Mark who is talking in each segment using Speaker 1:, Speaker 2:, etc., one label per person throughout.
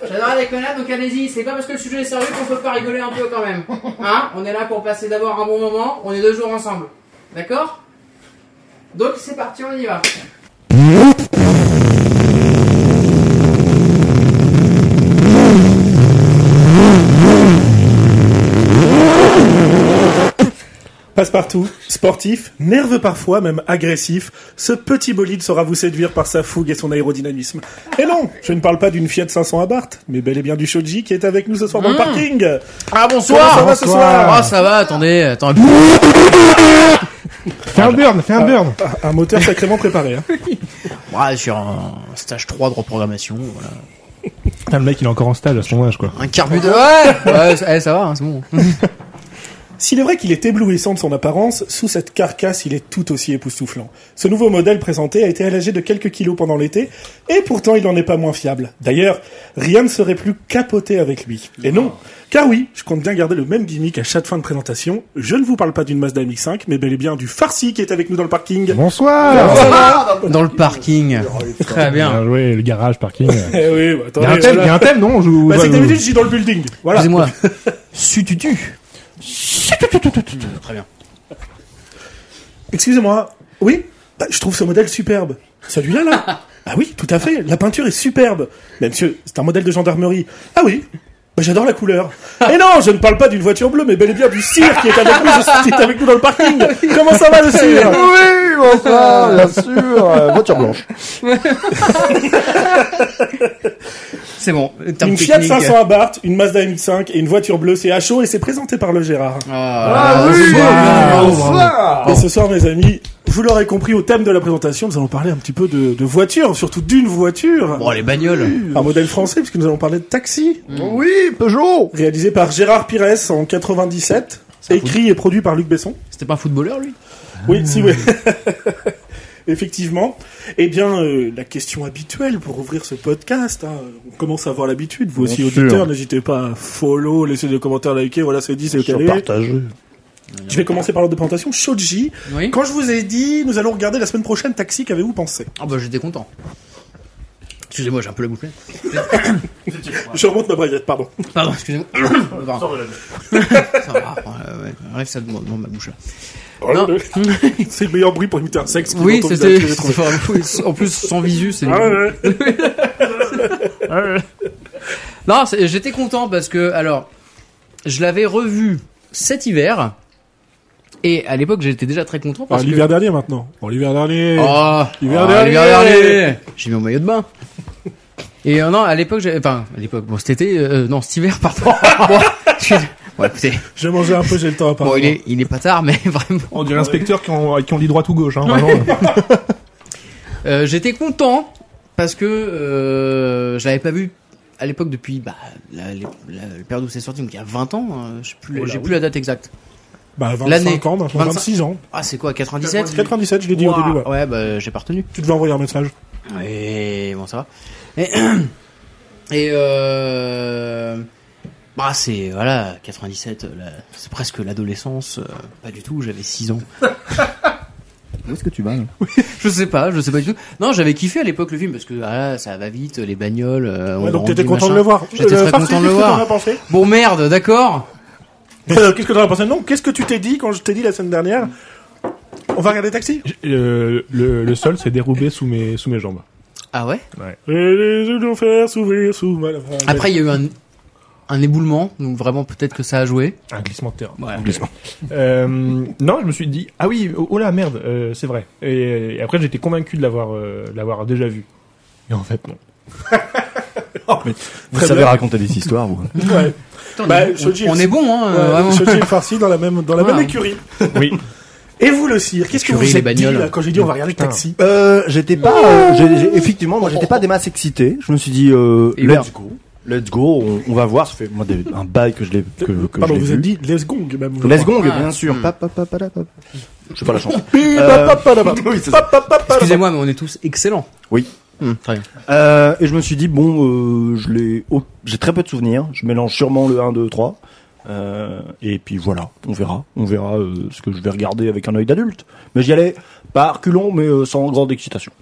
Speaker 1: pas des connards, donc allez-y. C'est pas parce que le sujet est sérieux qu'on peut pas rigoler un peu quand même. Hein On est là pour passer d'abord un bon moment. On est deux jours ensemble. D'accord Donc c'est parti, on y va.
Speaker 2: Passe-partout, sportif, nerveux parfois, même agressif, ce petit bolide saura vous séduire par sa fougue et son aérodynamisme. Et non, je ne parle pas d'une Fiat 500 à Barthes, mais bel et bien du Shoji qui est avec nous ce soir dans le
Speaker 1: Mmh.
Speaker 2: parking.
Speaker 1: Ah
Speaker 2: bonsoir. Comment ça va ce soir
Speaker 1: Ah ça va, attendez, attends.
Speaker 3: Fais un burn, fais un burn.
Speaker 2: Ah, Un moteur sacrément préparé. hein.
Speaker 4: Moi, je suis en stage 3 de reprogrammation, voilà.
Speaker 3: Putain, le mec, il est encore en stage à son âge, quoi.
Speaker 4: Un carbuteur.
Speaker 1: Ouais, ouais ça- eh, ça va, hein, c'est bon.
Speaker 2: S'il est vrai qu'il est éblouissant de son apparence, sous cette carcasse, il est tout aussi époustouflant. Ce nouveau modèle présenté a été allégé de quelques kilos pendant l'été, et pourtant il n'en est pas moins fiable. D'ailleurs, rien ne serait plus capoté avec lui. Et non, car oui, je compte bien garder le même gimmick à chaque fin de présentation. Je ne vous parle pas d'une Mazda MX-5, mais bel et bien du farci qui est avec nous dans le parking.
Speaker 3: Bonsoir.
Speaker 1: Dans le parking. Très bien.
Speaker 3: Bien joué, le garage, parking. Il
Speaker 2: Eh oui, bah,
Speaker 3: y a un
Speaker 2: attendez,
Speaker 3: thème,
Speaker 2: voilà.
Speaker 3: il y a un thème, non On joue-
Speaker 2: Bah, c'est que
Speaker 3: ouais,
Speaker 2: d'habitude, je suis dans le building. Voilà.
Speaker 1: Excusez-moi.
Speaker 4: Sututu.
Speaker 2: Excusez-moi. Oui Bah, Je trouve ce modèle superbe. Celui-là, là Ah oui, tout à fait. La peinture est superbe. Mais monsieur, c'est un modèle de gendarmerie. Ah oui Bah, J'adore la couleur. Et non, je ne parle pas d'une voiture bleue, mais bel et bien du cire qui est avec nous, qui est avec nous dans le parking. Comment ça va, le cire
Speaker 5: Oui, bonsoir, bien
Speaker 2: Ah.
Speaker 5: sûr. euh, voiture blanche.
Speaker 4: C'est bon. terme
Speaker 2: Une Fiat
Speaker 4: technique.
Speaker 2: 500 à Barthes, une Mazda MX-5 et une voiture bleue, c'est à chaud et c'est présenté par le Gérard.
Speaker 4: Ah,
Speaker 1: euh,
Speaker 5: oui,
Speaker 4: bravo,
Speaker 5: bonsoir.
Speaker 2: Et ce soir, mes amis, vous l'aurez compris au thème de la présentation, nous allons parler un petit peu de, de voiture, surtout d'une voiture.
Speaker 4: Bon, les bagnoles.
Speaker 2: Un modèle français, puisque nous allons parler de taxi.
Speaker 5: Oui, Peugeot.
Speaker 2: réalisé par Gérard Pires en 97, écrit et produit par Luc Besson.
Speaker 1: C'était pas un footballeur lui
Speaker 5: Ah.
Speaker 2: Oui, si oui. Effectivement. Eh bien, euh, la question habituelle pour ouvrir ce podcast, hein, on commence à avoir l'habitude, vous aussi
Speaker 5: Bien sûr.
Speaker 2: auditeurs, n'hésitez pas à follow, laissez des commentaires, liker, voilà, c'est dit, c'est
Speaker 5: Sur
Speaker 2: calé.
Speaker 5: partageux.
Speaker 2: Je vais commencer par l'ordre de présentation, Shoji.
Speaker 1: Oui.
Speaker 2: Quand je vous ai dit, nous allons regarder la semaine prochaine, Taxi, qu'avez-vous pensé
Speaker 1: Ah bah j'étais content. Excusez-moi, j'ai un peu la bouche pleine.
Speaker 2: Ah. Je remonte ma braguette, pardon.
Speaker 1: Pardon, excusez-moi. Pardon. ça va, euh, ouais. Bref, ça demande ma bouche là.
Speaker 2: Ah,
Speaker 1: Non.
Speaker 2: c'est le meilleur bruit pour imiter un sexe. qui
Speaker 1: Oui,
Speaker 2: m'entend
Speaker 1: c'était.
Speaker 2: bizarre que j'ai trouvé.
Speaker 1: c'était- En plus, sans visu, c'est.
Speaker 2: Ah ouais, ouais.
Speaker 1: Non, c'est- j'étais content parce que, alors, je l'avais revu cet hiver. Et à l'époque, j'étais déjà très content parce
Speaker 2: Ah,
Speaker 1: que.
Speaker 2: L'hiver dernier maintenant. Bon, l'hiver dernier.
Speaker 1: Oh,
Speaker 2: L'hiver
Speaker 1: oh, l'hiver
Speaker 2: dernier.
Speaker 1: dernier. J'ai mis mon maillot de bain. Et euh, non, à l'époque, j'avais- enfin, à l'époque, bon, cet été, euh, non, cet hiver, pardon. bon, je- bon, écoutez,
Speaker 2: J'ai mangé un peu, j'ai le temps à parler.
Speaker 1: bon, il est, il est pas tard, mais vraiment.
Speaker 3: On dirait l'inspecteur qui en, qui en lit droit ou gauche, hein, vraiment.
Speaker 1: Euh, j'étais content parce que euh, je l'avais pas vu à l'époque depuis bah, la, la- la- la période où c'est sorti, donc il y a 20 ans, euh, j'ai plus,
Speaker 2: Oh là,
Speaker 1: j'ai
Speaker 2: oui.
Speaker 1: plus la date exacte.
Speaker 2: Bah,
Speaker 1: L'année.
Speaker 2: 25 ans, maintenant,
Speaker 1: 25.
Speaker 2: 26 ans.
Speaker 1: Ah, c'est quoi, 97
Speaker 2: 97, je l'ai dit au
Speaker 1: Ouah,
Speaker 2: début. ouais.
Speaker 1: ouais, bah j'ai pas retenu.
Speaker 2: Tu devais envoyer un message.
Speaker 1: Oh, Et bon, ça va. Et, et euh, bah c'est voilà 97, la- c'est presque l'adolescence. euh, pas du tout, j'avais 6 ans.
Speaker 5: Où est-ce que tu vas
Speaker 1: Je sais pas, je sais pas du tout. Non, j'avais kiffé à l'époque le film parce que ah, ça va vite, les bagnoles. euh, on
Speaker 2: Ouais, donc
Speaker 1: grandit,
Speaker 2: t'étais content
Speaker 1: machin.
Speaker 2: de le voir.
Speaker 1: J'étais
Speaker 2: Euh,
Speaker 1: très
Speaker 2: Farsi,
Speaker 1: content de le voir.
Speaker 2: Qu'est-ce que t'en as pensé
Speaker 1: Bon merde, d'accord.
Speaker 2: Euh, Qu'est-ce que t'en as pensé Non, qu'est-ce que tu t'es dit quand je t'ai dit la semaine dernière On va regarder Taxi
Speaker 3: Euh, le, le sol s'est dérobé sous mes, sous mes jambes.
Speaker 1: Ah ouais.
Speaker 2: Et les yeux nous faire s'ouvrir sous ma... enfin,
Speaker 1: Après, il y a eu un, un éboulement, donc vraiment peut-être que ça a joué.
Speaker 3: Un glissement de terrain.
Speaker 1: Voilà.
Speaker 3: Euh, non, je me suis dit, ah oui, oh, oh là, merde, euh, c'est vrai. Et, et après, j'étais convaincu de l'avoir, euh, de l'avoir déjà vu. Et en fait, non.
Speaker 5: Vous
Speaker 2: Très
Speaker 5: savez
Speaker 2: bien.
Speaker 5: raconter des histoires, vous.
Speaker 2: Ouais.
Speaker 1: Putain,
Speaker 2: Bah,
Speaker 1: on, est-
Speaker 2: Shoji,
Speaker 1: on- on est bon, hein,
Speaker 2: Ouais,
Speaker 1: euh, vraiment.
Speaker 2: Shoji et Farsi dans la même, dans la
Speaker 1: Voilà.
Speaker 2: même écurie.
Speaker 3: Oui.
Speaker 2: Et vous le cire, qu'est-ce que vous
Speaker 1: Écurie,
Speaker 2: vous
Speaker 1: les
Speaker 2: êtes dit
Speaker 1: bagnoles.
Speaker 2: là, quand j'ai dit on va regarder
Speaker 3: Putain.
Speaker 2: Taxi
Speaker 5: Euh, j'étais pas. euh, j'ai- j'ai- effectivement, moi, j'étais pas des masses excitées. Je me suis dit, euh,
Speaker 1: Et merde.
Speaker 2: ben,
Speaker 5: let's go. Let's go. On, on va voir. Ça fait moi des- un bail que je l'ai que, que
Speaker 2: Pardon,
Speaker 5: je l'ai
Speaker 2: vous
Speaker 5: vu.
Speaker 2: avez dit Let's Gong même. je
Speaker 5: Let's
Speaker 2: crois.
Speaker 5: go,
Speaker 1: Ah.
Speaker 5: bien sûr.
Speaker 1: Hmm.
Speaker 5: Pa, pa, pa, pa, la, pa. Je sais pas la chanson.
Speaker 2: Pa, pa, pa, la, pa.
Speaker 5: Oui, c'est
Speaker 2: Pa,
Speaker 5: ça.
Speaker 2: pa, pa, pa, la, pa.
Speaker 1: Excusez-moi, mais on est tous excellents.
Speaker 5: Oui.
Speaker 1: Hmm, très bien.
Speaker 5: Euh, et je me suis dit, bon, euh, je l'ai, oh, j'ai très peu de souvenirs. Je mélange sûrement le 1, 2, 3. Euh, et puis voilà, on verra. On verra euh, ce que je vais regarder avec un œil d'adulte. Mais j'y allais pas à reculons, mais euh, sans grande excitation.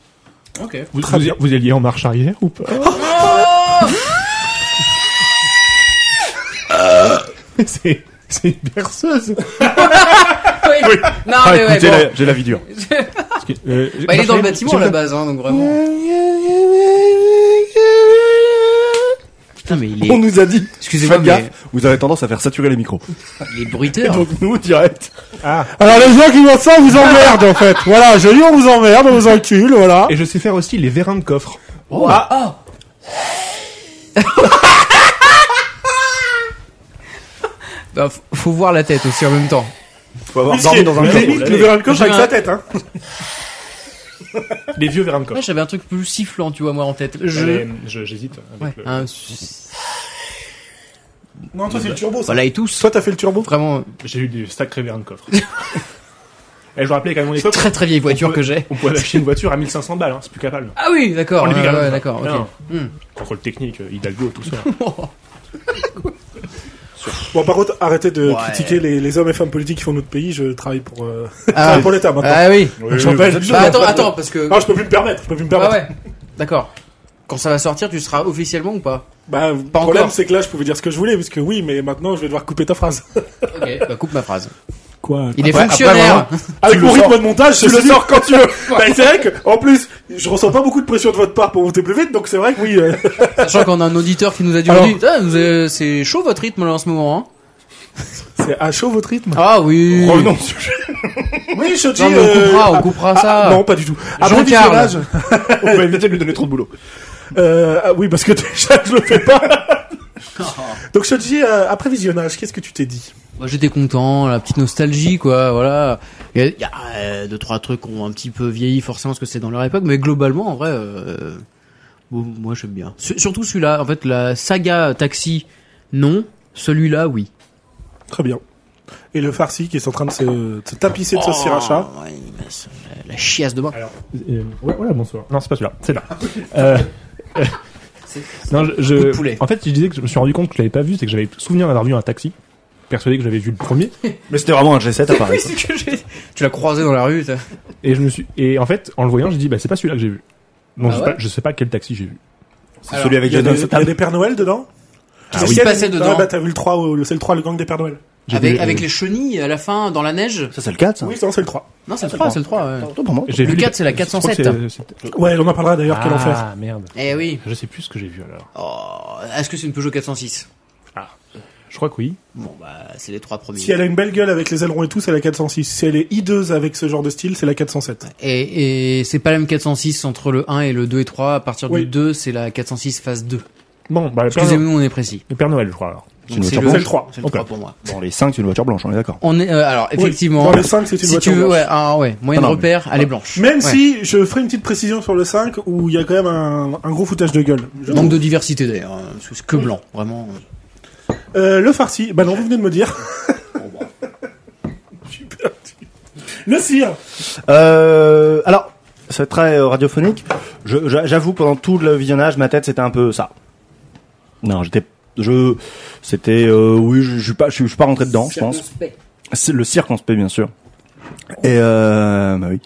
Speaker 1: Ok.
Speaker 3: Vous, vous, vous alliez en marche arrière ou pas c'est c'est une berceuse.
Speaker 5: Oui.
Speaker 1: Non,
Speaker 5: Ah,
Speaker 1: mais ouais,
Speaker 5: écoutez,
Speaker 1: bon.
Speaker 5: la- j'ai la vie dure.
Speaker 3: Parce que, euh,
Speaker 1: Bah, il est dans le
Speaker 3: j'ai-
Speaker 1: bâtiment
Speaker 3: j'ai-
Speaker 1: à la base, hein, donc vraiment. Putain, mais il
Speaker 5: On
Speaker 1: est.
Speaker 5: nous a dit,
Speaker 1: Excusez-moi,
Speaker 5: faites
Speaker 1: mais
Speaker 5: gaffe, vous avez tendance à faire saturer les micros.
Speaker 1: il est bruiteur.
Speaker 5: Donc nous, direct.
Speaker 3: Ah,
Speaker 2: Alors les gens qui voient ça, on vous emmerde en fait. Voilà, je dis on vous emmerde, on vous encule, voilà.
Speaker 3: et je sais faire aussi les vérins de coffre.
Speaker 1: Oh, ah. Bah, f- faut voir la tête aussi en même temps.
Speaker 5: Faut avoir
Speaker 2: Parce que-
Speaker 5: dormi dans un
Speaker 2: limite,
Speaker 5: coffre.
Speaker 2: le verra le coffre
Speaker 1: J'ai
Speaker 2: avec
Speaker 1: un-
Speaker 2: sa tête, hein.
Speaker 3: Les vieux vérins de
Speaker 1: Ouais,
Speaker 3: coffre.
Speaker 1: j'avais un truc plus sifflant, tu vois, moi en tête.
Speaker 3: Euh,
Speaker 1: Je.
Speaker 3: je- J'hésite. avec
Speaker 1: Ouais,
Speaker 3: le-
Speaker 1: un s-
Speaker 2: Ah. Non, toi c'est le turbo,
Speaker 1: Voilà, et tous.
Speaker 2: Toi t'as fait le turbo.
Speaker 1: Vraiment,
Speaker 3: J'ai eu des sacrés vérins de coffre. et je vous rappelais qu'à mon époque,
Speaker 1: très très vieille voiture que j'ai.
Speaker 3: on pouvait acheter une voiture à 1500 balles, hein, c'est plus qu'à balle.
Speaker 1: Ah oui, d'accord.
Speaker 3: On est
Speaker 1: ouais,
Speaker 3: plus capable.
Speaker 1: ouais, d'accord,
Speaker 3: Non.
Speaker 1: ok. Hmm.
Speaker 3: Contrôle technique, euh, Hidalgo, tout ça.
Speaker 2: Bon par contre, arrêtez de
Speaker 1: Ouais.
Speaker 2: critiquer les, les hommes et femmes politiques qui font notre pays, je travaille pour, euh, je
Speaker 1: Ah,
Speaker 2: travaille pour l'État maintenant.
Speaker 1: ah oui.
Speaker 2: Je rappelle- je-
Speaker 1: Bah, attends, attends, parce que.
Speaker 2: Non, je peux plus me permettre, je peux plus me
Speaker 1: Ah
Speaker 2: permettre.
Speaker 1: ouais. D'accord. Quand ça va sortir, tu seras officiellement ou pas
Speaker 2: Bah, le
Speaker 1: Pas
Speaker 2: problème
Speaker 1: encore.
Speaker 2: c'est que là je pouvais dire ce que je voulais, parce que oui, mais maintenant je vais devoir couper ta phrase.
Speaker 1: Ok, bah coupe ma phrase.
Speaker 2: Quoi
Speaker 1: Il est
Speaker 5: Après-
Speaker 1: fonctionnaire.
Speaker 5: après,
Speaker 2: Avec
Speaker 5: Tu
Speaker 2: mon
Speaker 5: le
Speaker 2: rythme
Speaker 5: sors.
Speaker 2: de montage, je
Speaker 5: Tu le sors
Speaker 2: quand tu veux. bah, c'est vrai que, en plus, je ressens pas beaucoup de pression de votre part pour monter plus vite, donc c'est vrai que oui. euh,
Speaker 1: Sachant qu'on a un auditeur qui nous a dit
Speaker 2: Alors-
Speaker 1: aujourd'hui, Putain, vous avez- c'est chaud votre rythme là en ce moment. Hein
Speaker 2: c'est à chaud votre rythme.
Speaker 1: ah oui.
Speaker 5: Revenons au sujet.
Speaker 2: Oui, Shoji.
Speaker 1: Non, mais on coupera, on
Speaker 2: ah,
Speaker 1: coupera
Speaker 2: ah,
Speaker 1: ça.
Speaker 2: non, pas du tout. Après le
Speaker 1: Jean-Carl.
Speaker 2: visionnage,
Speaker 5: On va éviter de lui donner trop de boulot.
Speaker 2: euh, ah oui, parce que déjà, je le fais pas. Donc, Shoji, euh, après visionnage, qu'est-ce que tu t'es dit
Speaker 1: Moi, j'étais content, la petite nostalgie, quoi, voilà. Il y a, il y a, euh, deux, trois trucs qui ont un petit peu vieilli, forcément, parce que c'est dans leur époque, mais globalement, en vrai, euh, bon, moi, j'aime bien. Su- surtout celui-là, en fait, la saga Taxi, non. Celui-là, oui.
Speaker 2: Très bien. Et le farci qui est en train de se, de se tapisser de sauce
Speaker 1: Oh,
Speaker 2: sriracha.
Speaker 1: ouais, mais c'est la, la chiasse de bain.
Speaker 3: Alors, euh, ouais, voilà, bonsoir. Non, c'est pas celui-là, c'est là.
Speaker 1: Ah,
Speaker 3: Euh, euh, non, je, je-
Speaker 1: Coup de poulet.
Speaker 3: En fait, je disais que je me suis rendu compte que je l'avais pas vu, c'est que j'avais souvenir d'avoir vu un taxi, persuadé que j'avais vu le premier,
Speaker 5: Mais c'était vraiment un G7 à Paris.
Speaker 1: Tu l'as croisé dans la rue, t'as-
Speaker 3: et je me suis, et en fait, en le voyant, j'ai dit, bah c'est pas celui-là que j'ai vu.
Speaker 1: Ah
Speaker 3: Donc je, sais
Speaker 1: ouais
Speaker 3: pas, je sais pas quel taxi j'ai vu.
Speaker 5: C'est celui avec
Speaker 2: Il y, a des,
Speaker 5: Jason
Speaker 2: il y a
Speaker 5: Statham.
Speaker 2: des Pères Noël dedans
Speaker 1: Qu'est-ce qui se passait dedans Ah
Speaker 2: Ah bah t'as vu le 3, au- le- c'est le 3, le gang des Pères Noël.
Speaker 3: J'ai vu-
Speaker 1: avec,
Speaker 3: euh,
Speaker 1: avec les chenilles à la fin, dans la neige.
Speaker 5: Ça, c'est le 4, ça.
Speaker 2: Oui, c'est non, c'est le 3.
Speaker 1: Non, c'est le 3, c'est le 3. ouais.
Speaker 5: Attends, pour moi.
Speaker 3: j'ai
Speaker 1: le
Speaker 3: vu
Speaker 1: quatre, c'est la
Speaker 3: je crois que
Speaker 1: 407.
Speaker 3: c'est- euh, c'est-
Speaker 2: Ouais, on en parlera d'ailleurs, quel enfer.
Speaker 3: Ah merde.
Speaker 1: Eh oui.
Speaker 3: Je sais plus ce que j'ai vu alors.
Speaker 1: Oh, est-ce que c'est une Peugeot 406 Ah.
Speaker 3: Je crois que oui.
Speaker 1: Bon, bah, c'est les trois premiers.
Speaker 2: Si elle a une belle gueule avec les ailerons et tout, c'est la 406. Si elle est hideuse avec ce genre de style, c'est la 407.
Speaker 1: Et, et c'est pas la même 406 entre le 1 et le 2 et 3. À partir
Speaker 2: Oui.
Speaker 1: du 2, c'est la 406 phase 2.
Speaker 3: Bon, bah le Père, Noël,
Speaker 1: Excusez-nous, on est précis.
Speaker 3: le Père Noël, je crois alors.
Speaker 5: C'est une voiture
Speaker 2: C'est
Speaker 5: blanche.
Speaker 2: le 3.
Speaker 1: C'est le
Speaker 3: Ok.
Speaker 1: 3 pour moi.
Speaker 5: Bon, les 5, c'est une voiture blanche, on est d'accord.
Speaker 1: On est, euh, alors, effectivement.
Speaker 2: Oui, dans le 5, c'est une
Speaker 1: si
Speaker 2: voiture
Speaker 1: tu veux,
Speaker 2: blanche.
Speaker 1: ouais, ah, ouais, moyen
Speaker 5: Ah,
Speaker 1: de
Speaker 5: non,
Speaker 1: repère, elle est blanche.
Speaker 2: Même
Speaker 1: Ouais.
Speaker 2: si je ferai une petite précision sur le 5 où il y a quand même un, un gros foutage de gueule. Je-
Speaker 1: Manque de diversité d'ailleurs, hein, parce que c'est que blanc, vraiment.
Speaker 2: Euh, le farci, bah non, vous venez de me dire. Je suis perdu. Le cire
Speaker 5: Euh, alors, c'est très euh, radiophonique. Je- je- J'avoue, pendant tout le visionnage, ma tête c'était un peu ça. Non, j'étais, je, c'était, euh, oui, je, je suis pas, je, suis- je suis pas rentré dedans, je pense. C'est le circonspect, bien sûr. Et euh, bah oui.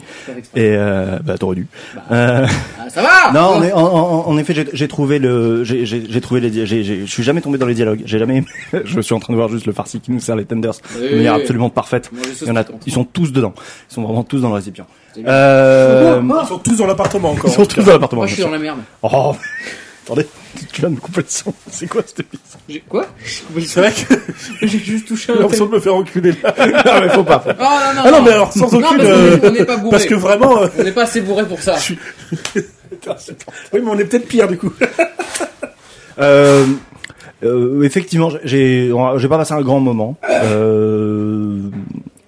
Speaker 5: Et euh, bah t'aurais dû. Euh,
Speaker 1: Ah, ça va
Speaker 5: non, en, en- en- en effet, j'ai- j'ai trouvé le, j'ai- j'ai j'ai trouvé les, di- j'ai- j'ai- je suis jamais tombé dans les dialogues. J'ai jamais. je suis en train de voir juste le farci qui nous sert les tenders de manière absolument parfaite. Il y en a, ils sont tous dedans. Ils sont vraiment tous dans le récipient. Euh,
Speaker 2: Ils sont tous dans l'appartement encore.
Speaker 5: ils sont tous dans l'appartement.
Speaker 1: Moi, je suis
Speaker 5: bien
Speaker 1: dans la merde.
Speaker 5: sûr. Oh, attendez, tu viens de me couper le son. C'est quoi cette épisode
Speaker 1: J'ai- Quoi
Speaker 2: C'est vrai que
Speaker 1: J'ai juste touché
Speaker 2: j'ai
Speaker 1: un
Speaker 2: l'impression de me faire enculer là.
Speaker 5: Ah Non, mais faut pas.
Speaker 1: Oh non, non,
Speaker 2: Ah non, mais alors, sans
Speaker 1: Non,
Speaker 2: aucune.
Speaker 1: parce qu'on est- on
Speaker 2: euh,
Speaker 1: n'est pas bourré.
Speaker 2: parce que vraiment. euh,
Speaker 1: On n'est pas assez bourré pour ça.
Speaker 2: Oui, mais on est peut-être pire du coup.
Speaker 5: Euh, euh, effectivement, j'ai j'ai pas passé un grand moment. Euh,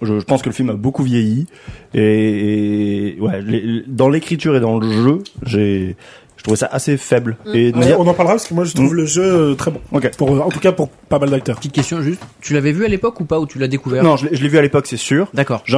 Speaker 5: je, je pense que le film a beaucoup vieilli et, et- ouais, les- dans l'écriture et dans le jeu, j'ai je trouvais ça assez faible et de
Speaker 2: Ouais,
Speaker 5: manière-
Speaker 2: on en parlera parce que moi je trouve
Speaker 5: Mm.
Speaker 2: le jeu euh, très bon.
Speaker 5: Ok.
Speaker 2: Pour, euh, en tout cas pour pas mal d'acteurs.
Speaker 1: Petite question juste, tu l'avais vu à l'époque ou pas, ou tu l'as découvert
Speaker 5: non, je, l'ai- je l'ai vu à l'époque, c'est sûr.
Speaker 1: D'accord.
Speaker 5: Je,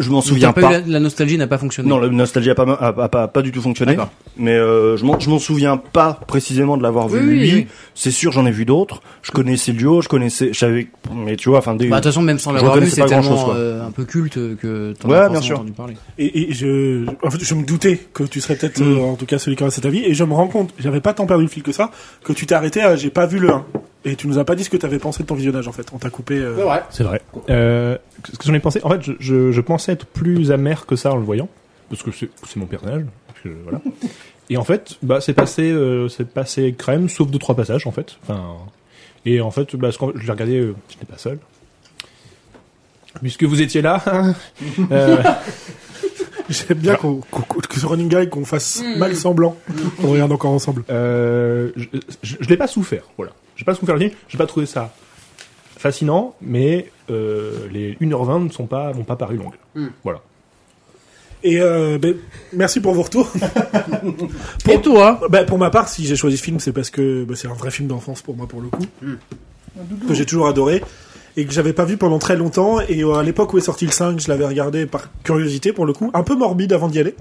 Speaker 5: je m'en
Speaker 1: Donc,
Speaker 5: souviens
Speaker 1: t'as
Speaker 5: pas.
Speaker 1: eu la, la nostalgie n'a pas fonctionné. Bah,
Speaker 5: Non, la nostalgie a pas, ma- a- a pas, pas du tout fonctionné.
Speaker 1: D'accord.
Speaker 5: Mais euh, je m'en- je m'en souviens pas précisément de l'avoir vu.
Speaker 1: Oui, oui,
Speaker 5: lui.
Speaker 1: oui.
Speaker 5: C'est sûr, j'en ai vu d'autres. Je connaissais le duo, je connaissais, je savais, mais tu vois, enfin des.
Speaker 1: Bah, de toute façon, même sans
Speaker 5: Je
Speaker 1: l'avoir vu,
Speaker 5: reconnaissais
Speaker 1: c'est
Speaker 5: pas
Speaker 1: tellement
Speaker 5: grand-chose, quoi.
Speaker 1: euh, un peu culte que t'en
Speaker 5: Ouais,
Speaker 1: as
Speaker 5: bien
Speaker 1: forcément
Speaker 5: sûr.
Speaker 1: entendu parler.
Speaker 2: Et, et je, en fait, je me doutais que tu serais peut-être euh, en tout cas celui qui aurait cet avis. Et je me rends compte, j'avais pas tant perdu le fil que ça, que tu t'es arrêté à j'ai pas vu le 1. Et tu nous as pas dit ce que t'avais pensé de ton visionnage en fait. On t'a coupé. euh,
Speaker 3: C'est vrai. Euh, ce que j'en ai pensé, en fait, je, je, je pensais être plus amer que ça en le voyant, parce que c'est c'est mon personnage. parce que, voilà. Et en fait, bah, c'est passé, euh, c'est passé crème, sauf deux trois passages en fait. Enfin, et en fait, bah, ce qu'on- je l'ai regardé, euh, je n'étais pas seul. Puisque vous étiez là, hein, euh,
Speaker 2: J'aime bien qu'on qu'on- que ce running gag qu'on fasse mal semblant. On regarde encore ensemble.
Speaker 3: Euh, je, je, je l'ai pas souffert, voilà. J'ai pas souffert le film, j'ai pas trouvé ça fascinant, mais euh, les 1h20 ne sont pas, m'ont pas paru longues.
Speaker 1: Hmm.
Speaker 3: Voilà.
Speaker 2: Et euh, ben, merci pour vos retours.
Speaker 1: Et toi
Speaker 2: Ben, pour ma part, si j'ai choisi ce film, c'est parce que ben, c'est un vrai film d'enfance pour moi, pour le coup,
Speaker 4: Hmm.
Speaker 2: que j'ai toujours adoré et que j'avais pas vu pendant très longtemps. Et euh, à l'époque où est sorti le 5, je l'avais regardé par curiosité, pour le coup, un peu morbide avant d'y aller.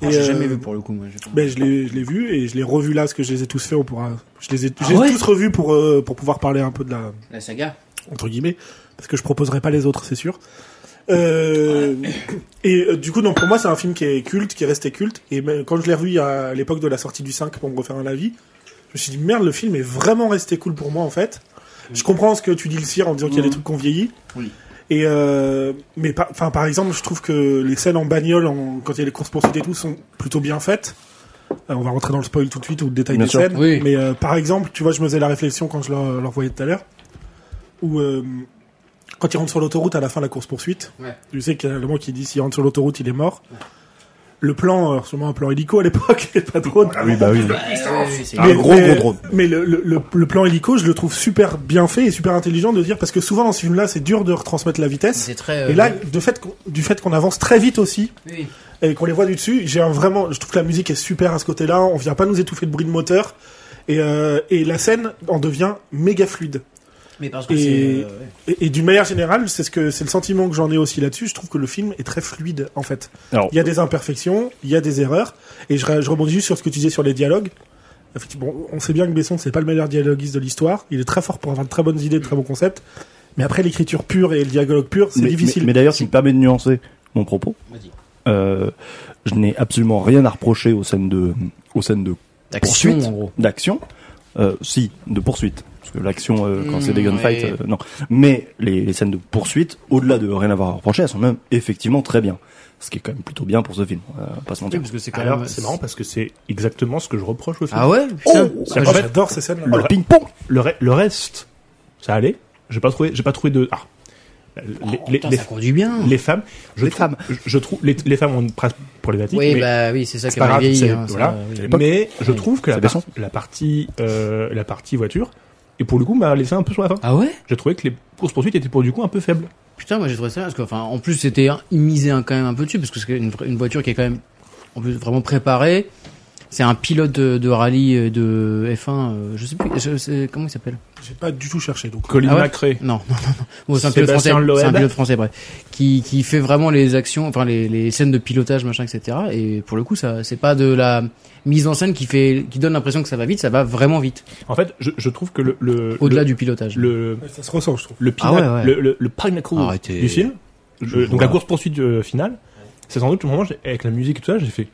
Speaker 4: Oh, J'ai
Speaker 2: euh,
Speaker 4: jamais vu pour le coup, moi. j'ai pas-
Speaker 2: Ben, je l'ai, je l'ai vu et je l'ai revu là, parce que je les ai tous fait. On pourra, je les ai,
Speaker 4: Ah
Speaker 2: je les ai
Speaker 1: ouais
Speaker 2: tous revus pour euh, pour pouvoir parler un peu de la
Speaker 4: La saga.
Speaker 2: entre guillemets, parce que je proposerai pas les autres, c'est sûr. Euh, et euh, du coup, non, pour moi, c'est un film qui est culte, qui est resté culte. Et même quand je l'ai revu à l'époque de la sortie du 5 pour me refaire un avis, je me suis dit merde, le film est vraiment resté cool pour moi en fait. Je comprends ce que tu dis, le cire, en disant
Speaker 5: Mm.
Speaker 2: qu'il y a des trucs qu'on vieillit.
Speaker 4: Oui.
Speaker 2: Et euh, mais par, enfin, par exemple, je trouve que les scènes en bagnole, en- quand il y a les courses poursuites et tout, sont plutôt bien faites. Euh, on va rentrer dans le spoil tout de suite ou le détail
Speaker 5: Bien
Speaker 2: des
Speaker 5: sûr.
Speaker 2: scènes.
Speaker 1: Oui.
Speaker 2: Mais euh, par exemple, tu vois, je me faisais la réflexion quand je l'en- l'en voyais tout à l'heure, où euh, quand il rentre sur l'autoroute à la fin de la course poursuite,
Speaker 1: Ouais.
Speaker 2: tu sais qu'il y a le mec qui dit s'il rentre sur l'autoroute, il est mort. Le plan, euh, sûrement un plan hélico à l'époque, et pas drone.
Speaker 5: oui, bah oui.
Speaker 4: c'est-
Speaker 5: Un gros, gros drone.
Speaker 2: Mais le, le, le- le plan hélico, je le trouve super bien fait et super intelligent de dire parce que souvent dans ce film-là, c'est dur de retransmettre la vitesse.
Speaker 4: C'est très. euh,
Speaker 2: Et là, de fait, qu'on- du fait qu'on avance très vite aussi
Speaker 4: oui.
Speaker 2: et qu'on les voit du dessus, j'ai un vraiment, je trouve que la musique est super à ce côté-là. On vient pas nous étouffer de bruit de moteur et, euh, et la scène en devient méga fluide.
Speaker 4: Mais parce que
Speaker 2: Et-
Speaker 4: c'est. euh, ouais.
Speaker 2: Et, et d'une manière générale, c'est ce que c'est le sentiment que j'en ai aussi là-dessus. Je trouve que le film est très fluide en fait.
Speaker 5: Alors,
Speaker 2: Il y a des imperfections, il y a des erreurs, et je, re- je rebondis juste sur ce que tu disais sur les dialogues. Effectivement, on sait bien que Besson, c'est pas le meilleur dialoguiste de l'histoire. Il est très fort pour avoir de très bonnes idées, de très bons concepts. Mais après, l'écriture pure et le dialogue pur, c'est
Speaker 5: mais-
Speaker 2: difficile.
Speaker 5: Mais, mais d'ailleurs, si me permet de nuancer mon propos,
Speaker 4: Vas-y.
Speaker 5: euh, je n'ai absolument rien à reprocher aux scènes de, aux scènes de
Speaker 4: D'action,
Speaker 5: poursuite,
Speaker 4: en gros.
Speaker 5: d'action, euh, si, de poursuite, parce que l'action euh, quand
Speaker 4: Mmh,
Speaker 5: c'est des gunfights,
Speaker 4: ouais.
Speaker 5: euh, non. Mais les, les scènes de poursuite, au-delà de rien avoir à reprocher, elles sont même effectivement très bien, ce qui est quand même plutôt bien pour ce film, euh, pas se mentir.
Speaker 1: parce que c'est quand
Speaker 3: Alors,
Speaker 1: même.
Speaker 3: c'est marrant parce que c'est exactement ce que je reproche au film.
Speaker 1: Ah ouais Putain.
Speaker 5: Oh,
Speaker 2: Ah,
Speaker 3: en fait,
Speaker 2: J'adore ces scènes-là.
Speaker 5: le ping-pong.
Speaker 3: le, re- le reste, ça allait. J'ai pas trouvé, j'ai pas trouvé de. Ah. Les,
Speaker 1: Oh,
Speaker 3: les-
Speaker 4: Putain,
Speaker 3: les-
Speaker 4: ça conduit bien.
Speaker 3: les femmes, je
Speaker 5: Les
Speaker 3: trouve,
Speaker 5: femmes.
Speaker 3: je, je trouve les, les femmes ont une phrase problématique.
Speaker 1: Oui,
Speaker 3: mais
Speaker 1: bah oui, c'est ça
Speaker 3: c'est
Speaker 1: qui
Speaker 3: pas
Speaker 1: m'a
Speaker 3: grave,
Speaker 1: vieilli.
Speaker 3: c'est-
Speaker 1: hein, ça,
Speaker 3: voilà.
Speaker 1: oui.
Speaker 3: Mais je
Speaker 1: Ouais.
Speaker 3: trouve que la,
Speaker 5: C'est
Speaker 3: par-
Speaker 5: Besson.
Speaker 3: la partie, euh, la partie voiture, et pour le coup, bah, m'a laissé un peu sur la fin.
Speaker 1: Ah ouais
Speaker 3: J'ai trouvé que les courses poursuites étaient pour du coup un peu faibles.
Speaker 1: Putain, moi j'ai trouvé ça. Parce que, enfin, en plus, c'était un- ils misaient un- quand même un peu dessus, parce que c'est une, vra- une voiture qui est quand même en plus vraiment préparée. C'est un pilote de, de rallye euh, de F1, euh, je sais plus, je sais- comment il s'appelle
Speaker 2: J'ai pas du tout cherché. Donc,
Speaker 3: Colin
Speaker 1: Ah ouais
Speaker 3: Macré.
Speaker 1: Non, non, non. non. Bon, c'est un pilote français.
Speaker 3: Sébastien Loeb.
Speaker 1: C'est un pilote français, bref. Qui, qui fait vraiment les actions, enfin les, les scènes de pilotage, machin, etc. Et pour le coup, ça, c'est pas de la mise en scène qui fait, qui donne l'impression que ça va vite, ça va vraiment vite,
Speaker 3: En fait, je, je trouve que le, le
Speaker 1: au-delà
Speaker 3: le-
Speaker 1: du pilotage.
Speaker 3: le
Speaker 2: euh, ça se ressent, je trouve.
Speaker 3: le,
Speaker 1: Ah
Speaker 3: pina-
Speaker 1: ouais, ouais.
Speaker 3: le, le, le pinnacle
Speaker 1: Arrêtez.
Speaker 3: du film, le- donc
Speaker 5: vois.
Speaker 3: la course poursuite finale, c'est sans doute le moment j'ai- avec la musique et tout ça, j'ai fait.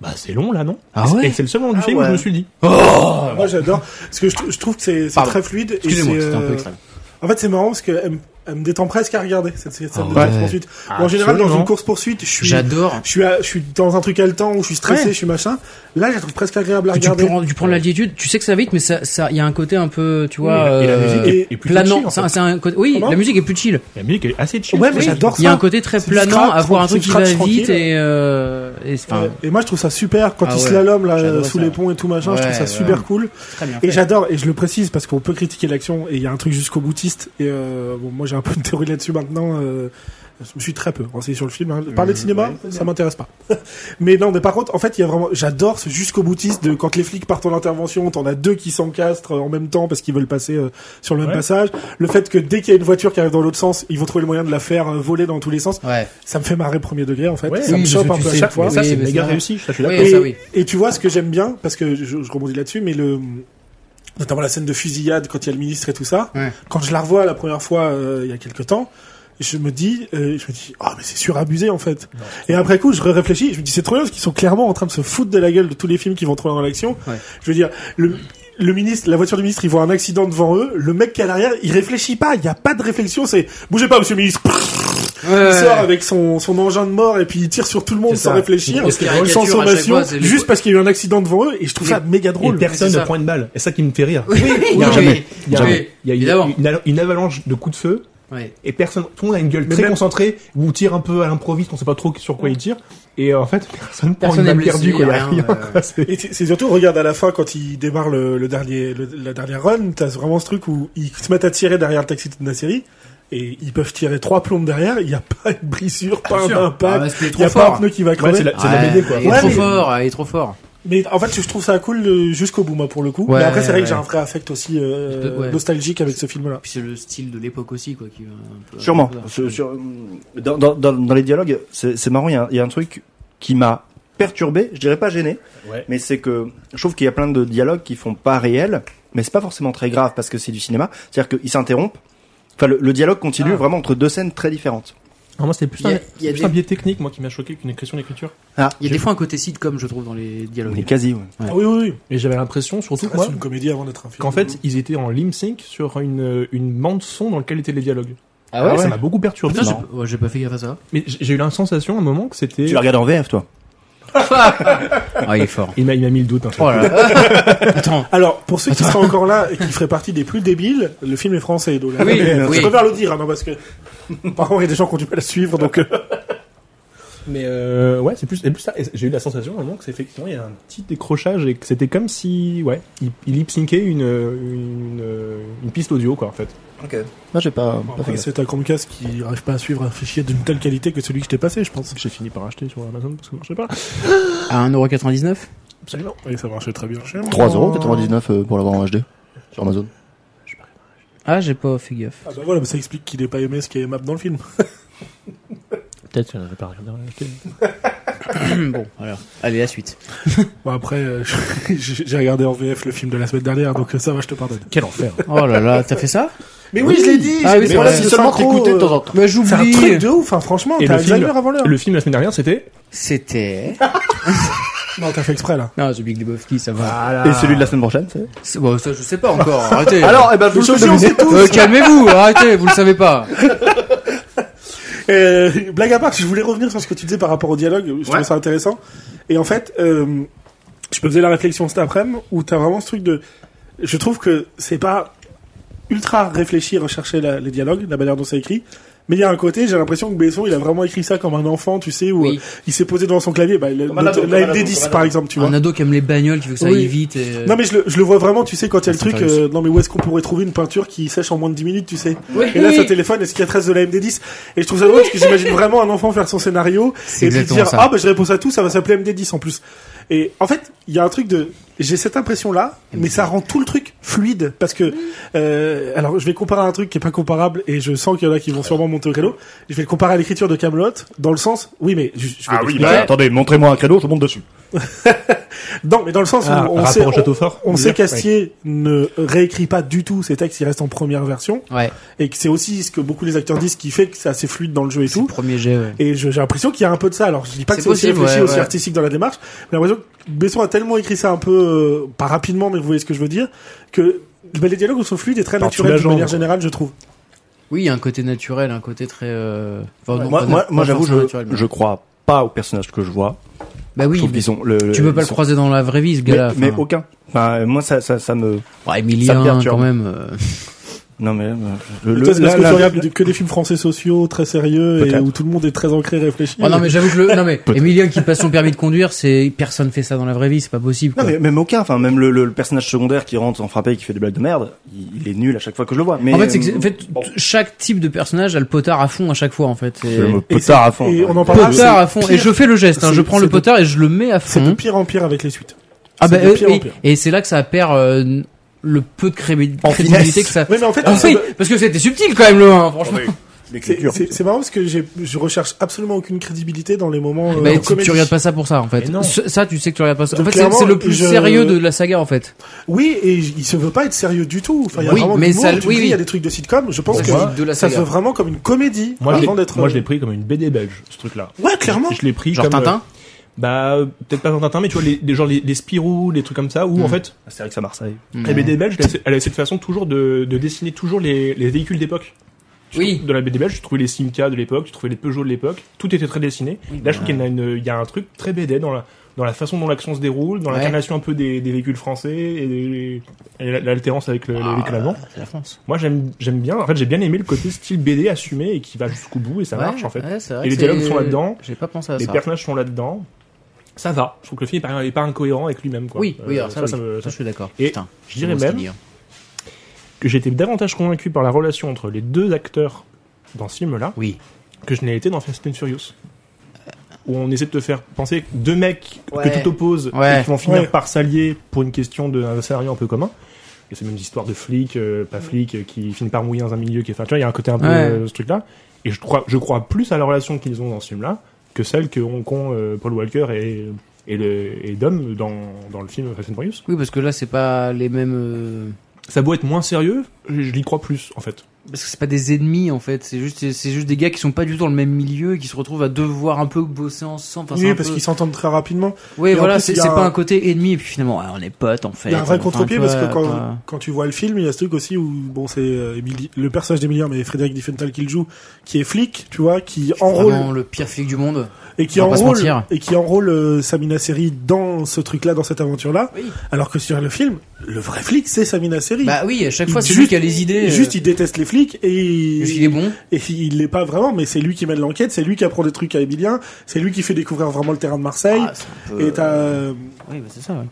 Speaker 3: Bah c'est long là non
Speaker 1: Ah
Speaker 3: Et c'est-
Speaker 1: ouais
Speaker 3: Et c'est le seul moment du film où je me suis dit.
Speaker 2: Moi, j'adore. Parce que je, trou- je trouve que c'est c'est
Speaker 1: Pardon.
Speaker 2: très fluide. et
Speaker 1: Excusez-moi,
Speaker 2: c'est,
Speaker 1: c'était un
Speaker 2: euh,
Speaker 1: peu extrême.
Speaker 2: En fait, c'est marrant parce que elle, me- elle me détend presque à regarder cette, cette scène
Speaker 1: Ah
Speaker 2: de
Speaker 1: ouais.
Speaker 2: course poursuite. En général, dans
Speaker 3: Absolument.
Speaker 2: une course poursuite, je suis
Speaker 1: J'adore.
Speaker 2: je suis, à- je suis dans un truc haletant où je suis stressé,
Speaker 1: Ouais.
Speaker 2: je suis machin. Là, je la trouve presque agréable
Speaker 3: Ah,
Speaker 2: à
Speaker 1: Tu
Speaker 2: regarder.
Speaker 1: prends, tu prends de l'altitude, tu sais que ça va vite, mais ça, ça, il y a un côté un peu, tu vois,
Speaker 3: et la
Speaker 1: euh,
Speaker 3: musique est- est plutôt
Speaker 1: planant.
Speaker 3: chill, en
Speaker 1: C'est
Speaker 3: fait.
Speaker 1: un- c'est un côté- oui,
Speaker 2: Comment
Speaker 1: la musique est plus chill.
Speaker 3: La musique est assez chill.
Speaker 2: Ouais, mais j'adore
Speaker 1: Il y a
Speaker 2: ça.
Speaker 1: un côté très
Speaker 2: C'est du
Speaker 1: planant,
Speaker 2: scratch,
Speaker 1: avoir un
Speaker 2: c'est
Speaker 1: truc
Speaker 2: du
Speaker 1: qui va
Speaker 2: scratch
Speaker 1: vite
Speaker 2: tranquille.
Speaker 1: et, euh, et c'est- enfin,
Speaker 2: Ouais. Et moi, je trouve ça super quand
Speaker 1: Ah
Speaker 2: il
Speaker 1: ouais.
Speaker 2: slalom là,
Speaker 1: J'adore
Speaker 2: sous
Speaker 1: ça.
Speaker 2: les ponts et tout machin. je
Speaker 1: Ouais,
Speaker 2: trouve ça
Speaker 1: ouais.
Speaker 2: super cool.
Speaker 1: très bien.
Speaker 2: Et j'adore, et je le précise parce qu'on peut critiquer l'action et il y a un truc jusqu'au boutiste. Et euh, bon, moi j'ai un peu de théorie là-dessus maintenant. euh, je me suis très peu renseigné sur le film. hein. Parler de
Speaker 3: Mmh,
Speaker 2: cinéma, ça m'intéresse pas. mais non, mais par contre, en fait, il y a vraiment, j'adore ce jusqu'au boutiste de quand les flics partent en intervention, t'en as deux qui s'encastrent euh, en même temps parce qu'ils veulent passer euh, sur le même
Speaker 3: Ouais.
Speaker 2: passage. Le fait que dès qu'il y a une voiture qui arrive dans l'autre sens, ils vont trouver le moyen de la faire euh, voler dans tous les sens.
Speaker 1: Ouais.
Speaker 2: Ça me fait marrer premier degré en fait.
Speaker 3: Ouais,
Speaker 2: ça
Speaker 1: oui,
Speaker 2: me
Speaker 1: je-
Speaker 2: chope
Speaker 1: tu
Speaker 2: un peu à
Speaker 1: sais,
Speaker 2: chaque fois.
Speaker 1: mais
Speaker 3: ça
Speaker 1: Oui,
Speaker 3: c'est
Speaker 1: mais
Speaker 3: méga
Speaker 1: ça-
Speaker 3: réussi, ça, je suis
Speaker 1: Oui,
Speaker 3: d'accord.
Speaker 1: Ah,
Speaker 2: Et,
Speaker 1: ça, oui.
Speaker 2: et tu vois ce que j'aime bien, parce que je, je rebondis là-dessus, mais le notamment la scène de fusillade quand il y a le ministre et tout ça,
Speaker 1: Ouais.
Speaker 2: quand je la revois la première fois euh, il y a quelques temps, je me dis, euh, je me dis, ah mais c'est surabusé en fait. et après coup, je réfléchis, je me dis c'est trop bien parce qu'ils sont clairement en train de se foutre de la gueule de tous les films qui vont trop dans l'action.
Speaker 1: Ouais.
Speaker 2: Je veux dire, le, le ministre, la voiture du ministre, ils voient un accident devant eux. Le mec qui est à l'arrière, il réfléchit pas. Il y a pas de réflexion. C'est bougez pas, monsieur le ministre. Il sort avec son, son engin de mort et puis il tire sur tout le monde
Speaker 3: C'est
Speaker 2: sans
Speaker 3: ça.
Speaker 2: réfléchir,
Speaker 1: Et ce qui est
Speaker 2: sans
Speaker 1: caricature à chaque
Speaker 2: sommation,
Speaker 1: fois, c'est les-
Speaker 2: juste parce qu'il y a eu un accident devant eux. Et je trouve ça méga
Speaker 3: Et
Speaker 2: drôle.
Speaker 1: c'est
Speaker 3: personne
Speaker 1: ça.
Speaker 3: ne prend une balle. Et ça qui me fait rire.
Speaker 1: Oui, oui,
Speaker 3: y a
Speaker 1: oui,
Speaker 3: jamais.
Speaker 1: oui.
Speaker 3: Il y a,
Speaker 1: Oui,
Speaker 3: il y a une-
Speaker 1: évidemment.
Speaker 3: une, al- une avalanche de coups de feu
Speaker 1: Ouais.
Speaker 3: et personne, tout le monde a une gueule
Speaker 2: Mais
Speaker 3: très
Speaker 2: même-
Speaker 3: concentrée ou tire un peu à l'improviste, on sait pas trop sur quoi il tire. Et euh, en fait, Mm. personne prend
Speaker 1: Personne
Speaker 3: une
Speaker 1: n'est
Speaker 3: balle
Speaker 1: blessé,
Speaker 3: perdue. Quoi, il y a
Speaker 1: rien,
Speaker 3: rien,
Speaker 1: euh,
Speaker 3: quoi, c'est-
Speaker 2: Et c'est c'est surtout, regarde à la fin quand il démarre le, le dernier, le- la dernière run, t'as vraiment ce truc où ils se mettent à tirer derrière le taxi de la série et ils peuvent tirer trois plombes derrière. Il n'y a pas de brisure, pas
Speaker 1: sûr. Ah,
Speaker 2: d'impact,
Speaker 1: parce qu'il est
Speaker 2: il n'y a
Speaker 1: trop fort.
Speaker 2: pas un pneu qui va
Speaker 3: Ouais,
Speaker 2: crever.
Speaker 3: c'est la, c'est la
Speaker 1: Ouais,
Speaker 3: BD, quoi.
Speaker 1: Il est
Speaker 2: Ouais,
Speaker 1: trop
Speaker 2: mais-
Speaker 1: fort, il est trop fort.
Speaker 2: Mais en fait, je trouve ça cool euh, jusqu'au bout, moi, pour le coup.
Speaker 1: Ouais,
Speaker 2: mais après, c'est vrai
Speaker 1: ouais.
Speaker 2: que j'ai un vrai affect aussi euh,
Speaker 1: Ouais.
Speaker 2: nostalgique avec ce film-là.
Speaker 1: Puis c'est le style de l'époque aussi, quoi, qui va un peu.
Speaker 5: Sûrement.
Speaker 1: un peu-
Speaker 5: Sur- sur- dans, dans- dans- dans les dialogues, c'est c'est marrant, il y, a un- il y a un truc qui m'a perturbé, je dirais pas gêné,
Speaker 3: Ouais.
Speaker 5: mais c'est que je trouve qu'il y a plein de dialogues qui font pas réel, mais c'est pas forcément très grave parce que c'est du cinéma, c'est-à-dire qu'ils s'interrompent, enfin le, le dialogue continue
Speaker 3: Ah.
Speaker 5: vraiment entre deux scènes très différentes.
Speaker 3: Ah, moi, c'est plus,
Speaker 1: Il y a-
Speaker 3: un,
Speaker 1: il y a
Speaker 3: plus
Speaker 1: des-
Speaker 3: un biais technique, moi, qui m'a choqué qu'une question d'écriture.
Speaker 1: Il y a des fois un côté sitcom, je trouve, dans les dialogues.
Speaker 5: Mais quasi, ouais.
Speaker 1: Ouais.
Speaker 2: Ah oui, oui, oui.
Speaker 3: Et j'avais l'impression,
Speaker 2: Ça
Speaker 3: surtout,
Speaker 2: reste
Speaker 3: moi,
Speaker 2: une comédie avant d'être un film.
Speaker 3: qu'en fait, ils étaient en lip sync sur une, une bande son dans laquelle étaient les dialogues.
Speaker 1: Ah
Speaker 3: Ça m'a beaucoup perturbé.
Speaker 1: Putain, j'ai
Speaker 3: Non.
Speaker 1: ouais, j'ai pas fait gaffe à ça.
Speaker 3: Mais j'ai j'ai eu la sensation, à un moment, que c'était.
Speaker 5: Tu la regardes en VF, toi
Speaker 1: Ah, il est fort.
Speaker 3: Il m'a il m'a mis le doute. hein.
Speaker 1: Oh là là. Attends.
Speaker 2: Alors, pour ceux qui seraient encore là et qui feraient partie des plus débiles, le film est français, donc là,
Speaker 1: Oui,
Speaker 2: je
Speaker 1: oui.
Speaker 2: préfère le dire, hein, non, parce que par contre, il y a des gens qui ont du mal à suivre, donc euh,
Speaker 3: Mais euh, ouais, c'est plus, et plus ça. Et J'ai eu la sensation vraiment que c'est effectivement il y a un petit décrochage et que c'était comme si ouais, il, il lip syncait une, une une piste audio quoi en fait.
Speaker 5: Moi, j'ai pas, pas fait
Speaker 2: Après,
Speaker 5: gaffe.
Speaker 2: c'est un Chromecast qui n'arrive pas à suivre un fichier d'une telle qualité que celui que je t'ai passé, je pense.
Speaker 3: J'ai fini par acheter sur Amazon parce que ça marchait pas.
Speaker 1: À 1,99€
Speaker 3: Absolument.
Speaker 2: Et ça marchait très bien.
Speaker 5: 3,99€ euh, pour l'avoir en HD sur Amazon.
Speaker 1: Ah, j'ai pas fait gaffe.
Speaker 2: Ah bah voilà, mais ça explique qu'il n'ait pas aimé ce qui est aimable dans le film.
Speaker 3: Peut-être j'en avais pas regardé en acheter.
Speaker 1: bon, alors. Allez, la suite.
Speaker 2: Bon après, euh, j'ai j'ai regardé en VF le film de la semaine dernière, donc euh, ça va, je te pardonne.
Speaker 3: Quel enfer.
Speaker 1: Oh là là, t'as fait ça
Speaker 2: Mais oui, je l'ai dit
Speaker 1: Ah oui, c'est vrai.
Speaker 5: Si seulement
Speaker 2: euh,
Speaker 5: t'écoutais de temps en temps.
Speaker 1: Bah,
Speaker 2: C'est un truc
Speaker 1: j'oublie.
Speaker 2: de ouf, hein, franchement,
Speaker 3: Et
Speaker 2: t'as
Speaker 3: le film-
Speaker 2: Alzheimer avant l'heure.
Speaker 3: Le film la semaine dernière c'était
Speaker 1: C'était.
Speaker 2: Non, t'as fait exprès, là.
Speaker 1: Non, The Big Lebowski, ça va.
Speaker 5: Et celui de la semaine prochaine, c'est
Speaker 1: Ah. C'est- Bon, ça, je sais pas encore. Arrêtez.
Speaker 5: Alors, eh ben, je vous
Speaker 2: Le
Speaker 5: le
Speaker 2: sujet, on
Speaker 5: devinez.
Speaker 2: sait tout.
Speaker 1: Euh, calmez-vous, arrêtez, vous le savez pas.
Speaker 2: Euh, blague à part, je voulais revenir sur ce que tu disais par rapport au dialogue, je trouvais ça intéressant. Et en fait, euh, je me faisais la réflexion cet après-midi où t'as vraiment ce truc de. Je trouve que c'est pas ultra réfléchi, rechercher la- les dialogues, la manière dont c'est écrit. Mais il y a un côté, j'ai l'impression que Besson, il a vraiment écrit ça comme un enfant, tu sais, où
Speaker 1: Oui.
Speaker 2: euh, il s'est posé devant son clavier. Bah, le-
Speaker 5: Madame,
Speaker 2: notre-
Speaker 5: comme
Speaker 2: la
Speaker 5: Madame,
Speaker 2: MD10,
Speaker 5: comme
Speaker 2: par
Speaker 5: Madame.
Speaker 2: exemple, tu vois.
Speaker 1: Un ado qui aime les bagnoles, qui veut que ça
Speaker 2: Oui.
Speaker 1: aille vite.
Speaker 3: Euh,
Speaker 1: Et... euh,
Speaker 2: Non mais je le, je le vois vraiment, tu sais, quand il y
Speaker 3: Ah,
Speaker 2: a le
Speaker 1: Ça, c'est
Speaker 2: truc,
Speaker 1: intéressant.
Speaker 2: euh, non mais où est-ce qu'on pourrait trouver une peinture qui sèche en moins de 10 minutes, tu sais
Speaker 1: Oui,
Speaker 2: Et là,
Speaker 1: oui.
Speaker 2: ça téléphone, est-ce qu'il y a trace de la MD10 Et je trouve ça drôle parce que j'imagine vraiment un enfant faire son scénario
Speaker 1: C'est
Speaker 2: et puis
Speaker 1: exactement
Speaker 2: dire,
Speaker 1: ça.
Speaker 2: ah bah je réponds à tout, ça va s'appeler MD10 en plus. Et en fait, il y a un truc de... J'ai cette impression-là, mais ça rend tout le truc fluide parce que... euh, alors je vais comparer à un truc qui est pas comparable et je sens qu'il y en a qui vont sûrement monter au créneau. Je vais le comparer à l'écriture de Camelot dans le sens... Oui mais... Je, je vais
Speaker 5: Ah oui,
Speaker 2: l'expliquer.
Speaker 5: bah, attendez, montrez-moi un créneau, je monte dessus.
Speaker 2: Non mais dans le sens où
Speaker 3: Ah,
Speaker 2: on
Speaker 3: par
Speaker 2: sait...
Speaker 3: rapport au château fort.
Speaker 2: On sait
Speaker 3: Ouais.
Speaker 2: qu'Astier ne réécrit pas du tout ses textes, il reste en première version,
Speaker 1: Ouais,
Speaker 2: et que c'est aussi ce que beaucoup des acteurs disent qui fait que c'est assez fluide dans le jeu et
Speaker 1: c'est le
Speaker 2: tout.
Speaker 1: premier jet, ouais.
Speaker 2: Et je- j'ai l'impression qu'il y a un peu de ça. Alors je dis pas que
Speaker 1: C'est
Speaker 2: c'est aussi
Speaker 1: possible,
Speaker 2: réfléchi,
Speaker 1: ouais,
Speaker 2: aussi
Speaker 1: ouais.
Speaker 2: artistique dans la démarche, mais j'ai l'impression que Besson a tellement écrit ça un peu, euh, pas rapidement, mais vous voyez ce que je veux dire, que bah, les dialogues sont fluides et très
Speaker 3: Par
Speaker 2: naturels d'une
Speaker 3: tout l'agent,
Speaker 2: manière
Speaker 3: quoi.
Speaker 2: générale, je trouve.
Speaker 1: Oui, il y a un côté naturel, un côté très. Euh... enfin, non,
Speaker 5: Moi,
Speaker 1: pas-
Speaker 5: moi,
Speaker 1: pas
Speaker 5: moi j'avoue, je,
Speaker 1: forcément naturel, mais-
Speaker 5: je crois pas aux personnages que je vois.
Speaker 1: Bah
Speaker 5: je
Speaker 1: oui,
Speaker 5: trouve
Speaker 1: mais
Speaker 5: qu'ils ont le,
Speaker 1: tu peux pas
Speaker 5: ils
Speaker 1: le
Speaker 5: sont-
Speaker 1: croiser dans la vraie vie, ce
Speaker 5: Mais,
Speaker 1: gars-là.
Speaker 2: hein.
Speaker 5: mais
Speaker 1: enfin.
Speaker 5: aucun. Enfin, moi, ça, ça, ça me.
Speaker 1: Ouais,
Speaker 5: Ça me
Speaker 1: Emilien,
Speaker 5: perturbe.
Speaker 1: quand même. euh,
Speaker 5: Non mais euh, le,
Speaker 2: Le,
Speaker 5: le-
Speaker 2: parce
Speaker 5: la-
Speaker 2: que
Speaker 5: la-
Speaker 2: tu regardes que des films français sociaux très sérieux et
Speaker 5: Peut-être.
Speaker 2: où tout le monde est très ancré, réfléchi. euh,
Speaker 1: Oh, non, mais j'avoue que le. Non, mais
Speaker 5: Peut-être.
Speaker 1: Emilien qui passe son permis de conduire, c'est. Personne fait ça dans la vraie vie, c'est pas possible.
Speaker 5: Non
Speaker 1: quoi.
Speaker 5: mais même aucun. Enfin, même le, le- le personnage secondaire qui rentre en frappé et qui fait des blagues de merde, il, il est nul à chaque fois que je le vois. Mais
Speaker 1: En fait, c'est que
Speaker 5: euh,
Speaker 1: c'est- en fait, t- chaque type de personnage a le potard à fond à chaque fois, en fait. Et-
Speaker 5: je me
Speaker 2: Et
Speaker 5: potard
Speaker 2: c'est-
Speaker 5: à fond.
Speaker 2: et on en parle- Ah, c'est
Speaker 1: Potard à fond. Et
Speaker 2: pire.
Speaker 1: je fais le geste, hein,
Speaker 2: C'est-
Speaker 1: je prends le
Speaker 2: c'est de-
Speaker 1: potard et je le mets à
Speaker 2: c'est de
Speaker 1: fond.
Speaker 2: pire en pire avec les suites.
Speaker 1: Ah
Speaker 2: c'est
Speaker 1: bah,
Speaker 2: de
Speaker 1: euh,
Speaker 2: pire en
Speaker 1: et-
Speaker 2: pire.
Speaker 1: et c'est là que ça perd euh, le peu de crémi-
Speaker 5: En
Speaker 1: crédibilité
Speaker 5: finesse.
Speaker 1: que ça.
Speaker 2: Oui, mais en fait,
Speaker 1: Ah
Speaker 2: ça
Speaker 1: oui,
Speaker 2: doit-
Speaker 1: parce que c'était subtil quand même le 1, franchement.
Speaker 5: L'écriture.
Speaker 2: C'est- C'est c'est marrant parce que j'ai- je recherche absolument aucune crédibilité dans les moments. Euh,
Speaker 1: Mais Eh ben, Bah, tu,
Speaker 2: comédie.
Speaker 1: tu regardes pas ça pour ça en fait.
Speaker 3: Mais non.
Speaker 1: Ce- ça tu sais que tu regardes pas ça. En
Speaker 2: Donc,
Speaker 1: fait c'est- c'est
Speaker 2: clairement,
Speaker 1: le plus
Speaker 2: je-
Speaker 1: sérieux de la saga en fait.
Speaker 2: Oui, et j- il se veut pas être sérieux du tout. Enfin, il y a
Speaker 1: Oui,
Speaker 2: vraiment
Speaker 1: mais
Speaker 2: de l'humour,
Speaker 1: ça-
Speaker 2: tu
Speaker 1: oui,
Speaker 2: dis,
Speaker 1: oui.
Speaker 2: il y a des trucs de sitcom. Je pense
Speaker 1: Pour
Speaker 2: que
Speaker 1: moi, de la
Speaker 2: ça se
Speaker 1: saga.
Speaker 2: veut vraiment comme une comédie
Speaker 3: Moi, je
Speaker 2: avant
Speaker 3: l'ai-
Speaker 2: d'être. euh,
Speaker 3: moi, je l'ai pris comme une BD belge, ce truc-là.
Speaker 2: Ouais, clairement.
Speaker 3: Je l'ai pris
Speaker 1: Genre
Speaker 3: comme, euh,
Speaker 1: Tintin
Speaker 3: bah euh, peut-être pas Tintin mais tu vois les, les- genre les, les Spirou les trucs comme ça où
Speaker 2: Mm.
Speaker 3: en fait
Speaker 5: Ah, C'est vrai que ça Marseille.
Speaker 1: euh,
Speaker 3: la BD belge elle a- elle a cette façon toujours de, de dessiner toujours les, les véhicules d'époque
Speaker 1: Mm. Oui.
Speaker 3: dans la BD belge tu trouvais les Simca de l'époque tu trouvais les Peugeot de l'époque tout était très dessiné là je trouve qu'il y en a une- il y a un truc très BD dans la dans la façon dont l'action se déroule dans
Speaker 1: Ouais.
Speaker 3: l'incarnation un peu des, des véhicules français et, des- et la- l'altérance avec le,
Speaker 1: Ah.
Speaker 3: le véhicule allemand
Speaker 1: C'est la France.
Speaker 3: moi j'aime j'aime bien en fait j'ai bien aimé le côté style BD assumé et qui va jusqu'au bout et ça
Speaker 1: Ouais,
Speaker 3: marche en fait
Speaker 1: ouais, c'est vrai
Speaker 3: Et
Speaker 1: que
Speaker 3: les dialogues
Speaker 1: c'est-
Speaker 3: sont là-dedans.
Speaker 1: J'ai pas pensé à
Speaker 3: les
Speaker 1: ça.
Speaker 3: personnages sont là-dedans. Ça va. Je trouve que le film est pas- est pas incohérent avec lui-même. quoi.
Speaker 1: Oui, oui,
Speaker 3: Euh,
Speaker 1: alors ça, oui.
Speaker 3: me-
Speaker 1: Ça, je suis d'accord.
Speaker 3: Et
Speaker 1: Putain,
Speaker 3: je dirais
Speaker 1: comment c'est
Speaker 3: même-
Speaker 1: dit, hein.
Speaker 3: que j'ai été davantage convaincu par la relation entre les deux acteurs dans ce film-là
Speaker 1: Oui.
Speaker 3: que je n'ai été dans Fast and Furious. Où on essaie de te faire penser que deux mecs
Speaker 1: Ouais.
Speaker 3: que tout oppose
Speaker 1: Ouais.
Speaker 3: et qui vont finir
Speaker 2: Ouais.
Speaker 3: par s'allier pour une question d'un scénario un peu commun. Et ces mêmes histoires de flics, euh, pas flics, euh, qui finissent par mouiller dans un milieu qui est. Enfin, tu vois, il y a un côté un peu
Speaker 1: Ouais.
Speaker 3: euh, ce truc-là. Et je crois, je crois plus à la relation qu'ils ont dans ce film-là que celle que ont qu'ont, euh, Paul Walker et, et, le, et Dom dans, dans le film Fast and Furious.
Speaker 1: Oui, parce que là, c'est pas les mêmes. euh,
Speaker 3: Ça doit être moins sérieux, je, je l'y crois plus en fait.
Speaker 1: Parce que c'est pas des ennemis en fait, c'est juste, c'est juste des gars qui sont pas du tout dans le même milieu et qui se retrouvent à devoir un peu bosser ensemble. Enfin, c'est
Speaker 2: oui,
Speaker 1: un
Speaker 2: parce
Speaker 1: peu-
Speaker 2: qu'ils s'entendent très rapidement.
Speaker 1: Oui,
Speaker 2: Et en
Speaker 1: voilà,
Speaker 2: plus,
Speaker 1: c'est
Speaker 2: il y a
Speaker 1: c'est pas
Speaker 2: un-
Speaker 1: un côté ennemi et puis finalement, ah, on est potes en fait.
Speaker 2: Il y a un vrai
Speaker 1: Enfin,
Speaker 2: contre-pied
Speaker 1: tu
Speaker 2: parce
Speaker 1: vois,
Speaker 2: que quand,
Speaker 1: pas-
Speaker 2: quand tu vois le film, il y a ce truc aussi où bon c'est euh, Emily- le personnage d'Emilien mais Frédéric Diffenthal qui le joue, qui est flic, tu vois, qui enrôle
Speaker 1: Vraiment le pire flic du monde.
Speaker 2: et qui
Speaker 1: on va pas se
Speaker 2: enrôle
Speaker 1: mentir.
Speaker 2: et qui enrôle euh, Samina Seri dans ce truc-là, dans cette aventure-là. Alors que sur le film, le vrai flic c'est Samina Seri.
Speaker 1: Bah oui, à chaque
Speaker 2: Il-
Speaker 1: fois, c'est
Speaker 2: juste-
Speaker 1: lui qui a les idées. euh,
Speaker 2: Juste, il déteste les flics et
Speaker 1: juste, il est bon.
Speaker 2: et il l'est pas vraiment, mais c'est lui qui mène l'enquête, c'est lui qui apprend des trucs à Emilien, c'est lui qui fait découvrir vraiment le terrain de Marseille.
Speaker 1: Ah, c'est un peu-
Speaker 2: et t'as euh,
Speaker 1: Oui, bah, c'est ça, ouais.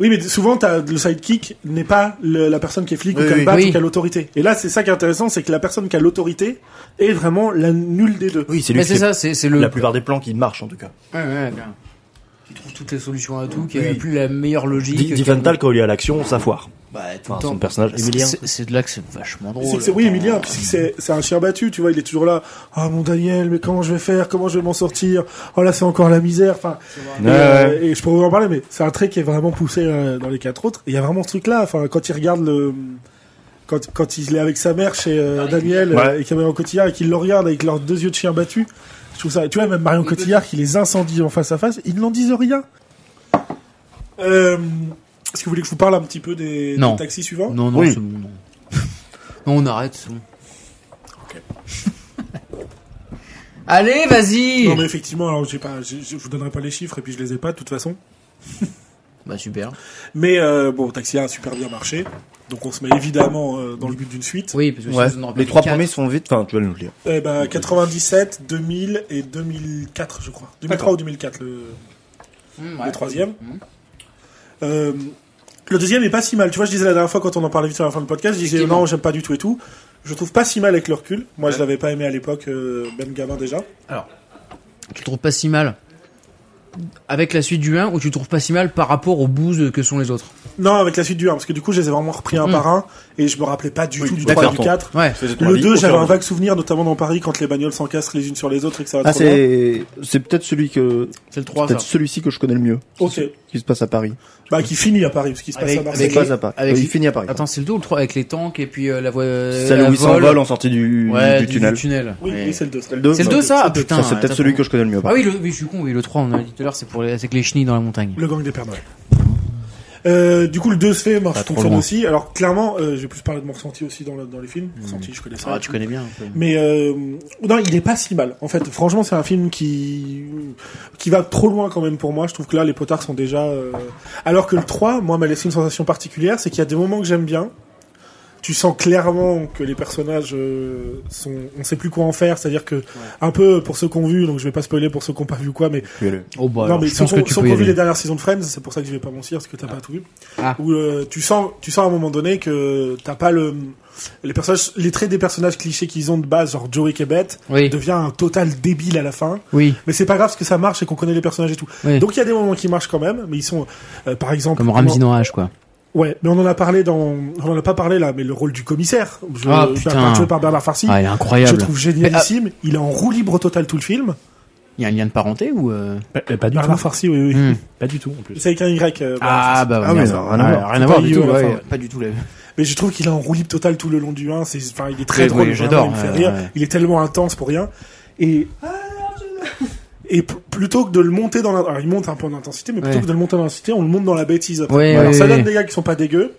Speaker 2: Oui, mais souvent, t'as- le sidekick n'est pas le- la personne qui est flic
Speaker 5: Oui,
Speaker 2: ou qui a
Speaker 5: oui.
Speaker 2: le badge
Speaker 1: Oui.
Speaker 2: ou qui a l'autorité. Et là, c'est ça qui est intéressant, c'est que la personne qui a l'autorité est vraiment la nulle des deux.
Speaker 5: Oui, c'est lui
Speaker 1: Mais
Speaker 5: qui
Speaker 1: c'est
Speaker 5: fait
Speaker 1: ça, c'est c'est le.
Speaker 5: la plupart des plans qui marchent en tout cas.
Speaker 1: Ouais, ouais, bien. Qui trouve toutes les solutions à tout, qui
Speaker 5: Oui.
Speaker 1: a plus la meilleure logique.
Speaker 5: Di-
Speaker 1: qui a-
Speaker 5: Diffenthal quand il est à l'action, ça foire.
Speaker 1: Bah, tout
Speaker 5: Enfin,
Speaker 1: le
Speaker 5: son
Speaker 1: temps.
Speaker 5: personnage, Emilien.
Speaker 1: C'est- C'est de là que c'est vachement drôle.
Speaker 2: C'est- c'est- oui, Emilien, puisque c'est c'est un chien battu, tu vois, il est toujours là. Ah, mon Daniel, mais comment je vais faire Comment je vais m'en sortir Oh là, c'est encore la misère. Enfin, et,
Speaker 5: Ouais,
Speaker 2: euh,
Speaker 5: ouais.
Speaker 2: et je pourrais vous en parler, mais c'est un trait qui est vraiment poussé euh, dans les quatre autres. Et Il y a vraiment ce truc-là. Enfin, quand il regarde le, quand, quand il est avec sa mère chez euh, Daniel euh, et Caméron Cotillard et qu'il le regarde avec leurs deux yeux de chien battu, je trouve ça. Tu vois, même Marion Cotillard qui les incendie en face à face, ils n'en disent rien. Euh, Est-ce que vous voulez que je vous parle un petit peu des,
Speaker 1: Non.
Speaker 2: des taxis suivants
Speaker 1: Non, non,
Speaker 5: Oui.
Speaker 1: c'est bon, non. non, on arrête, c'est bon. Allez, vas-y
Speaker 2: Non, mais effectivement, alors j'ai pas, j'ai- je vous donnerai pas les chiffres et puis je les ai pas de toute façon.
Speaker 1: Bah, super.
Speaker 2: Mais euh, bon, Taxi 1 a super bien marché, donc on se met évidemment euh, dans le but d'une suite.
Speaker 1: Oui, parce que
Speaker 5: Ouais.
Speaker 1: si on en rappelle
Speaker 5: Les trois
Speaker 1: quatre-
Speaker 5: premiers sont vite, enfin tu vas nous le dire.
Speaker 2: Eh ben, 97, 2000 et 2004, je crois. 2003 ou 2004, le,
Speaker 1: Mmh, ouais.
Speaker 2: le troisième.
Speaker 1: Mhm.
Speaker 2: Euh, le deuxième est pas si mal. Tu vois, je disais la dernière fois quand on en parlait vite à la fin du podcast, je disais
Speaker 1: Effectivement.
Speaker 2: non, j'aime pas du tout et tout. Je trouve pas si mal avec le recul. Moi, je l'avais pas aimé à l'époque, euh, même gamin déjà.
Speaker 1: Tu le trouves pas si mal avec la suite du 1 ou tu le trouves pas si mal par rapport aux bouses que sont les autres
Speaker 2: Non, avec la suite du 1, parce que du coup, je les ai vraiment repris un
Speaker 1: Mhm.
Speaker 2: par un et je me rappelais pas du
Speaker 5: Oui,
Speaker 2: tout du
Speaker 5: d'accord.
Speaker 2: 3 et du 4.
Speaker 1: Ouais.
Speaker 2: Le 2, j'avais un
Speaker 1: hein.
Speaker 2: vague souvenir, notamment dans Paris, quand les bagnoles s'encastrent les unes sur les autres et que ça va
Speaker 5: Ah
Speaker 2: trop bien.
Speaker 5: c'est c'est peut-être celui que
Speaker 1: C'est le 3
Speaker 5: peut-être celui-ci que je connais le mieux
Speaker 2: Ok.
Speaker 5: qui se passe à Paris.
Speaker 2: Bah, qui finit à Paris, parce qu'il se passe
Speaker 1: Avec-
Speaker 2: à Marseille.
Speaker 5: C'est
Speaker 1: Avec
Speaker 5: pas
Speaker 1: les-
Speaker 5: à Paris.
Speaker 1: avec
Speaker 5: Euh, Il
Speaker 1: les-
Speaker 5: finit à Paris.
Speaker 1: Attends, c'est le 2 ou le 3 avec les tanks et puis euh, la voie. euh,
Speaker 5: Celle
Speaker 1: la
Speaker 5: où il s'envole en sortie du
Speaker 1: Ouais,
Speaker 5: du
Speaker 1: du
Speaker 5: tunnel.
Speaker 1: tunnel.
Speaker 2: Oui,
Speaker 1: Ouais.
Speaker 2: oui, c'est le 2.
Speaker 5: le deux,
Speaker 1: C'est le
Speaker 5: ça.
Speaker 1: 2 ça Ah,
Speaker 2: C'est le deux.
Speaker 1: Putain.
Speaker 5: Ça, c'est peut-être
Speaker 1: t'as
Speaker 5: celui
Speaker 1: pas-
Speaker 5: que je connais le mieux. par
Speaker 1: Ah oui, le... oui, je suis con, oui, le 3, on a dit tout à l'heure, c'est pour les... avec les chenilles dans la montagne.
Speaker 2: Le gang des Pères Noël. Euh, du coup, le 2 se fait, marche,
Speaker 5: Pas trop
Speaker 2: fonctionne
Speaker 5: loin.
Speaker 2: aussi. Alors, clairement, euh, je vais plus parler de mon ressenti aussi dans, le- dans les
Speaker 5: Hmm.
Speaker 2: films. Ressenti, je connais ça.
Speaker 4: Ah, tu connais bien. un peu.
Speaker 2: Mais euh, non, il est pas si mal. En fait, franchement, c'est un film qui qui va trop loin quand même pour moi. Je trouve que là, les potards sont déjà. euh, Alors que le 3, moi, m'a laissé une sensation particulière, c'est qu'il y a des moments que j'aime bien. Tu sens clairement que les personnages euh, sont, on sait plus quoi en faire. C'est-à-dire que un peu pour ceux qui ont vu, donc je vais pas spoiler pour ceux qui ont pas vu quoi, mais
Speaker 5: contre. Puis, euh,
Speaker 1: Oh bah,
Speaker 2: non, mais
Speaker 1: je pense
Speaker 2: sans
Speaker 1: que
Speaker 2: qu'on-
Speaker 1: tu
Speaker 2: sans
Speaker 1: peux y
Speaker 2: qu'on vu
Speaker 1: aller.
Speaker 2: les dernières saisons de Friends, c'est pour ça que je vais pas mentir, parce que t'as pas tout vu.
Speaker 1: Ah.
Speaker 2: Où euh, tu sens, tu sens à un moment donné que t'as pas le, les personnages, les traits des personnages clichés qu'ils ont de base, genre Joey Québet,
Speaker 1: Oui,
Speaker 2: devient un total débile à la fin.
Speaker 1: oui,
Speaker 2: Mais c'est pas grave parce que ça marche et qu'on connaît les personnages et tout.
Speaker 1: oui.
Speaker 2: Donc il y a des moments qui marchent quand même, mais ils sont, euh, par exemple.
Speaker 1: Comme Ramsey dans H, quoi.
Speaker 2: Ouais, mais on en a parlé dans, on en a pas parlé là, mais le rôle du commissaire, je,
Speaker 1: Ah, putain.
Speaker 2: joué par Bernard Farcy,
Speaker 1: Ah, il est
Speaker 2: je le
Speaker 1: incroyable.
Speaker 2: trouve génialissime. Il est en roue libre totale tout le film.
Speaker 1: Il y a un lien de parenté ou. euh,
Speaker 3: Pas, euh, pas du
Speaker 2: Bernard
Speaker 3: tout.
Speaker 2: Farcy, oui, oui.
Speaker 1: hmm.
Speaker 3: Pas du tout en plus.
Speaker 2: C'est avec un Y. euh, Bernard
Speaker 1: Ah, bah,
Speaker 5: Ah, mais
Speaker 1: merde.
Speaker 5: ça a rien à
Speaker 1: Ouais,
Speaker 5: voir.
Speaker 1: Rien
Speaker 2: C'est
Speaker 1: à voir
Speaker 2: pas
Speaker 1: du
Speaker 2: idiot,
Speaker 1: tout,
Speaker 2: la
Speaker 1: ouais.
Speaker 2: fin.
Speaker 1: Pas du tout, là.
Speaker 2: Mais je trouve qu'il a un roue libre total tout le long du 1. C'est, enfin, il est très
Speaker 1: Oui,
Speaker 2: drôle.
Speaker 1: oui,
Speaker 2: vraiment,
Speaker 1: j'adore,
Speaker 2: Il me fait
Speaker 1: euh,
Speaker 2: rire.
Speaker 1: ouais.
Speaker 2: Il est tellement intense pour rien. Et Et p- plutôt que de le monter dans la... Alors, il monte un peu en intensité, mais plutôt
Speaker 1: Ouais.
Speaker 2: que de le monter en intensité, on le monte dans la bêtise. après.
Speaker 1: Ouais,
Speaker 2: Alors,
Speaker 1: ouais,
Speaker 2: ça
Speaker 1: ouais.
Speaker 2: donne des gars qui sont pas dégueux.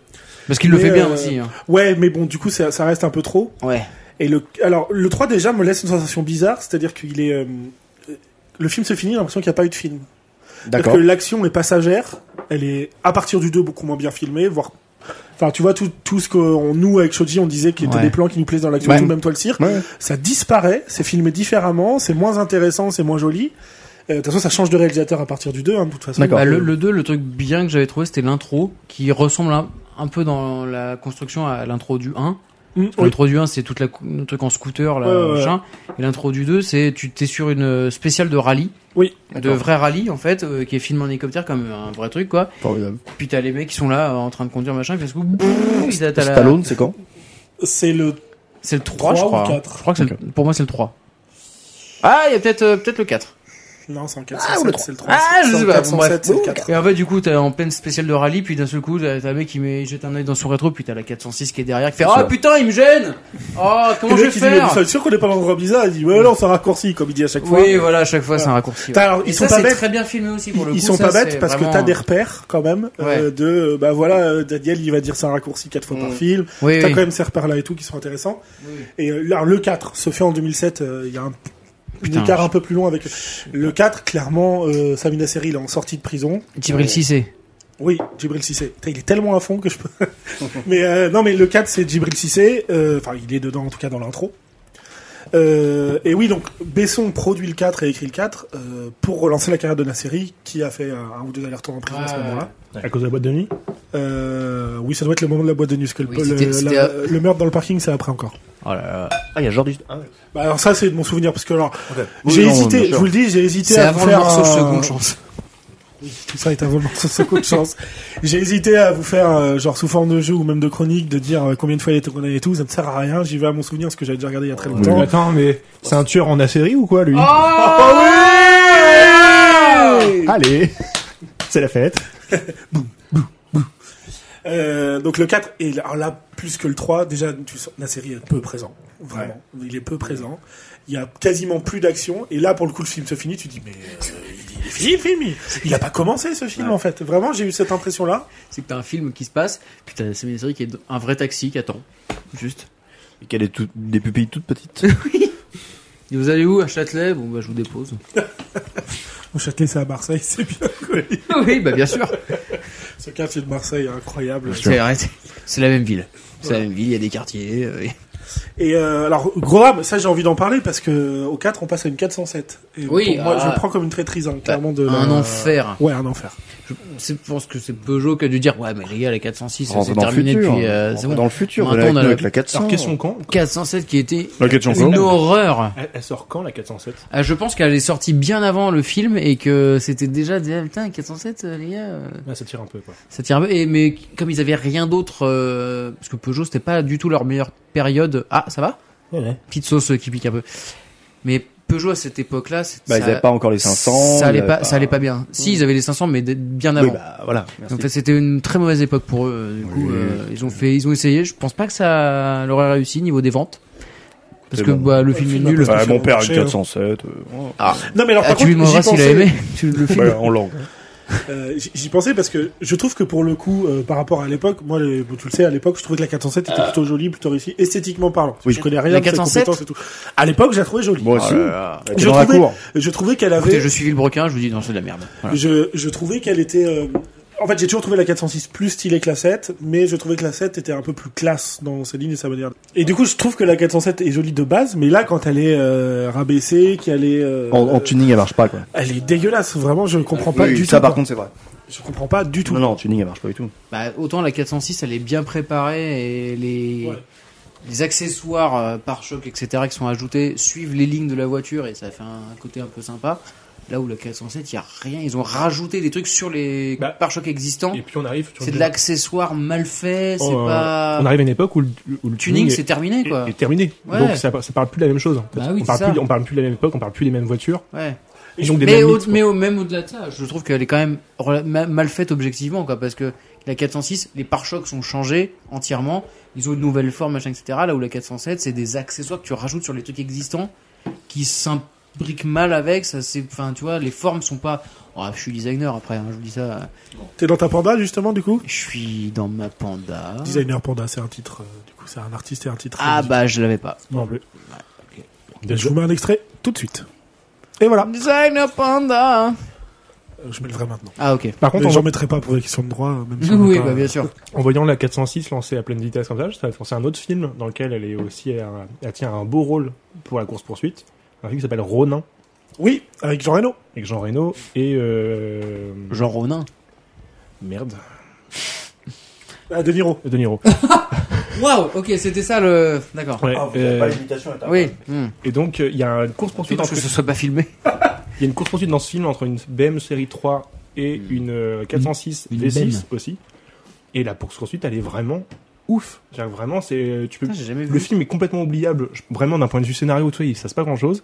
Speaker 1: Parce qu'il le
Speaker 2: Mais,
Speaker 1: fait bien
Speaker 2: euh,
Speaker 1: aussi. hein.
Speaker 2: Ouais, mais bon, du coup, ça, ça reste un peu trop.
Speaker 1: Ouais.
Speaker 2: Et le, alors, le 3 déjà me laisse une sensation bizarre, c'est-à-dire qu'il est, euh, le film se finit, j'ai l'impression qu'il n'y a pas eu de film. C'est-à-dire
Speaker 5: D'accord.
Speaker 2: que l'action est passagère, elle est à partir du 2 beaucoup moins bien filmée, voire, enfin, tu vois, tout, tout ce qu'on, nous, avec Shoji, on disait qui étaient
Speaker 1: Ouais.
Speaker 2: des plans qui nous plaisent dans l'action,
Speaker 5: Ouais.
Speaker 2: tout même toi le cirque,
Speaker 5: Ouais.
Speaker 2: ça disparaît, c'est filmé différemment, c'est moins intéressant, c'est moins joli. Euh, De toute façon, ça change de réalisateur à partir du 2, hein, de toute façon.
Speaker 5: D'accord.
Speaker 1: Bah, le, 2, le truc bien que j'avais trouvé, c'était l'intro, qui ressemble un, un peu dans la construction à l'intro du 1.
Speaker 2: Mm, oui.
Speaker 1: L'intro du 1, c'est tout le truc en scooter, là,
Speaker 2: Ouais, ouais, ouais.
Speaker 1: machin. Et l'intro du 2, c'est tu t'es sur une euh, spéciale de rallye,
Speaker 2: Oui.
Speaker 1: de vrai rallye, en fait, euh, qui est filmé en hélicoptère comme un vrai truc, quoi.
Speaker 5: Formidable.
Speaker 1: Puis t'as les mecs qui sont là, euh, en train de conduire, machin, et puis à ce coup, boum, ils attent à la-
Speaker 5: Stallone, c'est quand
Speaker 2: C'est le
Speaker 1: C'est le 3, je
Speaker 2: Trois ou
Speaker 1: crois. hein.
Speaker 2: quatre.
Speaker 1: Je crois que c'est le- pour moi, c'est le 3. Ah, il y a peut-être euh, peut-être le 4.
Speaker 2: Non, c'est en 4,
Speaker 1: Ah, ou le
Speaker 2: 107, c'est le 3.
Speaker 1: Ah, je sais pas, bon, bref.
Speaker 2: c'est le 4.
Speaker 1: Et en fait, du coup, t'es en pleine spéciale de rallye, puis d'un seul coup, t'as t'as un mec qui met, jette un œil dans son rétro, puis t'as la 406 qui est derrière, qui fait Ah
Speaker 5: ça.
Speaker 1: putain, il me gêne Oh,
Speaker 2: Et
Speaker 1: comment
Speaker 2: le
Speaker 1: je vais
Speaker 2: mec, il dit, mais
Speaker 1: faire
Speaker 2: vous êtes sûr qu'on n'est pas dans l'endroit bizarre Il dit, ouais, non, c'est un raccourci, comme il dit à chaque fois.
Speaker 1: Oui, voilà, à chaque fois, c'est un raccourci.
Speaker 2: T'as- alors, ils
Speaker 1: Et
Speaker 2: sont
Speaker 1: ça,
Speaker 2: pas
Speaker 1: c'est
Speaker 2: bêtes.
Speaker 1: très bien filmé aussi pour le coup.
Speaker 2: Ils sont
Speaker 1: ça,
Speaker 2: pas bêtes
Speaker 1: c'est
Speaker 2: parce
Speaker 1: vraiment-
Speaker 2: que t'as des repères quand même euh,
Speaker 1: Ouais.
Speaker 2: de euh, bah voilà euh, Daniel il va dire c'est un raccourci quatre fois par film
Speaker 1: Oui,
Speaker 2: t'as
Speaker 1: oui.
Speaker 2: quand même ces repères là et tout qui sont intéressants et euh, alors, le 4 se fait en 2007 euh, il y a un
Speaker 1: Putain,
Speaker 2: un écart un peu plus long avec le 4 clairement euh, Samina Seri il est en sortie de prison
Speaker 1: Djibril Cissé.
Speaker 2: oui, Djibril Cissé. Putain, il est tellement à fond que je peux. mais euh, non, mais le 4 c'est Djibril Cissé. Euh, Enfin, il est dedans en tout cas dans l'intro. Euh, et oui, donc Besson produit le 4 et écrit le 4 euh, pour relancer la carrière de Nasseri, qui a fait un, un ou deux allers-retours en prison à ce
Speaker 1: Ouais.
Speaker 2: moment-là.
Speaker 3: À cause de la boîte de nuit
Speaker 2: Euh, oui, ça doit être le moment de la boîte de nuit, parce que le-
Speaker 1: Oui,
Speaker 2: le,
Speaker 1: c'était- c'était euh,
Speaker 2: la-
Speaker 1: à-
Speaker 2: le meurtre dans le parking, c'est après encore.
Speaker 1: Oh là là.
Speaker 5: Ah, il y a Jordi. Ah, ouais.
Speaker 2: Bah, alors ça, c'est de mon souvenir, parce que alors
Speaker 5: Oui,
Speaker 2: j'ai
Speaker 5: non, bien
Speaker 2: hésité.
Speaker 5: sûr.
Speaker 2: Je vous le dis, j'ai hésité
Speaker 1: C'est euh,
Speaker 2: à
Speaker 1: avant
Speaker 2: vous
Speaker 1: le
Speaker 2: faire
Speaker 1: morceau
Speaker 2: un-
Speaker 1: seconde chance.
Speaker 2: tout ça est un moment sans seconde chance. J'ai hésité à vous faire, euh, genre sous forme de jeu ou même de chronique, de dire euh, combien de fois il a été condamné et tout, ça ne sert à rien, j'y vais à mon souvenir, parce que j'avais déjà regardé il y a très longtemps.
Speaker 3: Mais Attends, mais c'est un tueur en série ou quoi, lui Ah Allez C'est la fête
Speaker 2: Euh, donc le 4, et là- alors là, plus que le 3, déjà, tu sens- la série est peu présent, vraiment, il est peu présent, il y a quasiment plus d'action, et là, pour le coup, le film se finit, tu dis, mais euh, il est fini le film, il- il a pas commencé ce film, en fait, vraiment, j'ai eu cette impression-là.
Speaker 1: C'est que t'as un film qui se passe, puis t'as c'est une série qui est un vrai taxi qui attend. Juste.
Speaker 5: Et qu'elle est toute- des pupilles toutes petites.
Speaker 1: Et vous allez où À Châtelet Bon, bah, je vous dépose.
Speaker 2: Au Châtelet, c'est à Marseille, c'est bien connu.
Speaker 1: oui, bah, bien sûr.
Speaker 2: Ce quartier de Marseille est incroyable.
Speaker 1: C'est arrêté. C'est la même ville. C'est la même ville, il y a des quartiers. euh, et-
Speaker 2: Et euh, alors, gros drame, ça j'ai envie d'en parler parce que euh, au 4, on passe à une 407. Et
Speaker 1: Oui,
Speaker 2: pour moi,
Speaker 1: ah.
Speaker 2: je le prends comme une traîtrise, hein, clairement. De
Speaker 1: un
Speaker 2: la-
Speaker 1: enfer.
Speaker 2: Ouais, un enfer.
Speaker 1: Je c'est- je pense que c'est Peugeot qui a dû dire Ouais, mais les gars, la 406,
Speaker 5: Rentre
Speaker 1: c'est
Speaker 5: dans le
Speaker 1: terminé
Speaker 5: futur.
Speaker 1: depuis. euh,
Speaker 5: Rentre
Speaker 1: c'est bon.
Speaker 5: Dans le futur,
Speaker 1: Maintenant,
Speaker 5: avec,
Speaker 1: on a
Speaker 5: nous,
Speaker 1: la-
Speaker 5: avec la 400.
Speaker 3: Alors, question quand
Speaker 1: 407 qui était
Speaker 5: La question
Speaker 1: une horreur.
Speaker 3: elle, elle sort quand, la 407
Speaker 1: Ah, je pense qu'elle est sortie bien avant le film et que c'était déjà des ah, putain 407 euh, les gars euh,
Speaker 3: Là, ça tire un peu, quoi.
Speaker 1: ça tire un peu. Et mais comme ils avaient rien d'autre euh, parce que Peugeot c'était pas du tout leur meilleure période. Ah ça va Petite sauce euh, qui pique un peu. Mais Peugeot à cette époque-là, c'est-
Speaker 5: Bah, ils
Speaker 1: ça-
Speaker 5: n'avaient pas encore les 500.
Speaker 1: ça allait
Speaker 5: ils
Speaker 1: pas,
Speaker 5: avaient
Speaker 1: ça allait pas bien. Si ils avaient les 500 mais d- bien
Speaker 5: Oui,
Speaker 1: avant.
Speaker 5: bah, voilà. Merci.
Speaker 1: Donc c'était une très mauvaise époque pour eux. Du coup,
Speaker 5: Oui.
Speaker 1: euh, ils ont fait, ils ont essayé. Je pense pas que ça leur a réussi niveau des ventes, parce
Speaker 5: C'est
Speaker 1: que
Speaker 5: bon.
Speaker 1: bah, le film est nul.
Speaker 5: Ouais, mon père, a une
Speaker 2: Marché, hein.
Speaker 5: 407. euh, oh.
Speaker 2: Non, mais alors,
Speaker 1: Ah,
Speaker 2: par
Speaker 1: tu lui
Speaker 2: contre, j'y
Speaker 1: demanderas s'il a
Speaker 2: pensais,
Speaker 1: aimé tu- le film.
Speaker 5: Ouais, en langue.
Speaker 2: euh, j'y- j'y pensais parce que je trouve que pour le coup, euh, par rapport à l'époque, moi, les- bon, tu le sais, à l'époque, je trouvais que la 407 était plutôt jolie, plutôt réussie, esthétiquement parlant.
Speaker 5: Oui.
Speaker 2: Je connais rien
Speaker 1: Euh. La
Speaker 2: de ses
Speaker 1: 407?
Speaker 2: compétences et tout. À l'époque, je la trouvais jolie. Ah,
Speaker 5: Moi aussi. Elle était
Speaker 2: Je
Speaker 5: dans la
Speaker 2: trouvais-
Speaker 5: cour.
Speaker 2: Je trouvais qu'elle
Speaker 1: Écoutez,
Speaker 2: avait,
Speaker 1: je suis le broquin, je vous dis non c'est de la merde. Voilà.
Speaker 2: je, je trouvais qu'elle était, euh, en fait, j'ai toujours trouvé la 406 plus stylée que la 7, mais je trouvais que la 7 était un peu plus classe dans ses lignes et sa manière. Et du coup, je trouve que la 407 est jolie de base, mais là, quand elle est euh, rabaissée, qu'elle est, euh,
Speaker 5: En, en tuning, elle marche pas, quoi.
Speaker 2: elle est dégueulasse. Vraiment, je comprends pas
Speaker 5: Oui,
Speaker 2: du
Speaker 5: ça,
Speaker 2: tout.
Speaker 5: par
Speaker 2: quoi.
Speaker 5: contre, c'est vrai.
Speaker 2: Je comprends pas du tout.
Speaker 5: Non, non, en tuning, elle marche pas du tout.
Speaker 1: Bah, autant la 406, elle est bien préparée et les
Speaker 2: Ouais.
Speaker 1: les accessoires euh, pare-choc etc qui sont ajoutés suivent les lignes de la voiture et ça fait un côté un peu sympa. Là où la 407, il y a rien. Ils ont rajouté des trucs sur les
Speaker 3: Bah,
Speaker 1: pare-chocs existants.
Speaker 3: Et puis on arrive... sur
Speaker 1: C'est de
Speaker 3: une-
Speaker 1: l'accessoire mal fait, c'est
Speaker 3: Oh, euh,
Speaker 1: pas.
Speaker 3: On arrive à une époque où le, où le
Speaker 1: tuning,
Speaker 3: est-
Speaker 1: c'est terminé
Speaker 3: est-
Speaker 1: quoi.
Speaker 3: est terminé.
Speaker 1: Ouais.
Speaker 3: Donc ça, ça parle plus de la même chose. en fait.
Speaker 1: Bah oui,
Speaker 3: on,
Speaker 1: c'est ça.
Speaker 3: parle plus, on parle plus de la même époque, on parle plus des mêmes voitures.
Speaker 1: Ouais.
Speaker 3: Ils ont des
Speaker 1: Mais,
Speaker 3: mêmes
Speaker 1: au,
Speaker 3: mythes,
Speaker 1: mais au- même au-delà de ça, je trouve qu'elle est quand même rela- ma- mal faite objectivement quoi, parce que la 406, les pare-chocs sont changés entièrement, ils ont une nouvelle forme, machin, etc. Là où la 407, c'est des accessoires que tu rajoutes sur les trucs existants qui s'im- briques mal avec, ça c'est, enfin tu vois, les formes sont pas. Oh, je suis designer après, hein, je vous dis ça.
Speaker 2: T'es dans ta panda justement du coup
Speaker 1: Je suis dans ma panda.
Speaker 2: Designer panda, c'est un titre. euh, du coup, c'est un artiste et un titre.
Speaker 1: Ah bah je l'avais pas.
Speaker 2: non plus. Je vous mets un extrait tout de suite. Et voilà,
Speaker 1: Designer panda.
Speaker 2: Euh, je mets le vrai maintenant.
Speaker 1: Ah ok.
Speaker 3: Par
Speaker 2: Mais
Speaker 3: contre, en,
Speaker 2: j'en mettrai pas pour des questions de droit, euh, même si on
Speaker 1: Oui
Speaker 2: est pas-
Speaker 1: bah bien sûr.
Speaker 3: en voyant la 406 lancée à pleine vitesse comme ça, ça m'a fait penser à un autre film dans lequel elle est aussi, à- elle tient un beau rôle pour la course poursuite. Un film qui s'appelle Ronin
Speaker 2: Oui, avec Jean Reno.
Speaker 3: avec Jean Reno et euh,
Speaker 1: Jean Ronin.
Speaker 3: merde,
Speaker 2: Ah, De Niro.
Speaker 3: De Niro.
Speaker 1: Waouh. Ok c'était ça le. D'accord.
Speaker 3: Ouais, euh,
Speaker 1: Oui. hmm.
Speaker 3: et donc euh, il y a une course poursuite
Speaker 1: Putain,
Speaker 3: entre
Speaker 1: que ce soit pas filmé.
Speaker 3: Il y a une course-poursuite dans ce film entre une BM série 3 et une euh, 406
Speaker 1: Une
Speaker 3: V6 aussi. Et la course-poursuite, elle est vraiment ouf. C'est-à-dire que vraiment, c'est euh, tu peux.
Speaker 1: Putain, j'ai jamais
Speaker 3: Le
Speaker 1: vu.
Speaker 3: film est complètement oubliable, je- vraiment d'un point de vue scénario, tu vois, il se passe pas grand-chose.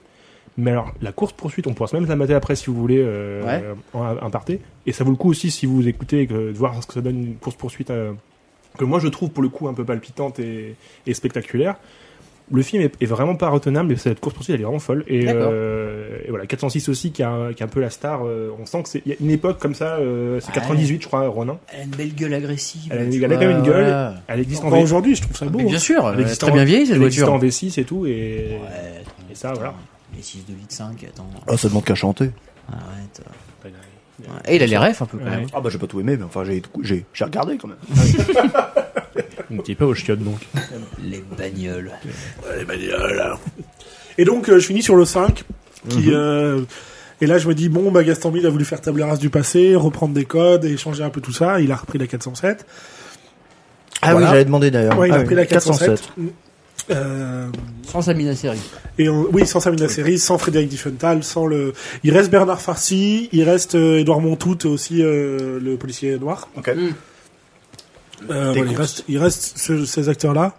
Speaker 3: Mais alors, la course-poursuite, on pourra se même la mater après si vous voulez euh,
Speaker 1: Ouais.
Speaker 3: en- un parté. Et ça vaut le coup aussi si vous écoutez et que, de voir ce que ça donne une course-poursuite euh, que moi je trouve pour le coup un peu palpitante et, et spectaculaire. Le film est, est vraiment pas retenable et cette course poursuite elle est vraiment folle. Et,
Speaker 1: D'accord.
Speaker 3: euh, et voilà, 406 aussi qui a, qui a un peu la star. euh, on sent que c'est il y a une époque comme ça, euh, c'est
Speaker 1: Ouais.
Speaker 3: 98 je crois, Ronin.
Speaker 1: Elle a une belle gueule agressive.
Speaker 3: Elle a,
Speaker 1: tu
Speaker 3: une- elle a
Speaker 1: vois,
Speaker 3: quand même une gueule.
Speaker 1: voilà.
Speaker 3: Elle
Speaker 5: Ah,
Speaker 3: existe en,
Speaker 2: Enfin,
Speaker 3: V-
Speaker 2: aujourd'hui, je trouve ça beau.
Speaker 1: Mais bien sûr. Elle est
Speaker 3: existe
Speaker 1: très
Speaker 3: en-
Speaker 1: bien vieille cette
Speaker 3: elle existe en
Speaker 1: voiture.
Speaker 3: V6 et tout. Et,
Speaker 1: Ouais.
Speaker 3: et ça voilà.
Speaker 1: Les 6 de litre 5, attends.
Speaker 5: Ah, ça demande qu'à chanter.
Speaker 1: Arrête. Ouais. Et il a les refs un peu quand
Speaker 3: Ouais.
Speaker 1: même.
Speaker 5: Ah bah j'ai pas tout aimé, mais enfin j'ai j'ai j'ai regardé quand même.
Speaker 3: Un petit peu au chiotte donc.
Speaker 1: Les bagnoles.
Speaker 2: Eh ben, oh Et donc, euh, je finis sur le 5, qui...
Speaker 5: Mhm.
Speaker 2: euh, et là, je me dis, bon, bah, Gaston Mille a voulu faire table rase du passé, reprendre des codes et changer un peu tout ça. Il a repris la 407.
Speaker 5: Ah
Speaker 2: Voilà.
Speaker 5: oui, j'avais demandé d'ailleurs.
Speaker 2: Ouais, il
Speaker 5: Ah
Speaker 2: a
Speaker 5: oui,
Speaker 2: pris la 407. Euh,
Speaker 1: Sans sa mise à série.
Speaker 2: et on- oui, sans Samina Série, sans Frédéric Diffenthal, sans le... Il reste Bernard Farcy, il reste euh, Édouard Montout, aussi euh, le policier noir.
Speaker 5: Ok.
Speaker 1: Mm.
Speaker 2: Euh,
Speaker 5: Des
Speaker 2: voilà, il
Speaker 5: courses.
Speaker 2: reste, il reste ce- ces acteurs-là.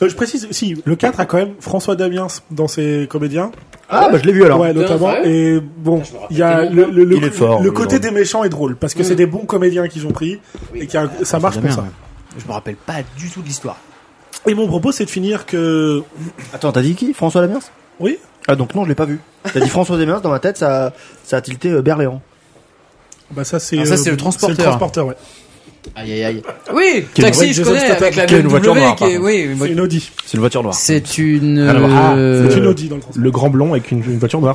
Speaker 2: Euh, je précise, si, le 4 a quand même François Damiens dans ses comédiens.
Speaker 5: Ah bah je l'ai vu alors.
Speaker 2: ouais, notamment.
Speaker 1: sérieux
Speaker 2: Et bon,
Speaker 1: Putain, je me rappelle Mm.
Speaker 2: il y a
Speaker 1: tellement
Speaker 2: le, le, le,
Speaker 5: Il est fort,
Speaker 2: le
Speaker 5: le
Speaker 2: côté
Speaker 5: drôle.
Speaker 2: des méchants est drôle parce que c'est des bons comédiens qu'ils ont pris et que
Speaker 5: Ah,
Speaker 2: ça marche pour ça.
Speaker 1: Je me rappelle pas du tout de l'histoire.
Speaker 2: Et mon propos, c'est de finir que.
Speaker 5: Attends, t'as dit qui François Lamiens
Speaker 2: Oui
Speaker 5: Ah donc non, je l'ai pas vu. T'as dit François Lamiens dans ma tête, ça ça a tilté euh, Berléand.
Speaker 2: Bah, ça, c'est.
Speaker 1: Ah, ça,
Speaker 2: euh,
Speaker 1: c'est le transporteur.
Speaker 2: C'est le transporteur, ouais.
Speaker 1: Aïe aïe aïe. Oui,
Speaker 5: Qui est
Speaker 1: taxi,
Speaker 2: une-
Speaker 1: je
Speaker 2: Jason
Speaker 1: connais
Speaker 2: Statham,
Speaker 1: avec la
Speaker 5: qui est une
Speaker 1: BMW
Speaker 5: voiture noire,
Speaker 1: qui est-
Speaker 5: par
Speaker 1: oui, oui,
Speaker 2: C'est une Audi.
Speaker 5: C'est une voiture noire.
Speaker 1: c'est une
Speaker 5: Ah, non, ah,
Speaker 1: euh,
Speaker 2: C'est une Audi dans le transporteur.
Speaker 3: Le grand blanc avec une, une voiture noire.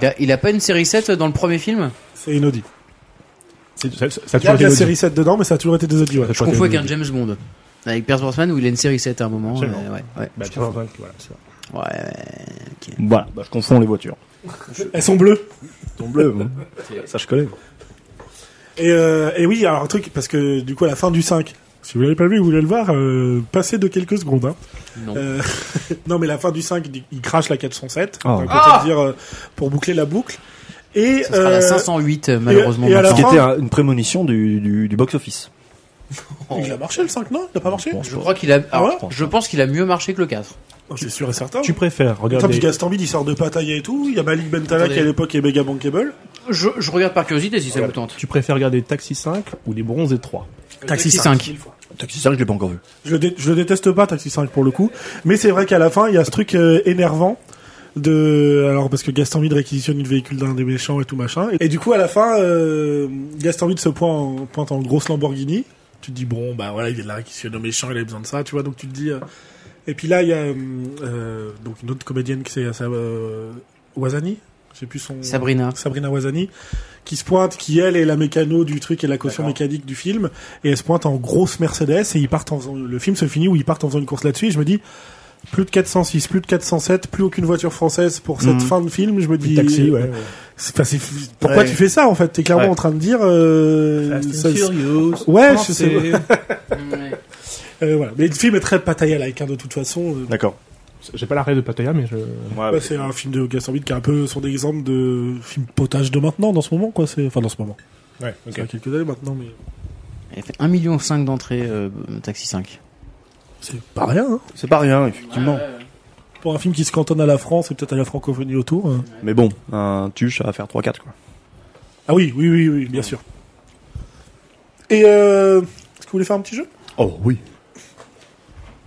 Speaker 1: il a- Il a pas une série 7 dans le premier film
Speaker 2: C'est une Audi.
Speaker 3: C'est-
Speaker 2: Il y
Speaker 3: ça, ça a
Speaker 2: a
Speaker 3: toujours
Speaker 2: de
Speaker 3: été
Speaker 2: la
Speaker 3: une Audi.
Speaker 2: série 7 dedans, mais ça a toujours été des Audi, ouais.
Speaker 3: Ça a
Speaker 1: Je
Speaker 3: toujours été
Speaker 1: confonds
Speaker 3: une
Speaker 1: avec un
Speaker 3: Audi.
Speaker 1: James Bond. Avec Pierce Brosnan où il a une série 7 à un moment.
Speaker 3: Absolument.
Speaker 1: euh, ouais, ouais.
Speaker 3: Bah, tu vois, voilà, c'est ça.
Speaker 1: Ouais, ouais.
Speaker 5: Voilà, bah, je confonds les voitures.
Speaker 2: Elles sont bleues.
Speaker 5: Ton bleu, hein. bon. ça je connais.
Speaker 2: Et, euh, et oui, alors un truc, parce que du coup, à la fin du 5, si vous l'avez pas vu et vous voulez le voir, euh, passez de quelques secondes. Hein.
Speaker 1: Non.
Speaker 2: Euh, non, mais la fin du 5, il- il crache la 407,
Speaker 1: Oh.
Speaker 5: Ah.
Speaker 2: d'un côté, de dire, euh, pour boucler la boucle. Et,
Speaker 1: Ça sera la
Speaker 2: euh,
Speaker 1: 508 euh, malheureusement.
Speaker 2: et à la
Speaker 5: Ce qui
Speaker 2: fin-
Speaker 5: était un- une prémonition du, du, du box-office.
Speaker 2: il a marché le 5, non Il n'a pas marché
Speaker 5: Bon,
Speaker 1: Je crois qu'il a. alors,
Speaker 2: ouais
Speaker 1: je pense je pense qu'il a mieux marché que le 4.
Speaker 2: Oh, C'est sûr et certain.
Speaker 3: Tu préfères,
Speaker 2: Putain, puis
Speaker 3: regardez.
Speaker 2: Gaston Bide, il sort de Pattaya et tout. Il y a Malik Bentala
Speaker 1: Attendez.
Speaker 2: qui à l'époque est méga bankable.
Speaker 1: Je, je regarde par curiosité si ça vous tente.
Speaker 3: Tu préfères regarder Taxi 5 ou Les Bronzes et 3
Speaker 2: Taxi
Speaker 1: 5.
Speaker 5: Taxi 5, je l'ai pas encore vu.
Speaker 2: Je, le dé- je le déteste pas, Taxi 5 pour le coup. Mais c'est vrai qu'à la fin, il y a ce truc euh, énervant de alors parce que Gaston Vide réquisitionne le véhicule d'un des méchants et tout machin et du coup à la fin euh, Gaston Vide se pointe en, pointe en grosse Lamborghini tu te dis bon bah voilà il vient de la réquisitionner au méchant il a besoin de ça tu vois donc tu te dis euh, et puis là il y a euh, euh, donc une autre comédienne qui c'est euh, Wazani je sais plus son
Speaker 1: Sabrina.
Speaker 2: Sabrina Wazani qui se pointe qui elle est la mécano du truc et la caution mécanique du film et elle se pointe en grosse Mercedes et ils partent en faisant- le film se finit où ils partent en faisant une course là-dessus et je me dis plus de 406 plus de 407 plus aucune voiture française pour cette
Speaker 5: Mhm.
Speaker 2: fin de film je me dis euh,
Speaker 3: Taxi, ouais.
Speaker 2: C'est- enfin, c'est- pourquoi
Speaker 5: Ouais.
Speaker 2: tu fais ça en fait t'es clairement
Speaker 5: Ouais.
Speaker 2: en train de dire euh, ça- ouais je sais pas. Euh, voilà mais le film est très pataya like hein, de toute façon Euh,
Speaker 5: D'accord.
Speaker 3: J'ai pas l'arrêt de Pattaya, mais je.
Speaker 2: bah, c'est un film de Gaston Bide qui est un peu son exemple de film potage de maintenant dans ce moment quoi c'est enfin dans ce moment
Speaker 3: Ouais,
Speaker 2: il y a quelques années maintenant mais
Speaker 1: Elle fait 1,5 million d'entrées euh, Taxi 5.
Speaker 2: c'est pas rien hein
Speaker 5: C'est pas rien, effectivement.
Speaker 2: Pour un film qui se cantonne à la France et peut-être à la francophonie autour. euh.
Speaker 5: Mais bon, un tuche à faire 3-4, quoi.
Speaker 2: Ah oui, oui, oui, oui, bien sûr. Et euh, est-ce que vous voulez faire un petit jeu
Speaker 5: Oh oui.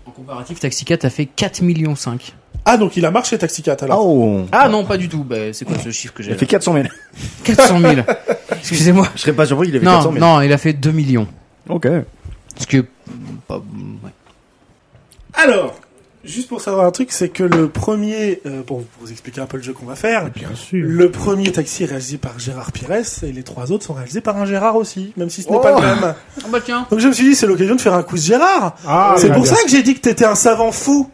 Speaker 1: En comparatif, Taxi 4 a fait 4,5 millions 5.
Speaker 2: Ah, donc il a marché Taxi 4 alors.
Speaker 5: Oh
Speaker 1: Ah non, pas du tout. Bah, c'est quoi ce chiffre que j'ai
Speaker 5: Il a fait 400 000.
Speaker 1: 400 000. Excusez-moi.
Speaker 5: Je serais pas surpris qu'il ait fait
Speaker 1: Non,
Speaker 5: 400 000.
Speaker 1: non, il a fait 2 millions.
Speaker 5: Ok.
Speaker 1: Ce qui est pas- ouais.
Speaker 3: Ah,
Speaker 2: Alors, juste pour savoir un truc, c'est que le premier, euh, pour pour vous expliquer un peu le jeu qu'on va faire,
Speaker 3: Bien sûr.
Speaker 2: le premier Taxi est réalisé par Gérard Pires et les trois autres sont réalisés par un Gérard aussi, même si ce n'est
Speaker 5: Oh
Speaker 2: pas le même.
Speaker 1: Ah bah tiens.
Speaker 2: Donc je me suis dit, c'est l'occasion de faire un coup de Gérard.
Speaker 3: Ah,
Speaker 2: c'est
Speaker 3: bah,
Speaker 2: pour
Speaker 3: bien.
Speaker 2: ça que j'ai dit que t'étais un savant fou.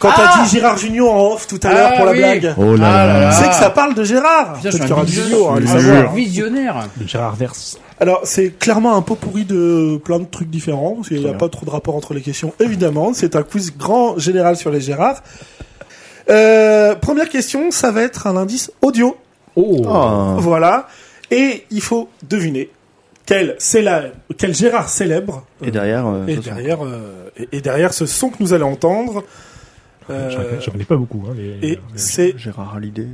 Speaker 2: Quand t'as
Speaker 1: Ah
Speaker 2: dit Gérard Junior en off tout à
Speaker 3: Ah
Speaker 2: l'heure pour la
Speaker 1: oui.
Speaker 2: blague.
Speaker 5: Oh là
Speaker 1: Ah
Speaker 5: là là.
Speaker 2: C'est que ça parle de Gérard.
Speaker 1: Putain, je suis
Speaker 2: Peut-être qu'il y aura
Speaker 1: Ah, un
Speaker 2: du
Speaker 1: visionnaire.
Speaker 2: vidéo, hein, allez
Speaker 1: Je suis
Speaker 2: savoir.
Speaker 1: un visionnaire.
Speaker 3: Gérard Verse.
Speaker 2: Alors, c'est clairement un pot-pourri de plein de trucs différents, parce qu'il n'y a pas trop de rapport entre les questions, évidemment. C'est un quiz grand général sur les Gérards. Euh, première question, ça va être un indice audio.
Speaker 3: Oh.
Speaker 5: Ah.
Speaker 2: Voilà. Et il faut deviner quel, célèbre, quel Gérard célèbre
Speaker 5: Et derrière. euh,
Speaker 2: est
Speaker 5: ça sent-
Speaker 2: derrière, euh, et, et derrière ce son que nous allons entendre.
Speaker 5: Ah,
Speaker 2: Euh,
Speaker 3: J'en j'en ai pas beaucoup. Hein, les- les-
Speaker 2: et c'est
Speaker 5: Gérard Hallyday.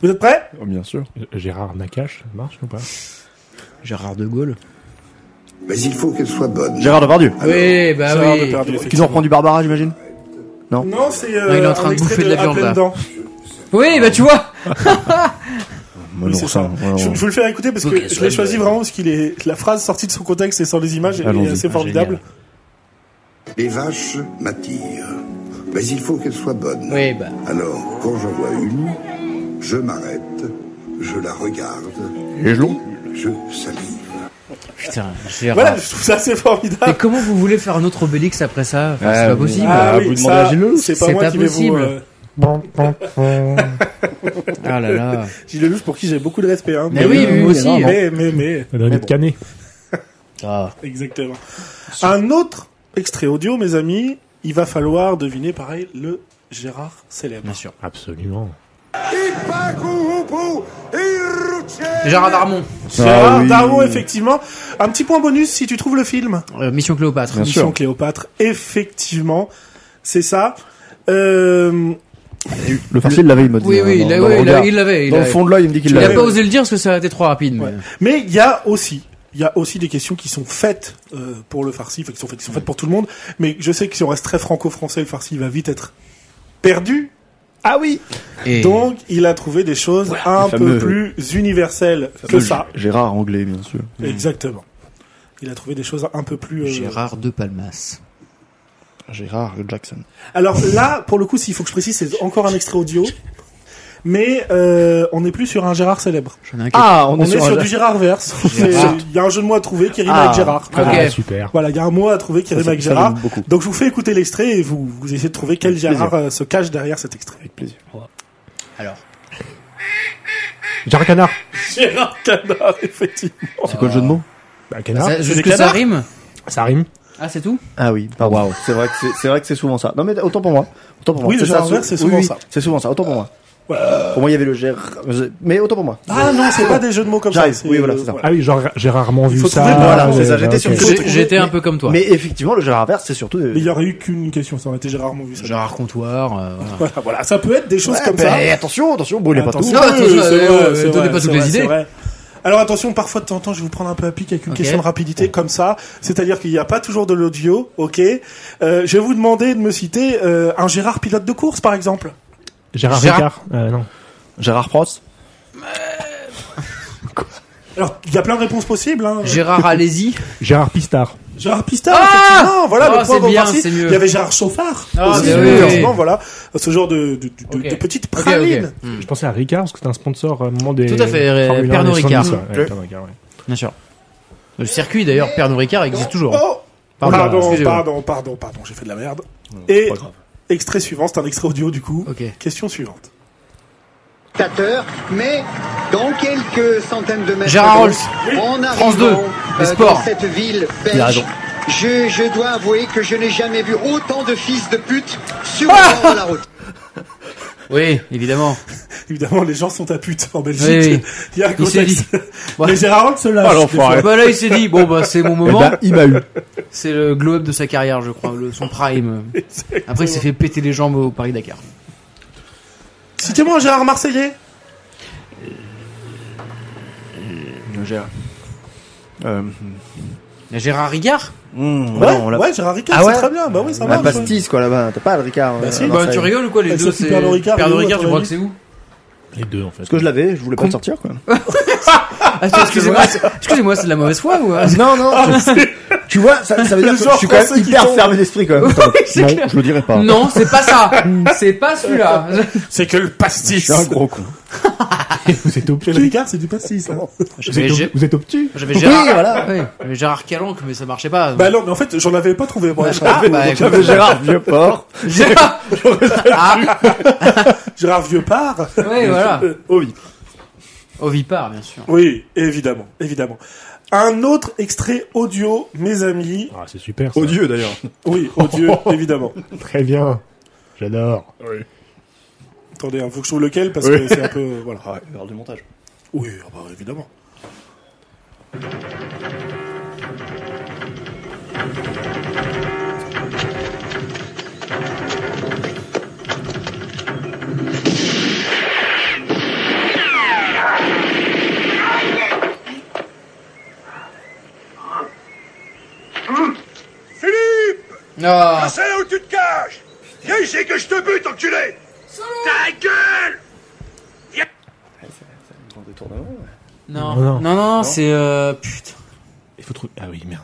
Speaker 2: vous êtes prêts
Speaker 5: Oh, bien sûr.
Speaker 3: Euh, Gérard Nakache, ça marche ou pas
Speaker 1: Gérard de Gaulle.
Speaker 6: Mais il faut qu'elle soit bonne.
Speaker 5: Gérard Depardieu.
Speaker 1: Oui, bah
Speaker 2: Gérard
Speaker 1: oui.
Speaker 2: Depardieu,
Speaker 5: Qui doit
Speaker 2: effectivement.
Speaker 5: reprendre du Barbara, j'imagine
Speaker 2: Non, c'est euh,
Speaker 1: Non, il est en train
Speaker 2: un
Speaker 1: de
Speaker 2: extrait
Speaker 1: bouffer de la
Speaker 2: À pleines
Speaker 1: viande, là.
Speaker 2: dents.
Speaker 1: Oui, bah tu vois.
Speaker 5: Mais
Speaker 2: Oui,
Speaker 5: non,
Speaker 2: c'est
Speaker 5: ça,
Speaker 2: ça.
Speaker 5: ouais,
Speaker 2: Je
Speaker 5: ouais.
Speaker 2: je vous le fais écouter parce
Speaker 1: Ok,
Speaker 2: que je l'ai choisi vraiment parce qu'il est la phrase sortie de son contexte et sans les images elle est
Speaker 5: Allons-y.
Speaker 2: assez
Speaker 1: Ah,
Speaker 2: formidable.
Speaker 6: Les vaches m'attirent. Mais il faut qu'elles soient bonnes.
Speaker 1: Oui, bah.
Speaker 6: Alors, quand j'en vois une, je m'arrête, je la regarde,
Speaker 5: Les genoux
Speaker 6: je salive.
Speaker 1: Putain, Gérard.
Speaker 2: Voilà, je trouve ça assez
Speaker 1: Mais
Speaker 2: formidable.
Speaker 1: comment vous voulez faire un autre Obélix après ça Enfin, C'est
Speaker 5: Ah,
Speaker 1: pas
Speaker 5: oui.
Speaker 1: possible.
Speaker 5: Ah, vous demandez à
Speaker 2: ça,
Speaker 5: Gilles Leleux
Speaker 2: c'est pas
Speaker 1: C'est
Speaker 2: moi
Speaker 1: pas
Speaker 2: qui vais vous.
Speaker 1: possible.
Speaker 2: euh,
Speaker 1: Ah là là.
Speaker 2: Gilles Leleux pour qui j'ai beaucoup de respect. Hein,
Speaker 1: Mais oui,
Speaker 5: oui,
Speaker 1: moi aussi.
Speaker 5: non, non.
Speaker 2: mais, mais, mais,
Speaker 3: La dernière de Canet.
Speaker 1: Ah.
Speaker 2: exactement. Un autre extrait audio, mes amis. Il va falloir deviner, pareil, le Gérard célèbre.
Speaker 1: Bien
Speaker 5: Ah,
Speaker 1: sûr.
Speaker 3: Absolument.
Speaker 1: Gérard Darmon.
Speaker 2: Gérard
Speaker 5: Ah oui.
Speaker 2: Darmon, effectivement. Un petit point bonus si tu trouves le film.
Speaker 1: Euh, Mission Cléopâtre.
Speaker 5: Bien
Speaker 2: Mission
Speaker 5: sûr.
Speaker 2: Cléopâtre, effectivement. C'est ça. Euh,
Speaker 5: Le farci, il l'avait, il m'a dit.
Speaker 1: Oui,
Speaker 5: hein,
Speaker 1: oui,
Speaker 5: dans-
Speaker 1: il l'a-
Speaker 5: dans le
Speaker 1: oui, il l'a-
Speaker 5: regard.
Speaker 1: il l'avait. il
Speaker 5: Dans le
Speaker 1: l'avait.
Speaker 5: fond de l'œil, il me dit qu'il
Speaker 1: Il a
Speaker 5: l'avait.
Speaker 1: pas osé le dire parce que ça a été trop rapide. mais-
Speaker 2: Ouais. Mais il y a aussi, il y a aussi des questions qui sont faites euh, pour le farci, enfin, qui sont faites, qui sont faites pour tout le monde. Mais je sais que si on reste très franco-français, le farci va vite être perdu. Ah oui.
Speaker 1: Et
Speaker 2: Donc il a trouvé des choses un
Speaker 5: le
Speaker 2: peu
Speaker 5: fameux-
Speaker 2: plus universelles que
Speaker 5: Le
Speaker 2: ça.
Speaker 5: Gérard anglais, bien sûr.
Speaker 2: Exactement. Il a trouvé des choses un peu plus. euh,
Speaker 1: Gérard de Palmas.
Speaker 5: Gérard Jackson.
Speaker 2: Alors là, pour le coup, s'il faut que je précise, c'est encore un extrait audio. Mais euh, on n'est plus sur un Gérard célèbre.
Speaker 1: J'en ai un qui-
Speaker 5: Ah, on,
Speaker 2: On, est sur,
Speaker 5: un-
Speaker 2: du Gérard verse.
Speaker 1: Gérard.
Speaker 2: Il y a un jeu de mots à trouver qui rime
Speaker 5: Ah.
Speaker 2: avec Gérard.
Speaker 1: Ok.
Speaker 3: Ah, super.
Speaker 2: Voilà, il y a un mot à trouver qui
Speaker 5: Ça,
Speaker 2: rime
Speaker 5: ça-
Speaker 2: avec
Speaker 5: ça
Speaker 2: Gérard.
Speaker 5: j'aime beaucoup.
Speaker 2: Donc je vous fais écouter l'extrait et vous, vous essayez de trouver quel
Speaker 5: Avec plaisir.
Speaker 2: Gérard euh, se cache derrière cet extrait.
Speaker 5: Avec plaisir.
Speaker 1: Alors.
Speaker 3: Gérard Canard.
Speaker 2: Gérard Canard, effectivement.
Speaker 5: C'est quoi le jeu de mots
Speaker 3: Bah, Canard.
Speaker 1: ça,
Speaker 2: c'est
Speaker 1: juste
Speaker 2: des
Speaker 1: que ça
Speaker 2: canards
Speaker 1: rime
Speaker 3: Ça rime.
Speaker 1: Ah, c'est tout
Speaker 5: Ah oui, ah, waouh. C'est vrai que c'est- c'est vrai que c'est souvent ça. Non mais autant pour moi. Autant pour moi.
Speaker 2: Oui, le
Speaker 5: C'est ça,
Speaker 2: Gérard Vert, c'est
Speaker 5: oui,
Speaker 2: souvent
Speaker 5: oui,
Speaker 2: ça.
Speaker 5: C'est souvent ça. Autant pour moi. Pour moi, il y avait le Gérard. Mais autant pour moi.
Speaker 2: Ah non, c'est pas des jeux de mots comme ça.
Speaker 5: J'arrive.
Speaker 2: c'est- euh,
Speaker 5: Oui, voilà, c'est ça.
Speaker 3: Ah oui, genre j'ai rarement vu
Speaker 2: faut
Speaker 3: ça.
Speaker 2: trouver-
Speaker 5: voilà, c'est
Speaker 3: ouais,
Speaker 5: ça, j'étais sur
Speaker 3: euh, ok.
Speaker 5: le
Speaker 2: Faut
Speaker 1: J'ai-
Speaker 2: trouver-
Speaker 1: J'étais un
Speaker 2: mais-
Speaker 1: peu comme toi.
Speaker 5: Mais effectivement, le Gérard Vert, c'est surtout.
Speaker 2: Mais il n'y aurait eu qu'une question, ça aurait été Gérard Montvu. ça.
Speaker 1: Gérard Comptoir. euh, voilà.
Speaker 2: Voilà, voilà, ça peut être des choses
Speaker 5: Ouais,
Speaker 2: comme
Speaker 5: ben,
Speaker 2: ça.
Speaker 5: Attention, attention, brûlez pas tout.
Speaker 2: Attention,
Speaker 1: Non, attention,
Speaker 2: oui, c'est
Speaker 1: euh,
Speaker 2: vrai,
Speaker 1: euh,
Speaker 2: c'est
Speaker 1: donnez
Speaker 2: vrai,
Speaker 1: pas toutes
Speaker 2: c'est
Speaker 1: les
Speaker 2: vrai,
Speaker 1: idées.
Speaker 2: c'est vrai. Alors attention, parfois de temps en temps, je vais vous prendre un peu à pic avec une
Speaker 1: Ok.
Speaker 2: question de rapidité comme ça. C'est-à-dire qu'il n'y a pas toujours de l'audio, ok. Euh, je vais vous demander de me citer euh, un Gérard pilote de course, par exemple.
Speaker 3: Gérard
Speaker 1: Gérard-
Speaker 3: Ricard. Euh, non.
Speaker 5: Gérard Pross.
Speaker 2: Alors, il y a plein de réponses possibles. Hein.
Speaker 1: Gérard, allez-y.
Speaker 3: Gérard Pistard.
Speaker 2: Gérard Pistard,
Speaker 1: Ah
Speaker 2: effectivement, voilà,
Speaker 1: Oh,
Speaker 2: le point
Speaker 1: c'est
Speaker 2: va au
Speaker 1: bien,
Speaker 2: Farsi.
Speaker 1: c'est mieux.
Speaker 2: Il y avait Gérard Chauffard,
Speaker 1: Ah,
Speaker 2: aussi,
Speaker 1: mais oui,
Speaker 2: effectivement,
Speaker 1: oui, oui.
Speaker 2: voilà, euh, ce genre de, de, de,
Speaker 1: Ok.
Speaker 2: de petites
Speaker 1: Ok, ok.
Speaker 2: pralines.
Speaker 1: Hmm.
Speaker 3: Je pensais à Ricard parce que c'était un sponsor euh, au moment des.
Speaker 1: Tout à fait, euh,
Speaker 3: Formule 1
Speaker 1: Pernod
Speaker 3: des 70,
Speaker 1: Ricard.
Speaker 3: ouais, ouais, Pernod Ricard, ouais.
Speaker 1: Bien sûr. Le circuit, d'ailleurs, Pernod Ricard existe toujours.
Speaker 2: Oh
Speaker 1: Pardon,
Speaker 2: pardon, pardon,
Speaker 1: excusez-moi.
Speaker 2: pardon, pardon, j'ai fait de la merde. Et extrait suivant, c'est un extrait audio du coup.
Speaker 1: Ok.
Speaker 2: Question suivante.
Speaker 7: spectateurs, mais dans quelques centaines de mètres.
Speaker 1: Gérard Rolls.
Speaker 7: en
Speaker 1: France
Speaker 7: arrivant,
Speaker 1: 2, les
Speaker 7: euh,
Speaker 1: sports.
Speaker 7: Dans cette ville
Speaker 5: Il a
Speaker 7: belge.
Speaker 5: raison.
Speaker 7: Je, je dois avouer que je n'ai jamais vu autant de fils de pute sur
Speaker 1: Ah
Speaker 7: le bord de la route.
Speaker 1: Oui, évidemment.
Speaker 2: Évidemment, les gens sont à pute en Belgique.
Speaker 1: Oui, oui.
Speaker 2: Il y a un
Speaker 1: Il s'est dit.
Speaker 2: contexte. Mais Gérard Rolls se lâche.
Speaker 1: Ah,
Speaker 2: des
Speaker 1: l'enfoiré.
Speaker 2: fois.
Speaker 1: Bah là, il s'est dit, bon, bah, c'est mon
Speaker 5: Eh
Speaker 1: moment.
Speaker 5: ben, il m'a eu.
Speaker 1: C'est le glow-up de sa carrière, je crois, le, son prime. Après, il s'est fait péter les jambes au Paris-Dakar.
Speaker 2: Citez-moi un Gérard Marseillais.
Speaker 5: Le Gérard. Euh,
Speaker 1: Mais Gérard Rigard
Speaker 5: Mmh,
Speaker 2: Ouais,
Speaker 5: non, on l'a-
Speaker 2: ouais, Gérard Ricard,
Speaker 5: Ah ouais
Speaker 2: c'est très bien. Bah oui, ça
Speaker 5: la
Speaker 2: marche. ouais.
Speaker 5: pastis, quoi, là-bas. T'as pas le Ricard.
Speaker 2: Bah
Speaker 5: euh,
Speaker 2: si,
Speaker 5: à
Speaker 2: bah,
Speaker 1: Bah,
Speaker 5: Marseille.
Speaker 1: tu rigoles ou quoi les
Speaker 2: Elle
Speaker 1: deux
Speaker 2: s'occupe
Speaker 1: c'est...
Speaker 2: Pierre de Ricard,
Speaker 1: Pierre de
Speaker 2: et nous,
Speaker 1: Ricard, tu
Speaker 2: à ton
Speaker 1: crois que
Speaker 2: avis
Speaker 1: c'est où
Speaker 3: Les deux, en fait.
Speaker 5: Parce que je l'avais, je voulais pas le sortir, quoi.
Speaker 1: Ah, Excusez-moi, c'est- excusez-moi, c'est de la mauvaise foi ou euh,
Speaker 5: Non, non, je- tu vois, ça, ça veut dire que
Speaker 2: genre
Speaker 5: je suis quand même
Speaker 2: français qui
Speaker 5: hyper
Speaker 2: tombe.
Speaker 5: fermé d'esprit quand même. Attends,
Speaker 1: c'est
Speaker 5: non,
Speaker 1: clair.
Speaker 5: je le dirai pas.
Speaker 1: Non, c'est pas ça. C'est pas celui-là.
Speaker 2: C'est que le
Speaker 5: Je
Speaker 2: pastis.
Speaker 5: suis un gros con.
Speaker 3: Vous
Speaker 2: Pierre
Speaker 3: êtes
Speaker 2: de
Speaker 3: obtus.
Speaker 2: Ricard, c'est du pastis. hein.
Speaker 3: Vous
Speaker 1: J'avais,
Speaker 3: êtes,
Speaker 1: Gé-
Speaker 3: ob- vous êtes obtus.
Speaker 1: j'avais
Speaker 5: Oui,
Speaker 1: Gérard,
Speaker 5: voilà.
Speaker 1: ouais, j'avais Gérard Calanque, mais ça marchait pas.
Speaker 2: Bah non, mais en fait, j'en avais pas trouvé. Moi,
Speaker 1: Ah,
Speaker 2: J'avais-
Speaker 1: bah,
Speaker 5: J'avais Gérard Vieux-Port.
Speaker 1: Gérard. Ah,
Speaker 2: Gérard Vieux-Part.
Speaker 1: ouais, voilà.
Speaker 2: Euh, oh oui.
Speaker 1: Ovipar, bien sûr.
Speaker 2: Oui, évidemment, évidemment. Un autre extrait audio, mes amis.
Speaker 3: Ah, c'est super. ça.
Speaker 5: Odieux d'ailleurs.
Speaker 2: Oui, audio, évidemment.
Speaker 8: Oh,
Speaker 3: Très bien. J'adore.
Speaker 2: Attendez, il faut que je trouve lequel parce que c'est un peu. euh, Voilà.
Speaker 5: Ouais, lors du montage.
Speaker 2: Oui, ah bah, évidemment.
Speaker 1: Ah,
Speaker 6: C'est là où tu te caches Viens ici que je te bute, enculé Ta gueule
Speaker 1: non,
Speaker 3: Non,
Speaker 1: non,
Speaker 3: non.
Speaker 1: non, non, c'est euh, putain.
Speaker 3: Il faut trouver. Ah oui, merde.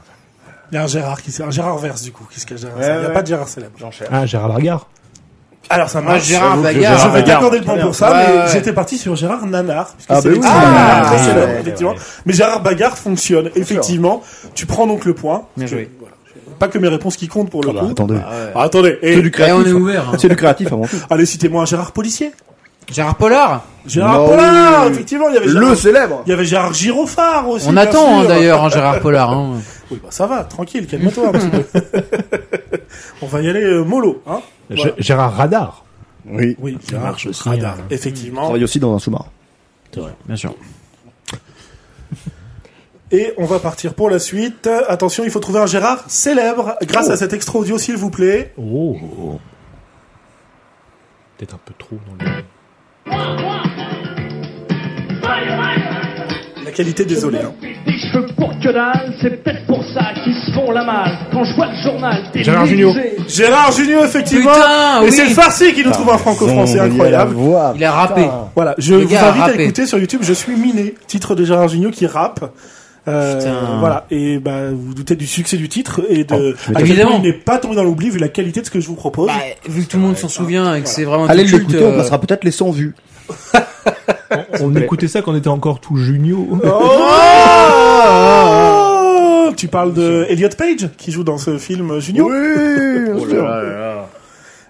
Speaker 2: Il y a un Gérard qui un Gérard Verse du coup, qui se cache derrière ça.
Speaker 5: Ouais,
Speaker 2: Il n'y a
Speaker 5: ouais.
Speaker 2: pas de Gérard célèbre.
Speaker 5: J'en cherche.
Speaker 3: Ah, Gérard Largard.
Speaker 2: Alors ça
Speaker 1: Ah,
Speaker 2: marche.
Speaker 1: Gérard
Speaker 5: j'avoue que
Speaker 1: Bagarre.
Speaker 2: Je
Speaker 5: Gérard
Speaker 2: vais
Speaker 5: Bagarre.
Speaker 2: t'accorder le point pour ça,
Speaker 1: Ouais,
Speaker 2: mais
Speaker 1: ouais.
Speaker 2: j'étais parti sur Gérard Nanar. puisque
Speaker 5: Ah,
Speaker 2: c'est
Speaker 5: bah oui.
Speaker 2: l'extrait
Speaker 5: Ah,
Speaker 2: très
Speaker 5: oui,
Speaker 2: célèbre,
Speaker 5: ouais,
Speaker 2: effectivement. Mais Gérard Bagarre fonctionne, effectivement. Tu prends donc le point.
Speaker 1: Bien joué.
Speaker 2: Voilà. Pas que mes réponses qui comptent pour le
Speaker 5: Ah bah,
Speaker 2: coup.
Speaker 5: attendez.
Speaker 2: Ah, attendez. Et,
Speaker 5: C'est du
Speaker 1: Et on est
Speaker 5: créatif.
Speaker 1: ouvert. hein.
Speaker 5: C'est du créatif avant tout.
Speaker 2: allez, citez-moi un Gérard policier.
Speaker 1: Gérard Pollard.
Speaker 2: Gérard
Speaker 5: Non.
Speaker 2: Pollard, effectivement, il y avait Gérard,
Speaker 5: Le célèbre.
Speaker 2: il y avait Gérard Girophare aussi.
Speaker 1: On
Speaker 2: bien
Speaker 1: attend hein,
Speaker 2: sûr.
Speaker 1: d'ailleurs hein, Gérard Pollard. hein.
Speaker 2: Oui, bah ça va, tranquille, calme-toi un petit peu. On va y aller euh, mollo, hein. Voilà.
Speaker 3: Gé- Gérard Radar.
Speaker 5: Oui.
Speaker 2: Oui, Gérard
Speaker 3: marche aussi,
Speaker 2: Radar,
Speaker 3: hein.
Speaker 5: On
Speaker 2: effectivement.
Speaker 5: travaille aussi dans un sous-marin.
Speaker 1: Bien sûr.
Speaker 2: Et on va partir pour la suite. Attention, il faut trouver un Gérard célèbre grâce à cet extra audio, s'il vous plaît.
Speaker 3: Oh. Peut-être un peu trop dans le.
Speaker 2: La qualité, désolé. hein.
Speaker 9: Des cheveux pour que dalle, c'est peut-être pour ça qu'ils se font la malle. Quand je vois le journal, t'es
Speaker 3: Gérard Jugnot.
Speaker 2: Gérard Junior, effectivement.
Speaker 1: Putain,
Speaker 2: et
Speaker 1: oui.
Speaker 2: c'est le farci qui nous trouve un franco-français incroyable.
Speaker 5: Voix.
Speaker 1: Il a rappé.
Speaker 2: Voilà, je
Speaker 1: Le
Speaker 2: vous
Speaker 1: gars a
Speaker 2: invite à
Speaker 1: rappé.
Speaker 2: l'écouter sur YouTube. Je suis miné, titre de Gérard Junior qui rappe. Euh,
Speaker 1: Putain.
Speaker 2: voilà et bah vous doutez du succès du titre et de
Speaker 5: Oh, je vais
Speaker 2: à quel
Speaker 1: évidemment.
Speaker 2: point il n'est pas tombé dans l'oubli vu la qualité de ce que je vous propose.
Speaker 1: Bah, vu que tout le monde s'en souvient et que c'est vraiment
Speaker 5: Allez
Speaker 1: du culte.
Speaker 5: l'écouter, on
Speaker 1: euh,
Speaker 5: passera peut-être les 100 vues.
Speaker 3: On écoutait ça quand on était encore tout junio.
Speaker 2: Oh tu parles de Elliot Page qui joue dans ce film euh, Junior.
Speaker 5: Oui.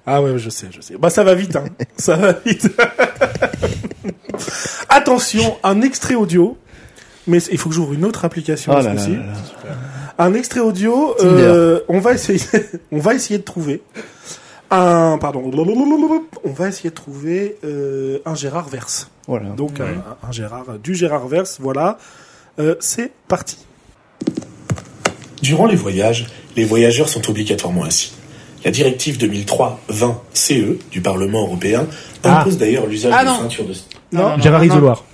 Speaker 2: Ah ouais, je sais, je sais. Bah ça va vite, hein. ça va vite. Attention, un extrait audio. Mais il faut que j'ouvre une autre application
Speaker 5: Oh
Speaker 2: ce
Speaker 5: là là
Speaker 2: coup-ci.
Speaker 5: là là.
Speaker 2: Un extrait audio. euh, on va essayer, on va essayer de trouver un, pardon, on va essayer de trouver euh, un Gérard Verse.
Speaker 5: Voilà.
Speaker 2: Donc euh, un, un Gérard, du Gérard Verse, voilà. Euh, C'est parti.
Speaker 8: Durant les voyages, les voyageurs sont obligatoirement assis. La directive 2003-20 CE E du Parlement européen
Speaker 3: Ah.
Speaker 8: impose d'ailleurs l'usage
Speaker 1: Ah
Speaker 8: de
Speaker 1: non.
Speaker 8: ceintures de
Speaker 2: Non.
Speaker 3: Gérard
Speaker 1: non, non.
Speaker 3: Isoloir.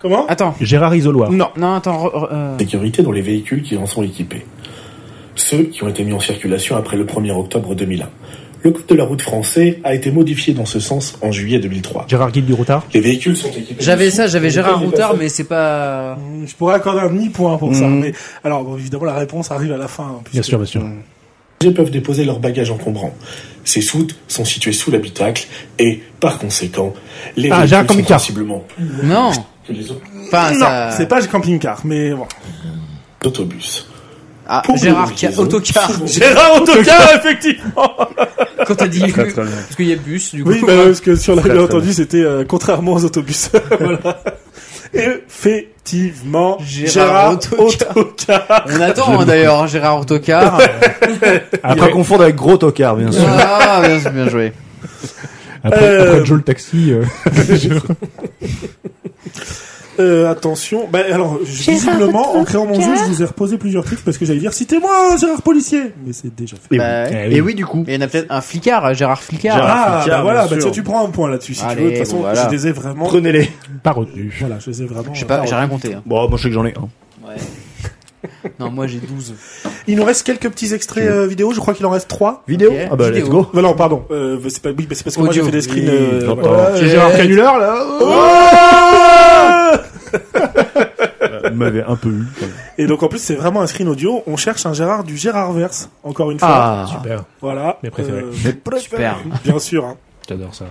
Speaker 2: Comment
Speaker 1: Attends.
Speaker 3: Gérard Isoloir.
Speaker 2: Non.
Speaker 1: Non, attends. re- re- euh,
Speaker 8: sécurité dans les véhicules qui en sont équipés. Ceux qui ont été mis en circulation après le 1er octobre 2001. Le code de la route français a été modifié dans ce sens en juillet 2003.
Speaker 3: Gérard Guil du Rotard.
Speaker 8: Les véhicules sont équipés.
Speaker 1: J'avais
Speaker 8: de-
Speaker 1: ça, j'avais Gérard
Speaker 8: Lesquels
Speaker 1: Routard,
Speaker 8: les
Speaker 1: mais c'est pas.
Speaker 2: Hmm, Je pourrais accorder un demi-point pour ça.
Speaker 5: Mhm.
Speaker 2: Mais alors, bon, évidemment, la réponse arrive à la fin. hein,
Speaker 3: Hmm. Bien
Speaker 2: puisque-
Speaker 3: sûr, bien sûr.
Speaker 8: passagers peuvent déposer leurs bagages encombrants. Ces soutes sont situées sous l'habitacle et, par conséquent, les
Speaker 3: Ah, Gérard
Speaker 8: véhicules sont
Speaker 3: Comicard.
Speaker 8: sensiblement plus lourds
Speaker 1: Non.
Speaker 8: que les autres.
Speaker 1: Enfin,
Speaker 2: Ah, non,
Speaker 1: Ah, ça.
Speaker 2: c'est pas le camping-car, mais bon.
Speaker 8: d'autobus.
Speaker 1: Ah,
Speaker 8: Pour
Speaker 1: Gérard
Speaker 8: nous,
Speaker 1: Ca-
Speaker 8: disons.
Speaker 1: Autocar.
Speaker 2: Gérard Autocar, effectivement
Speaker 1: Quand t'as dit.
Speaker 5: Très, très bien.
Speaker 1: Parce qu'il y a bus, du coup.
Speaker 2: Oui, bah, parce que si on
Speaker 5: Très,
Speaker 2: l'avait
Speaker 5: très
Speaker 2: entendu, c'était euh, contrairement aux autobus. voilà. Effectivement, Gérard,
Speaker 1: Gérard
Speaker 2: Autocar.
Speaker 1: On attend hein, d'ailleurs hein, Gérard Autocar.
Speaker 5: Après confondre avec gros tocard, bien sûr.
Speaker 1: ah, bien, bien joué.
Speaker 3: Après,
Speaker 2: Euh,
Speaker 3: après Joe le taxi. euh,
Speaker 2: Euh, attention, bah, alors, je- visiblement, en créant mon jeu, je vous ai reposé plusieurs titres parce que j'allais dire, citez-moi un Gérard Policier Mais c'est déjà fait.
Speaker 1: Bah, ouais.
Speaker 3: eh
Speaker 5: Et oui, du coup.
Speaker 1: Mais il y en a peut-être un flicard, hein, Gérard Flicard.
Speaker 5: Gérard.
Speaker 2: Ah,
Speaker 5: Africa,
Speaker 2: bah voilà,
Speaker 5: bien
Speaker 2: bah,
Speaker 5: sûr.
Speaker 2: tiens, tu prends un point là-dessus si tu
Speaker 1: Allez,
Speaker 2: veux. De toute façon,
Speaker 1: bon, voilà.
Speaker 2: je les ai vraiment.
Speaker 5: Prenez-les.
Speaker 3: Pas retenu.
Speaker 2: Voilà, je les ai vraiment. euh,
Speaker 1: Je sais pas, j'ai rien compté. hein.
Speaker 5: Bon, moi je sais que j'en ai un.
Speaker 1: Non, moi j'ai 12.
Speaker 2: Il nous reste quelques petits extraits euh, vidéo, je crois qu'il en reste trois.
Speaker 5: Vidéo
Speaker 1: Ok.
Speaker 5: Ah bah
Speaker 1: Vidéo.
Speaker 5: let's go.
Speaker 2: Non, non, pardon. Euh, c'est pas, oui, mais c'est parce que moi j'ai
Speaker 1: Audio.
Speaker 2: fait des screens.
Speaker 1: Oui,
Speaker 2: euh,
Speaker 5: j'entends.
Speaker 2: voilà.
Speaker 1: Ok.
Speaker 2: Gérard Canular là.
Speaker 5: euh, Vous m'avez un peu eu.
Speaker 2: Et donc en plus c'est vraiment un screen audio. On cherche un Gérard du Gérard verse. Encore une fois.
Speaker 1: Ah,
Speaker 3: Super,
Speaker 2: Voilà.
Speaker 3: Mes préférés.
Speaker 2: Euh,
Speaker 1: super.
Speaker 2: bien sûr. Hein.
Speaker 3: j'adore ça.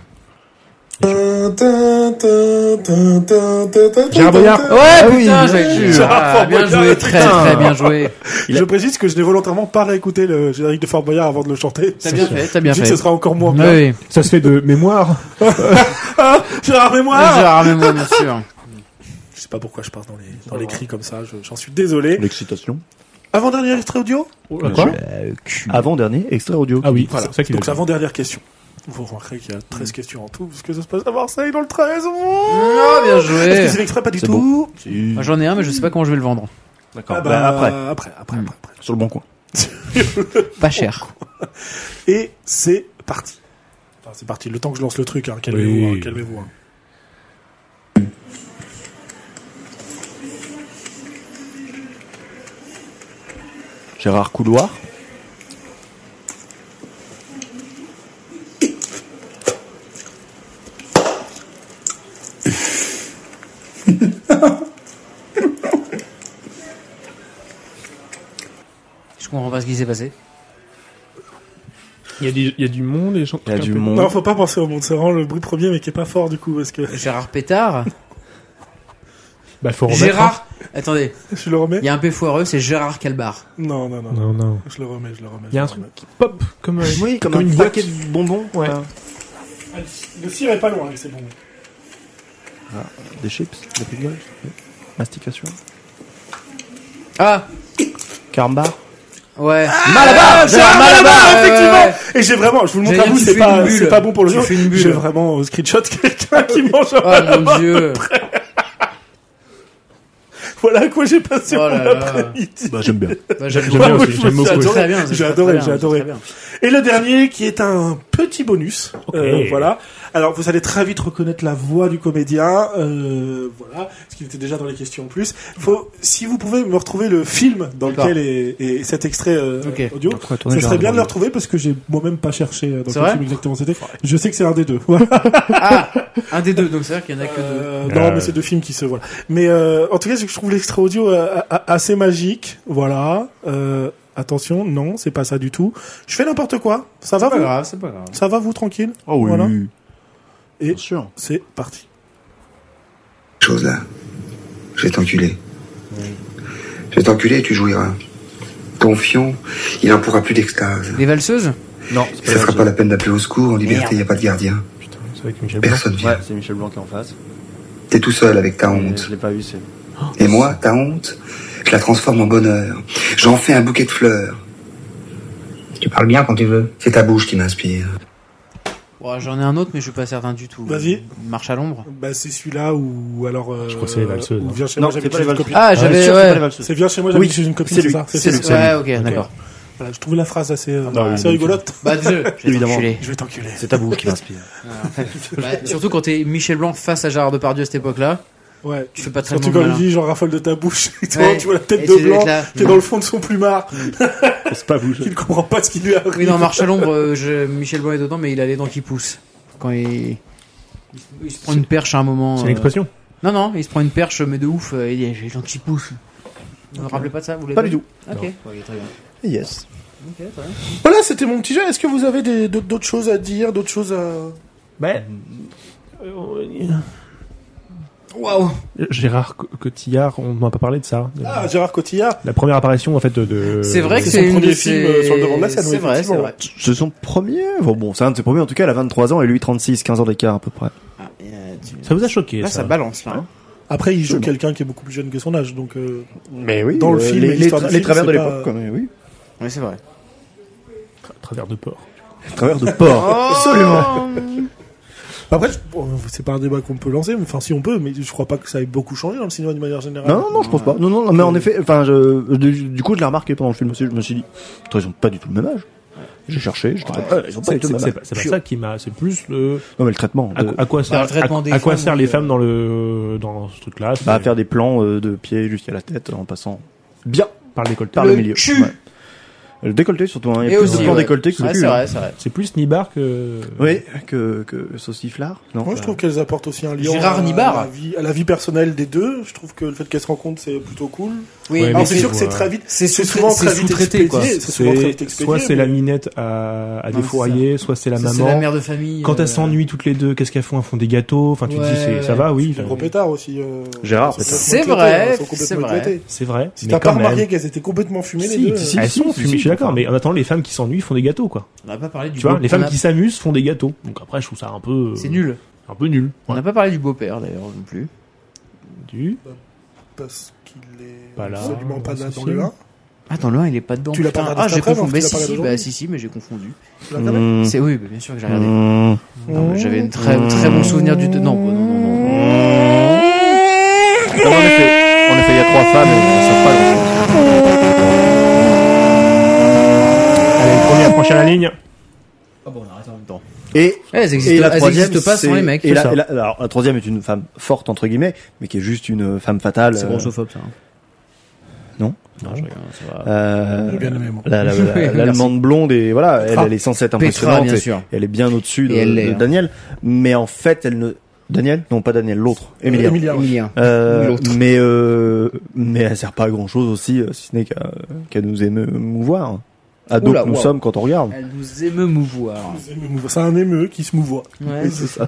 Speaker 2: Gérard
Speaker 1: Ouais, putain, j'ai
Speaker 2: Gérard
Speaker 1: ah, bien
Speaker 2: Fourboyard,
Speaker 1: joué, très
Speaker 2: putain.
Speaker 1: très bien joué.
Speaker 2: Je précise que je n'ai volontairement pas réécouté le générique de Fort Boyard avant de le chanter.
Speaker 1: T'as bien fait, t'as
Speaker 2: Je
Speaker 1: bien
Speaker 2: dis que ce
Speaker 1: fait.
Speaker 2: sera encore moins bien.
Speaker 1: Oui,
Speaker 3: Ça se fait de mémoire.
Speaker 2: Ah, Gérard Mémoire
Speaker 1: Gérard Mémoire, bien sûr.
Speaker 2: Je sais pas pourquoi je passe dans les, dans les cris comme ça, je- j'en suis désolé.
Speaker 5: L'excitation.
Speaker 2: Avant-dernier extrait audio
Speaker 3: Quoi
Speaker 5: Avant-dernier extrait audio.
Speaker 3: Ah oui,
Speaker 2: Voilà,
Speaker 3: c'est ça qu'il
Speaker 2: donc
Speaker 3: a dit.
Speaker 2: l'avant-dernière question. Vous remarquerez qu'il y a
Speaker 1: Mm.
Speaker 2: 13 questions en tout, parce que ça se passe à Marseille dans le 13.
Speaker 1: Ah, bien
Speaker 2: Est-ce que
Speaker 1: joué.
Speaker 2: c'est l'extrait Pas du
Speaker 5: C'est
Speaker 2: tout.
Speaker 5: Si.
Speaker 1: Moi, J'en ai un, mais je sais pas comment je vais le vendre.
Speaker 5: D'accord.
Speaker 2: Ah
Speaker 5: bah,
Speaker 2: bah,
Speaker 5: après,
Speaker 2: Après, après, après, après.
Speaker 5: sur le bon coin.
Speaker 1: Pas cher.
Speaker 2: Et c'est parti. Enfin, c'est parti, le temps que je lance le truc, hein, calmez-vous,
Speaker 3: Oui.
Speaker 2: hein, calmez-vous. hein.
Speaker 5: Gérard Couloir.
Speaker 1: Je comprends pas ce qui s'est passé.
Speaker 3: Il y, a du- il y a du monde et des gens.
Speaker 5: Il y a du monde.
Speaker 2: Non, faut pas penser au monde, c'est vraiment le bruit premier, mais qui est pas fort du coup, parce que
Speaker 1: Gérard Pétard.
Speaker 3: Bah, faut remettre, hein.
Speaker 1: Gérard. Attendez,
Speaker 2: je le remets.
Speaker 1: il y a un peu foireux, c'est Gérard Calbar.
Speaker 2: Non, non, non, non,
Speaker 3: hein. Non, non.
Speaker 2: je le remets, je le remets.
Speaker 3: Il y a un
Speaker 2: je le
Speaker 3: truc qui pop comme, euh,
Speaker 5: Oui, comme,
Speaker 3: comme
Speaker 5: un
Speaker 3: une boîte.
Speaker 5: paquet de bonbons. Ouais.
Speaker 2: remets. Ah, Le cire est pas loin, c'est bon.
Speaker 5: Des chips, des Pringles. ouais. Mastication.
Speaker 1: Ah,
Speaker 5: Carmbar.
Speaker 1: ouais.
Speaker 2: Ah, Gérard Malabar,
Speaker 1: ouais, ouais,
Speaker 2: effectivement. Et j'ai vraiment, je vous le montre
Speaker 1: J'allais
Speaker 2: à vous,
Speaker 1: dire,
Speaker 2: c'est
Speaker 1: tu fais
Speaker 2: pas,
Speaker 1: une bulle.
Speaker 2: c'est pas bon pour le
Speaker 1: Tu
Speaker 2: jeu.
Speaker 1: fais une bulle.
Speaker 2: J'ai vraiment euh, screenshot quelqu'un qui mange. un
Speaker 1: Oh
Speaker 2: Malabar.
Speaker 1: mon dieu.
Speaker 2: Voilà à quoi j'ai passé
Speaker 1: Oh
Speaker 2: mon
Speaker 1: là là.
Speaker 2: après-midi.
Speaker 5: Bah j'aime bien.
Speaker 1: Bah, J'aime
Speaker 3: J'aime bien
Speaker 2: Ouais,
Speaker 3: aussi,
Speaker 2: je
Speaker 3: j'aime
Speaker 2: me suis
Speaker 3: beaucoup.
Speaker 2: adoré.
Speaker 1: Très bien, c'est
Speaker 2: J'ai
Speaker 1: très
Speaker 2: adoré,
Speaker 1: bien,
Speaker 2: j'ai
Speaker 1: c'est
Speaker 2: adoré.
Speaker 1: très bien.
Speaker 2: Et le dernier qui est un petit bonus. Euh, voilà. Alors vous allez très vite reconnaître la voix du comédien. Euh, voilà. Ce qui était déjà dans les questions en plus. Faut, si vous pouvez me retrouver le film dans
Speaker 1: D'accord.
Speaker 2: lequel est, est cet extrait euh,
Speaker 1: Ok.
Speaker 2: audio, ça serait bien de le retrouver parce que j'ai moi-même pas cherché euh, dans
Speaker 1: C'est
Speaker 2: quel
Speaker 1: vrai
Speaker 2: film exactement c'était. Je sais que c'est un des deux. Voilà.
Speaker 1: Ah, un des deux, donc c'est vrai qu'il y en a que deux.
Speaker 2: Euh, non, mais c'est deux films qui se voilà. Mais euh, en tout cas, je trouve l'extrait audio euh, a- a- assez magique. Voilà. Euh, attention, non, c'est pas ça du tout. Je fais n'importe quoi. Ça va vous
Speaker 3: Ah,
Speaker 1: c'est pas grave.
Speaker 2: Ça va vous tranquille
Speaker 5: Oh oui.
Speaker 2: Voilà. Et-
Speaker 5: Bien sûr.
Speaker 2: C'est parti.
Speaker 6: Chose là. Je vais t'enculer. Je vais t'enculer et tu jouiras. Confiant, il n'en pourra plus d'extase.
Speaker 1: Les valseuses
Speaker 5: Non, c'est
Speaker 6: Et ça
Speaker 5: pas
Speaker 6: fera
Speaker 5: ça.
Speaker 6: pas la peine d'appeler au secours. En liberté, il n'y a pas de gardien.
Speaker 3: C'est avec Michel Blanc.
Speaker 6: Personne vient.
Speaker 5: Ouais, c'est Michel Blanc qui est en face.
Speaker 6: T'es tout seul avec ta
Speaker 5: Et
Speaker 6: Ah, honte.
Speaker 5: Je l'ai pas vu, c'est.
Speaker 6: Et moi, ta honte, je la transforme en bonheur. J'en fais un bouquet de fleurs. Tu parles bien quand tu veux. C'est ta bouche qui m'inspire.
Speaker 1: Ouais, J'en ai un autre, mais je suis pas certain du tout.
Speaker 2: Vas-y.
Speaker 1: Marche à l'ombre.
Speaker 2: Bah, c'est celui-là ou alors. euh,
Speaker 3: Je crois que c'est les valseuses,
Speaker 2: ou
Speaker 3: hein.
Speaker 2: viens chez
Speaker 5: Non,
Speaker 2: moi, j'habite
Speaker 5: c'est pas
Speaker 2: chez
Speaker 5: les
Speaker 2: une copine.
Speaker 1: Ah,
Speaker 5: Bien
Speaker 1: j'avais.
Speaker 5: sûr, c'est pas les
Speaker 1: Ouais,
Speaker 5: valseuses.
Speaker 2: C'est viens chez moi, j'habite
Speaker 5: Oui,
Speaker 2: chez une copine,
Speaker 5: c'est
Speaker 2: c'est
Speaker 5: lui,
Speaker 2: ça.
Speaker 1: C'est-
Speaker 2: ça.
Speaker 1: ouais, ok, d'accord.
Speaker 2: Voilà, je trouvais la phrase assez, euh,
Speaker 5: Ah oui,
Speaker 2: assez
Speaker 5: oui,
Speaker 2: rigolote.
Speaker 1: Bah, désolé, je vais
Speaker 5: Évidemment.
Speaker 1: t'enculer.
Speaker 2: Je vais t'enculer.
Speaker 5: C'est ta bouche qui m'inspire.
Speaker 1: Bah, surtout quand t'es Michel Blanc face à Gérard Depardieu à cette époque-là,
Speaker 2: Ouais.
Speaker 1: tu fais pas très
Speaker 2: Surtout
Speaker 1: bon
Speaker 2: quand
Speaker 1: malin.
Speaker 2: il dit genre rafale de ta bouche, et toi,
Speaker 1: Ouais.
Speaker 2: tu vois la
Speaker 1: Et
Speaker 2: tête
Speaker 1: tu Mm.
Speaker 2: de
Speaker 1: dois
Speaker 2: blanc
Speaker 1: être là.
Speaker 2: qui est dans le fond de son plumard,
Speaker 5: C'est pas vous.
Speaker 2: qui ne comprend pas ce qui lui arrive.
Speaker 1: Mm. Oui, dans Marche à l'ombre, euh, je- Michel Blanc est dedans, mais il a les dents qui poussent. Quand il. Il se prend une perche à un moment.
Speaker 3: C'est
Speaker 1: euh,
Speaker 3: une expression.
Speaker 1: Non, non, il se prend une perche, mais de ouf, euh, il dit J'ai les dents qui poussent. Vous vous rappelez pas de ça vous l'avez
Speaker 5: Pas du tout.
Speaker 1: Ok.
Speaker 5: Yes.
Speaker 1: Ok, très bien.
Speaker 2: Voilà, c'était mon petit jeu. Est-ce que vous avez des- d'autres d'autres choses à dire, d'autres choses à...
Speaker 3: Bah,
Speaker 1: Waouh
Speaker 3: euh, Gérard Co- Cotillard, on n'a pas parlé de ça.
Speaker 2: Ah, Gérard Cotillard
Speaker 3: La première apparition en fait de. de-
Speaker 1: C'est vrai que
Speaker 2: c'est son
Speaker 1: c'est une
Speaker 2: premier
Speaker 1: de
Speaker 2: film,
Speaker 1: ses-
Speaker 2: euh, sur le devant de la scène, oui,
Speaker 1: C'est vrai, c'est
Speaker 2: effectivement.
Speaker 1: vrai.
Speaker 5: C'est son premier. Bon, bon, c'est un de ses premiers. En tout cas, elle a 23 ans et lui 36, 15 ans d'écart à peu près.
Speaker 3: Ça vous a choqué
Speaker 1: Là,
Speaker 3: ça
Speaker 1: ça balance, là. hein.
Speaker 2: Après, il joue quelqu'un qui est beaucoup plus jeune que son âge, donc... euh,
Speaker 5: Mais oui. euh,
Speaker 2: Dans le film,
Speaker 5: les, les,
Speaker 2: l'histoire du
Speaker 5: les
Speaker 2: film,
Speaker 5: travers de
Speaker 2: c'est
Speaker 5: l'époque.
Speaker 2: pas-
Speaker 5: quoi, mais Oui.
Speaker 1: Oui, c'est vrai.
Speaker 3: À travers de port.
Speaker 5: Les travers de port. Absolument.
Speaker 2: Bah, Après, je- bon, c'est pas un débat qu'on peut lancer, mais enfin si on peut, mais je crois pas que ça ait beaucoup changé dans le cinéma de manière générale.
Speaker 5: Non, non, non, je pense pas. Non, non, non, mais en effet, enfin, je, du, du coup, je l'ai remarqué pendant le film aussi. Je me suis dit, Attends, ils ont pas du tout le même âge. J'ai cherché, je Ah, ils ont pas
Speaker 3: C'est
Speaker 5: du
Speaker 3: c'est-
Speaker 5: tout le même
Speaker 3: c'est
Speaker 5: âge.
Speaker 3: pas, c'est pas ça qui m'a. C'est plus le.
Speaker 5: Non, mais le traitement. euh,
Speaker 3: À,
Speaker 5: de-
Speaker 3: à quoi sert,
Speaker 1: le traitement
Speaker 3: à-
Speaker 1: des
Speaker 3: à quoi
Speaker 1: femmes,
Speaker 3: sert
Speaker 1: oui,
Speaker 3: les
Speaker 1: euh,
Speaker 3: femmes dans le dans ce truc-là
Speaker 5: Bah, à faire des plans euh, de pied jusqu'à la tête en passant bien
Speaker 3: par le décolleté.
Speaker 5: par le, milieu.
Speaker 1: cul.
Speaker 5: Ouais. Le décolleté surtout, hein. il y
Speaker 1: Et
Speaker 5: a plus
Speaker 1: aussi,
Speaker 5: de plans
Speaker 1: ouais.
Speaker 5: décolletés que
Speaker 1: Ouais,
Speaker 5: cul,
Speaker 1: c'est
Speaker 5: hein.
Speaker 1: vrai, c'est vrai.
Speaker 3: C'est plus Nibar que.
Speaker 5: Oui, Euh, que, que sauciflard. Non,
Speaker 2: Moi, je trouve qu'elles apportent aussi un lien
Speaker 1: Gérard
Speaker 2: à,
Speaker 1: Nibar.
Speaker 2: à la vie, à la vie personnelle des deux. Je trouve que le fait qu'elles se rencontrent, c'est plutôt cool.
Speaker 1: Oui, mais
Speaker 3: Ouais,
Speaker 2: Alors, c'est
Speaker 3: c'est-
Speaker 2: sûr que c'est
Speaker 3: ouais.
Speaker 2: très vite.
Speaker 1: C'est
Speaker 2: C'est
Speaker 1: sous-
Speaker 2: souvent
Speaker 1: c'est
Speaker 2: très vite
Speaker 1: sous-traité,
Speaker 2: expédié.
Speaker 1: quoi.
Speaker 2: C'est souvent très vite expédié.
Speaker 3: soit c'est
Speaker 2: mais-
Speaker 3: la minette à, à
Speaker 1: Non,
Speaker 3: des
Speaker 1: c'est
Speaker 3: fourriers, soit c'est la
Speaker 1: Ça, c'est
Speaker 3: maman.
Speaker 1: la mère de famille.
Speaker 3: Quand
Speaker 1: euh,
Speaker 3: elles s'ennuient toutes les deux, qu'est-ce qu'elles font Elles font des gâteaux. Enfin, tu te dis,
Speaker 1: Ouais,
Speaker 3: c'est- ça
Speaker 1: ouais.
Speaker 3: va, oui.
Speaker 2: Les
Speaker 3: enfin,
Speaker 2: gros pétards aussi. euh,
Speaker 5: Gérard
Speaker 2: sont
Speaker 5: Pétard.
Speaker 1: C'est
Speaker 2: complètement
Speaker 1: vrai,
Speaker 2: éclatés, ils sont
Speaker 1: c'est
Speaker 2: complètement
Speaker 1: vrai.
Speaker 2: éclatés.
Speaker 3: C'est vrai.
Speaker 2: Si
Speaker 3: mais
Speaker 2: t'as pas
Speaker 3: quand même.
Speaker 2: remarqué qu'elles étaient complètement fumées, les
Speaker 3: Si,
Speaker 2: deux.
Speaker 3: si,
Speaker 2: euh,
Speaker 3: elles
Speaker 5: si,
Speaker 3: sont
Speaker 5: si,
Speaker 3: fumées,
Speaker 5: si,
Speaker 3: je suis d'accord.
Speaker 5: enfin.
Speaker 3: Mais en attendant, les femmes qui s'ennuient font des gâteaux, quoi.
Speaker 1: On n'a pas parlé du
Speaker 3: Tu vois,
Speaker 1: beau-père.
Speaker 3: les
Speaker 1: On
Speaker 3: femmes
Speaker 1: a-
Speaker 3: qui s'amusent font des gâteaux. Donc après, je trouve ça un peu. euh,
Speaker 1: C'est nul.
Speaker 3: Un peu nul.
Speaker 1: On n'a pas parlé du beau-père d'ailleurs non plus.
Speaker 3: Du.
Speaker 2: Parce qu'il est
Speaker 3: Pas là,
Speaker 2: absolument pas
Speaker 3: dans
Speaker 2: là
Speaker 3: ce
Speaker 2: dans le
Speaker 3: film.
Speaker 2: 1.
Speaker 1: Attends, le 1 il est pas dedans.
Speaker 2: Tu l'as pas
Speaker 1: putain.
Speaker 2: regardé
Speaker 1: Ah,
Speaker 2: cet
Speaker 1: j'ai
Speaker 2: après-midi,
Speaker 1: confondu.
Speaker 2: tu l'as
Speaker 1: Bah,
Speaker 2: pas
Speaker 1: si, si,
Speaker 2: regardé
Speaker 1: bah,
Speaker 2: aujourd'hui
Speaker 1: si, si, mais j'ai confondu.
Speaker 2: Tu l'as regardé
Speaker 5: Hmm.
Speaker 1: C'est oui, bah, bien sûr que j'ai regardé. Non,
Speaker 2: Hmm.
Speaker 1: mais J'avais un très, très bon souvenir du. Non, bon, non, non, non.
Speaker 5: en effet, en effet, il y a trois femmes et elles savent pas grand-chose.
Speaker 3: Allez, premier à franchir la ligne.
Speaker 1: Ah bon, on arrête en même temps.
Speaker 5: Et,
Speaker 1: Ouais, Eh, elles existent,
Speaker 5: et la
Speaker 1: elles
Speaker 5: troisième,
Speaker 1: existent pas sans
Speaker 5: c'est-
Speaker 1: les mecs.
Speaker 5: Et la,
Speaker 1: c'est
Speaker 5: et la- alors, la troisième est une femme forte entre guillemets, mais qui est juste une femme fatale.
Speaker 1: C'est
Speaker 5: euh,
Speaker 1: grossophobe ça. hein.
Speaker 5: Non.
Speaker 1: Non, je rigole, ça va.
Speaker 5: euh,
Speaker 2: J'ai bien aimé, moi.
Speaker 5: la- la- la-
Speaker 1: Oui, merci.
Speaker 5: L'allemande blonde et voilà, elle,
Speaker 1: Ah.
Speaker 5: elle est censée être
Speaker 1: Petra,
Speaker 5: impressionnante.
Speaker 1: bien
Speaker 5: et-
Speaker 1: sûr.
Speaker 5: Elle est bien au-dessus de,
Speaker 1: Et elle l'est,
Speaker 5: de
Speaker 1: hein.
Speaker 5: Daniel, mais en fait, elle ne. Daniel Non, pas Daniel, l'autre, Emilia.
Speaker 2: Emilia, ouais.
Speaker 1: Emilien.
Speaker 5: Euh,
Speaker 1: L'autre.
Speaker 5: mais euh, mais elle sert pas à grand chose aussi, euh, si ce n'est qu'à qu'à nous émouvoir. Ados
Speaker 1: Oula,
Speaker 5: que nous
Speaker 1: wow.
Speaker 5: sommes quand on regarde.
Speaker 1: Elle nous émeut mouvoir.
Speaker 2: C'est un émeu qui se mouvoie.
Speaker 1: Ouais.
Speaker 5: C'est ça.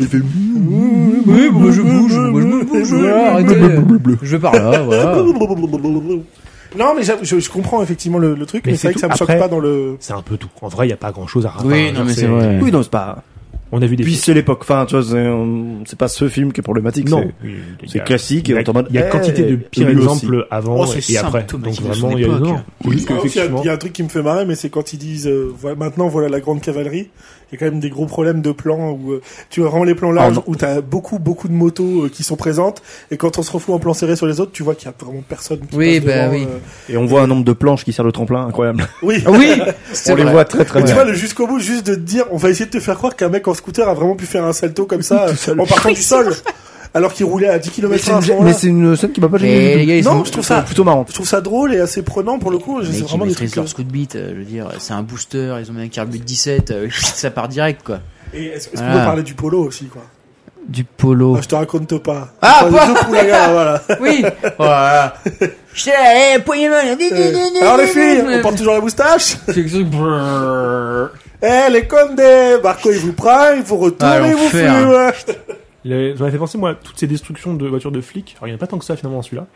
Speaker 5: Il fait mou-
Speaker 1: Oui, moi je bouge, moi je me bouge, arrêtez. Je vais par là, voilà.
Speaker 2: Oh. Non, mais j'a- je, je comprends effectivement le, le truc, mais,
Speaker 3: Mais
Speaker 2: c'est
Speaker 3: c'est
Speaker 2: vrai que
Speaker 3: tout.
Speaker 2: ça me choque
Speaker 3: Après-
Speaker 2: pas dans le.
Speaker 3: C'est un peu tout. En vrai, il n'y a pas grand chose à raconter.
Speaker 1: Oui, non, mais c'est vrai.
Speaker 5: Oui, non, c'est pas.
Speaker 3: On a vu des.
Speaker 5: Puis c'est l'époque. Enfin, tu vois, c'est on- c'est pas ce film qui est problématique.
Speaker 3: Non,
Speaker 5: c'est- c'est classique.
Speaker 3: Il y
Speaker 5: Et on
Speaker 3: a,
Speaker 5: est en mode,
Speaker 3: il y a
Speaker 5: eh,
Speaker 3: quantité de pires
Speaker 5: lui aussi.
Speaker 3: exemples avant
Speaker 1: Oh, c'est
Speaker 3: et après. Donc
Speaker 1: symptomatique de
Speaker 3: vraiment,
Speaker 1: son
Speaker 3: il y a
Speaker 1: époque.
Speaker 3: non. Juste
Speaker 2: Ah, aussi, Il y a-
Speaker 3: qu'effectivement,
Speaker 2: il y a un truc qui me fait marrer, mais c'est quand ils disent euh, voilà, maintenant voilà la grande cavalerie. Il y a quand même des gros problèmes de plans où euh, tu rends les plans larges,
Speaker 5: non.
Speaker 2: où t'as beaucoup beaucoup de motos euh, qui sont présentes, et quand on se retrouve en plan serré sur les autres, tu vois qu'il y a vraiment personne. Qui
Speaker 1: Oui,
Speaker 2: passe
Speaker 1: bah
Speaker 2: devant,
Speaker 1: oui.
Speaker 2: euh,
Speaker 5: Et on voit un nombre de planches qui servent de tremplin incroyable.
Speaker 2: oui.
Speaker 1: Ah Oui,
Speaker 5: On
Speaker 1: c'est
Speaker 5: les
Speaker 1: vrai.
Speaker 5: voit très très
Speaker 2: Mais tu
Speaker 5: bien.
Speaker 2: vois, le jusqu'au bout, juste de te dire, on va essayer de te faire croire qu'un mec en scooter a vraiment pu faire un salto comme ça, en partant du sol, alors qu'il roulait à 10
Speaker 5: Mais
Speaker 2: km
Speaker 5: c'est
Speaker 2: à ce
Speaker 5: une- mais
Speaker 2: moment-là.
Speaker 5: c'est une scène qui m'a pas
Speaker 1: Mais les gars, ils
Speaker 5: gêné. du tout.
Speaker 1: sont-
Speaker 5: Non, je trouve ça plutôt marrant.
Speaker 2: Je trouve ça drôle et assez prenant pour le coup.
Speaker 1: Les
Speaker 2: C'est
Speaker 1: mecs, ils
Speaker 2: vraiment des
Speaker 1: maîtrisent
Speaker 2: trucs.
Speaker 1: leur scoot beat, euh, je veux dire, c'est un booster, ils ont mis un carbut 17, euh, ça part direct quoi.
Speaker 2: Et est-ce est-ce qu'on
Speaker 1: Voilà.
Speaker 2: peut parler du polo aussi, quoi
Speaker 1: Du polo.
Speaker 2: Ah, Je te raconte pas.
Speaker 1: Ah,
Speaker 2: Enfin,
Speaker 1: quoi
Speaker 2: les deux poulagares, voilà.
Speaker 1: Oui Voilà Je suis là, eh, poignée de main, là.
Speaker 2: Euh, Alors les filles, on porte toujours la moustache
Speaker 1: C'est quelque chose- Brrr.
Speaker 2: Eh les condés Marco il vous prend, il vous
Speaker 1: Ah,
Speaker 2: retourne et il vous
Speaker 1: l'enfer.
Speaker 2: fume
Speaker 3: Le- ça m'a fait penser moi à toutes ces destructions de voitures de flics. Alors il n'y en a pas tant que ça finalement dans celui-là.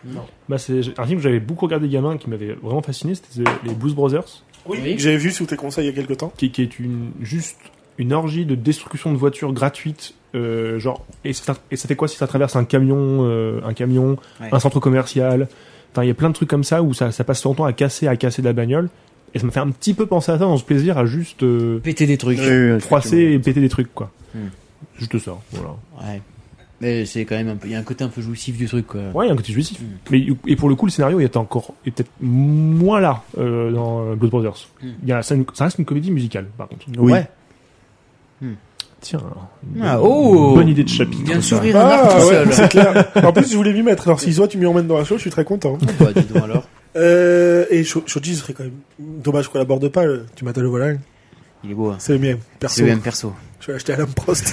Speaker 3: Bah c'est un film que j'avais beaucoup regardé gamin qui m'avait vraiment fasciné, c'était The- les Blues Brothers,
Speaker 2: Oui, j'ai vu sous tes conseils il y a quelques temps.
Speaker 3: qui, qui est une juste une orgie de destruction de voitures gratuites. euh, genre et ça, et ça fait quoi si ça traverse un camion, euh, un camion,
Speaker 1: Ouais.
Speaker 3: un centre commercial. Enfin il y a plein de trucs comme ça où ça, ça passe son temps à casser, à casser de la bagnole. Et ça m'a fait un petit peu penser à ça dans ce plaisir à juste euh,
Speaker 1: Péter des trucs.
Speaker 3: froisser et péter des trucs quoi.
Speaker 1: Hmm.
Speaker 3: Juste ça, voilà.
Speaker 1: Ouais. Mais c'est quand même un peu, il y a un côté un peu jouissif du truc quoi.
Speaker 3: Ouais, il y a un côté jouissif.
Speaker 1: Mm.
Speaker 3: Mais, et pour le coup, le scénario est encore est peut-être moins là euh, dans euh, Blood Brothers.
Speaker 1: Mm.
Speaker 3: Il y a, ça, ça reste une comédie musicale, par contre.
Speaker 5: Oui.
Speaker 1: Ouais.
Speaker 3: Tiens, une
Speaker 1: Ah, oh
Speaker 3: bonne idée de chapitre.
Speaker 1: Il
Speaker 2: Ah,
Speaker 1: vient de
Speaker 3: ça.
Speaker 1: s'ouvrir un arc tout seul.
Speaker 2: c'est clair. En plus, je voulais m'y mettre. Alors, si toi, tu m'y emmènes dans la chose, je suis très content.
Speaker 1: Bah, dis donc alors.
Speaker 2: Euh, et Sho- Shoji, ce serait quand même dommage qu'on l'aborde pas. le- Tu m'attends le voilà.
Speaker 1: Il est beau, hein.
Speaker 2: C'est le mien,
Speaker 1: C'est
Speaker 2: perso.
Speaker 1: le même perso.
Speaker 2: Je vais l'acheter à l'homme Prost.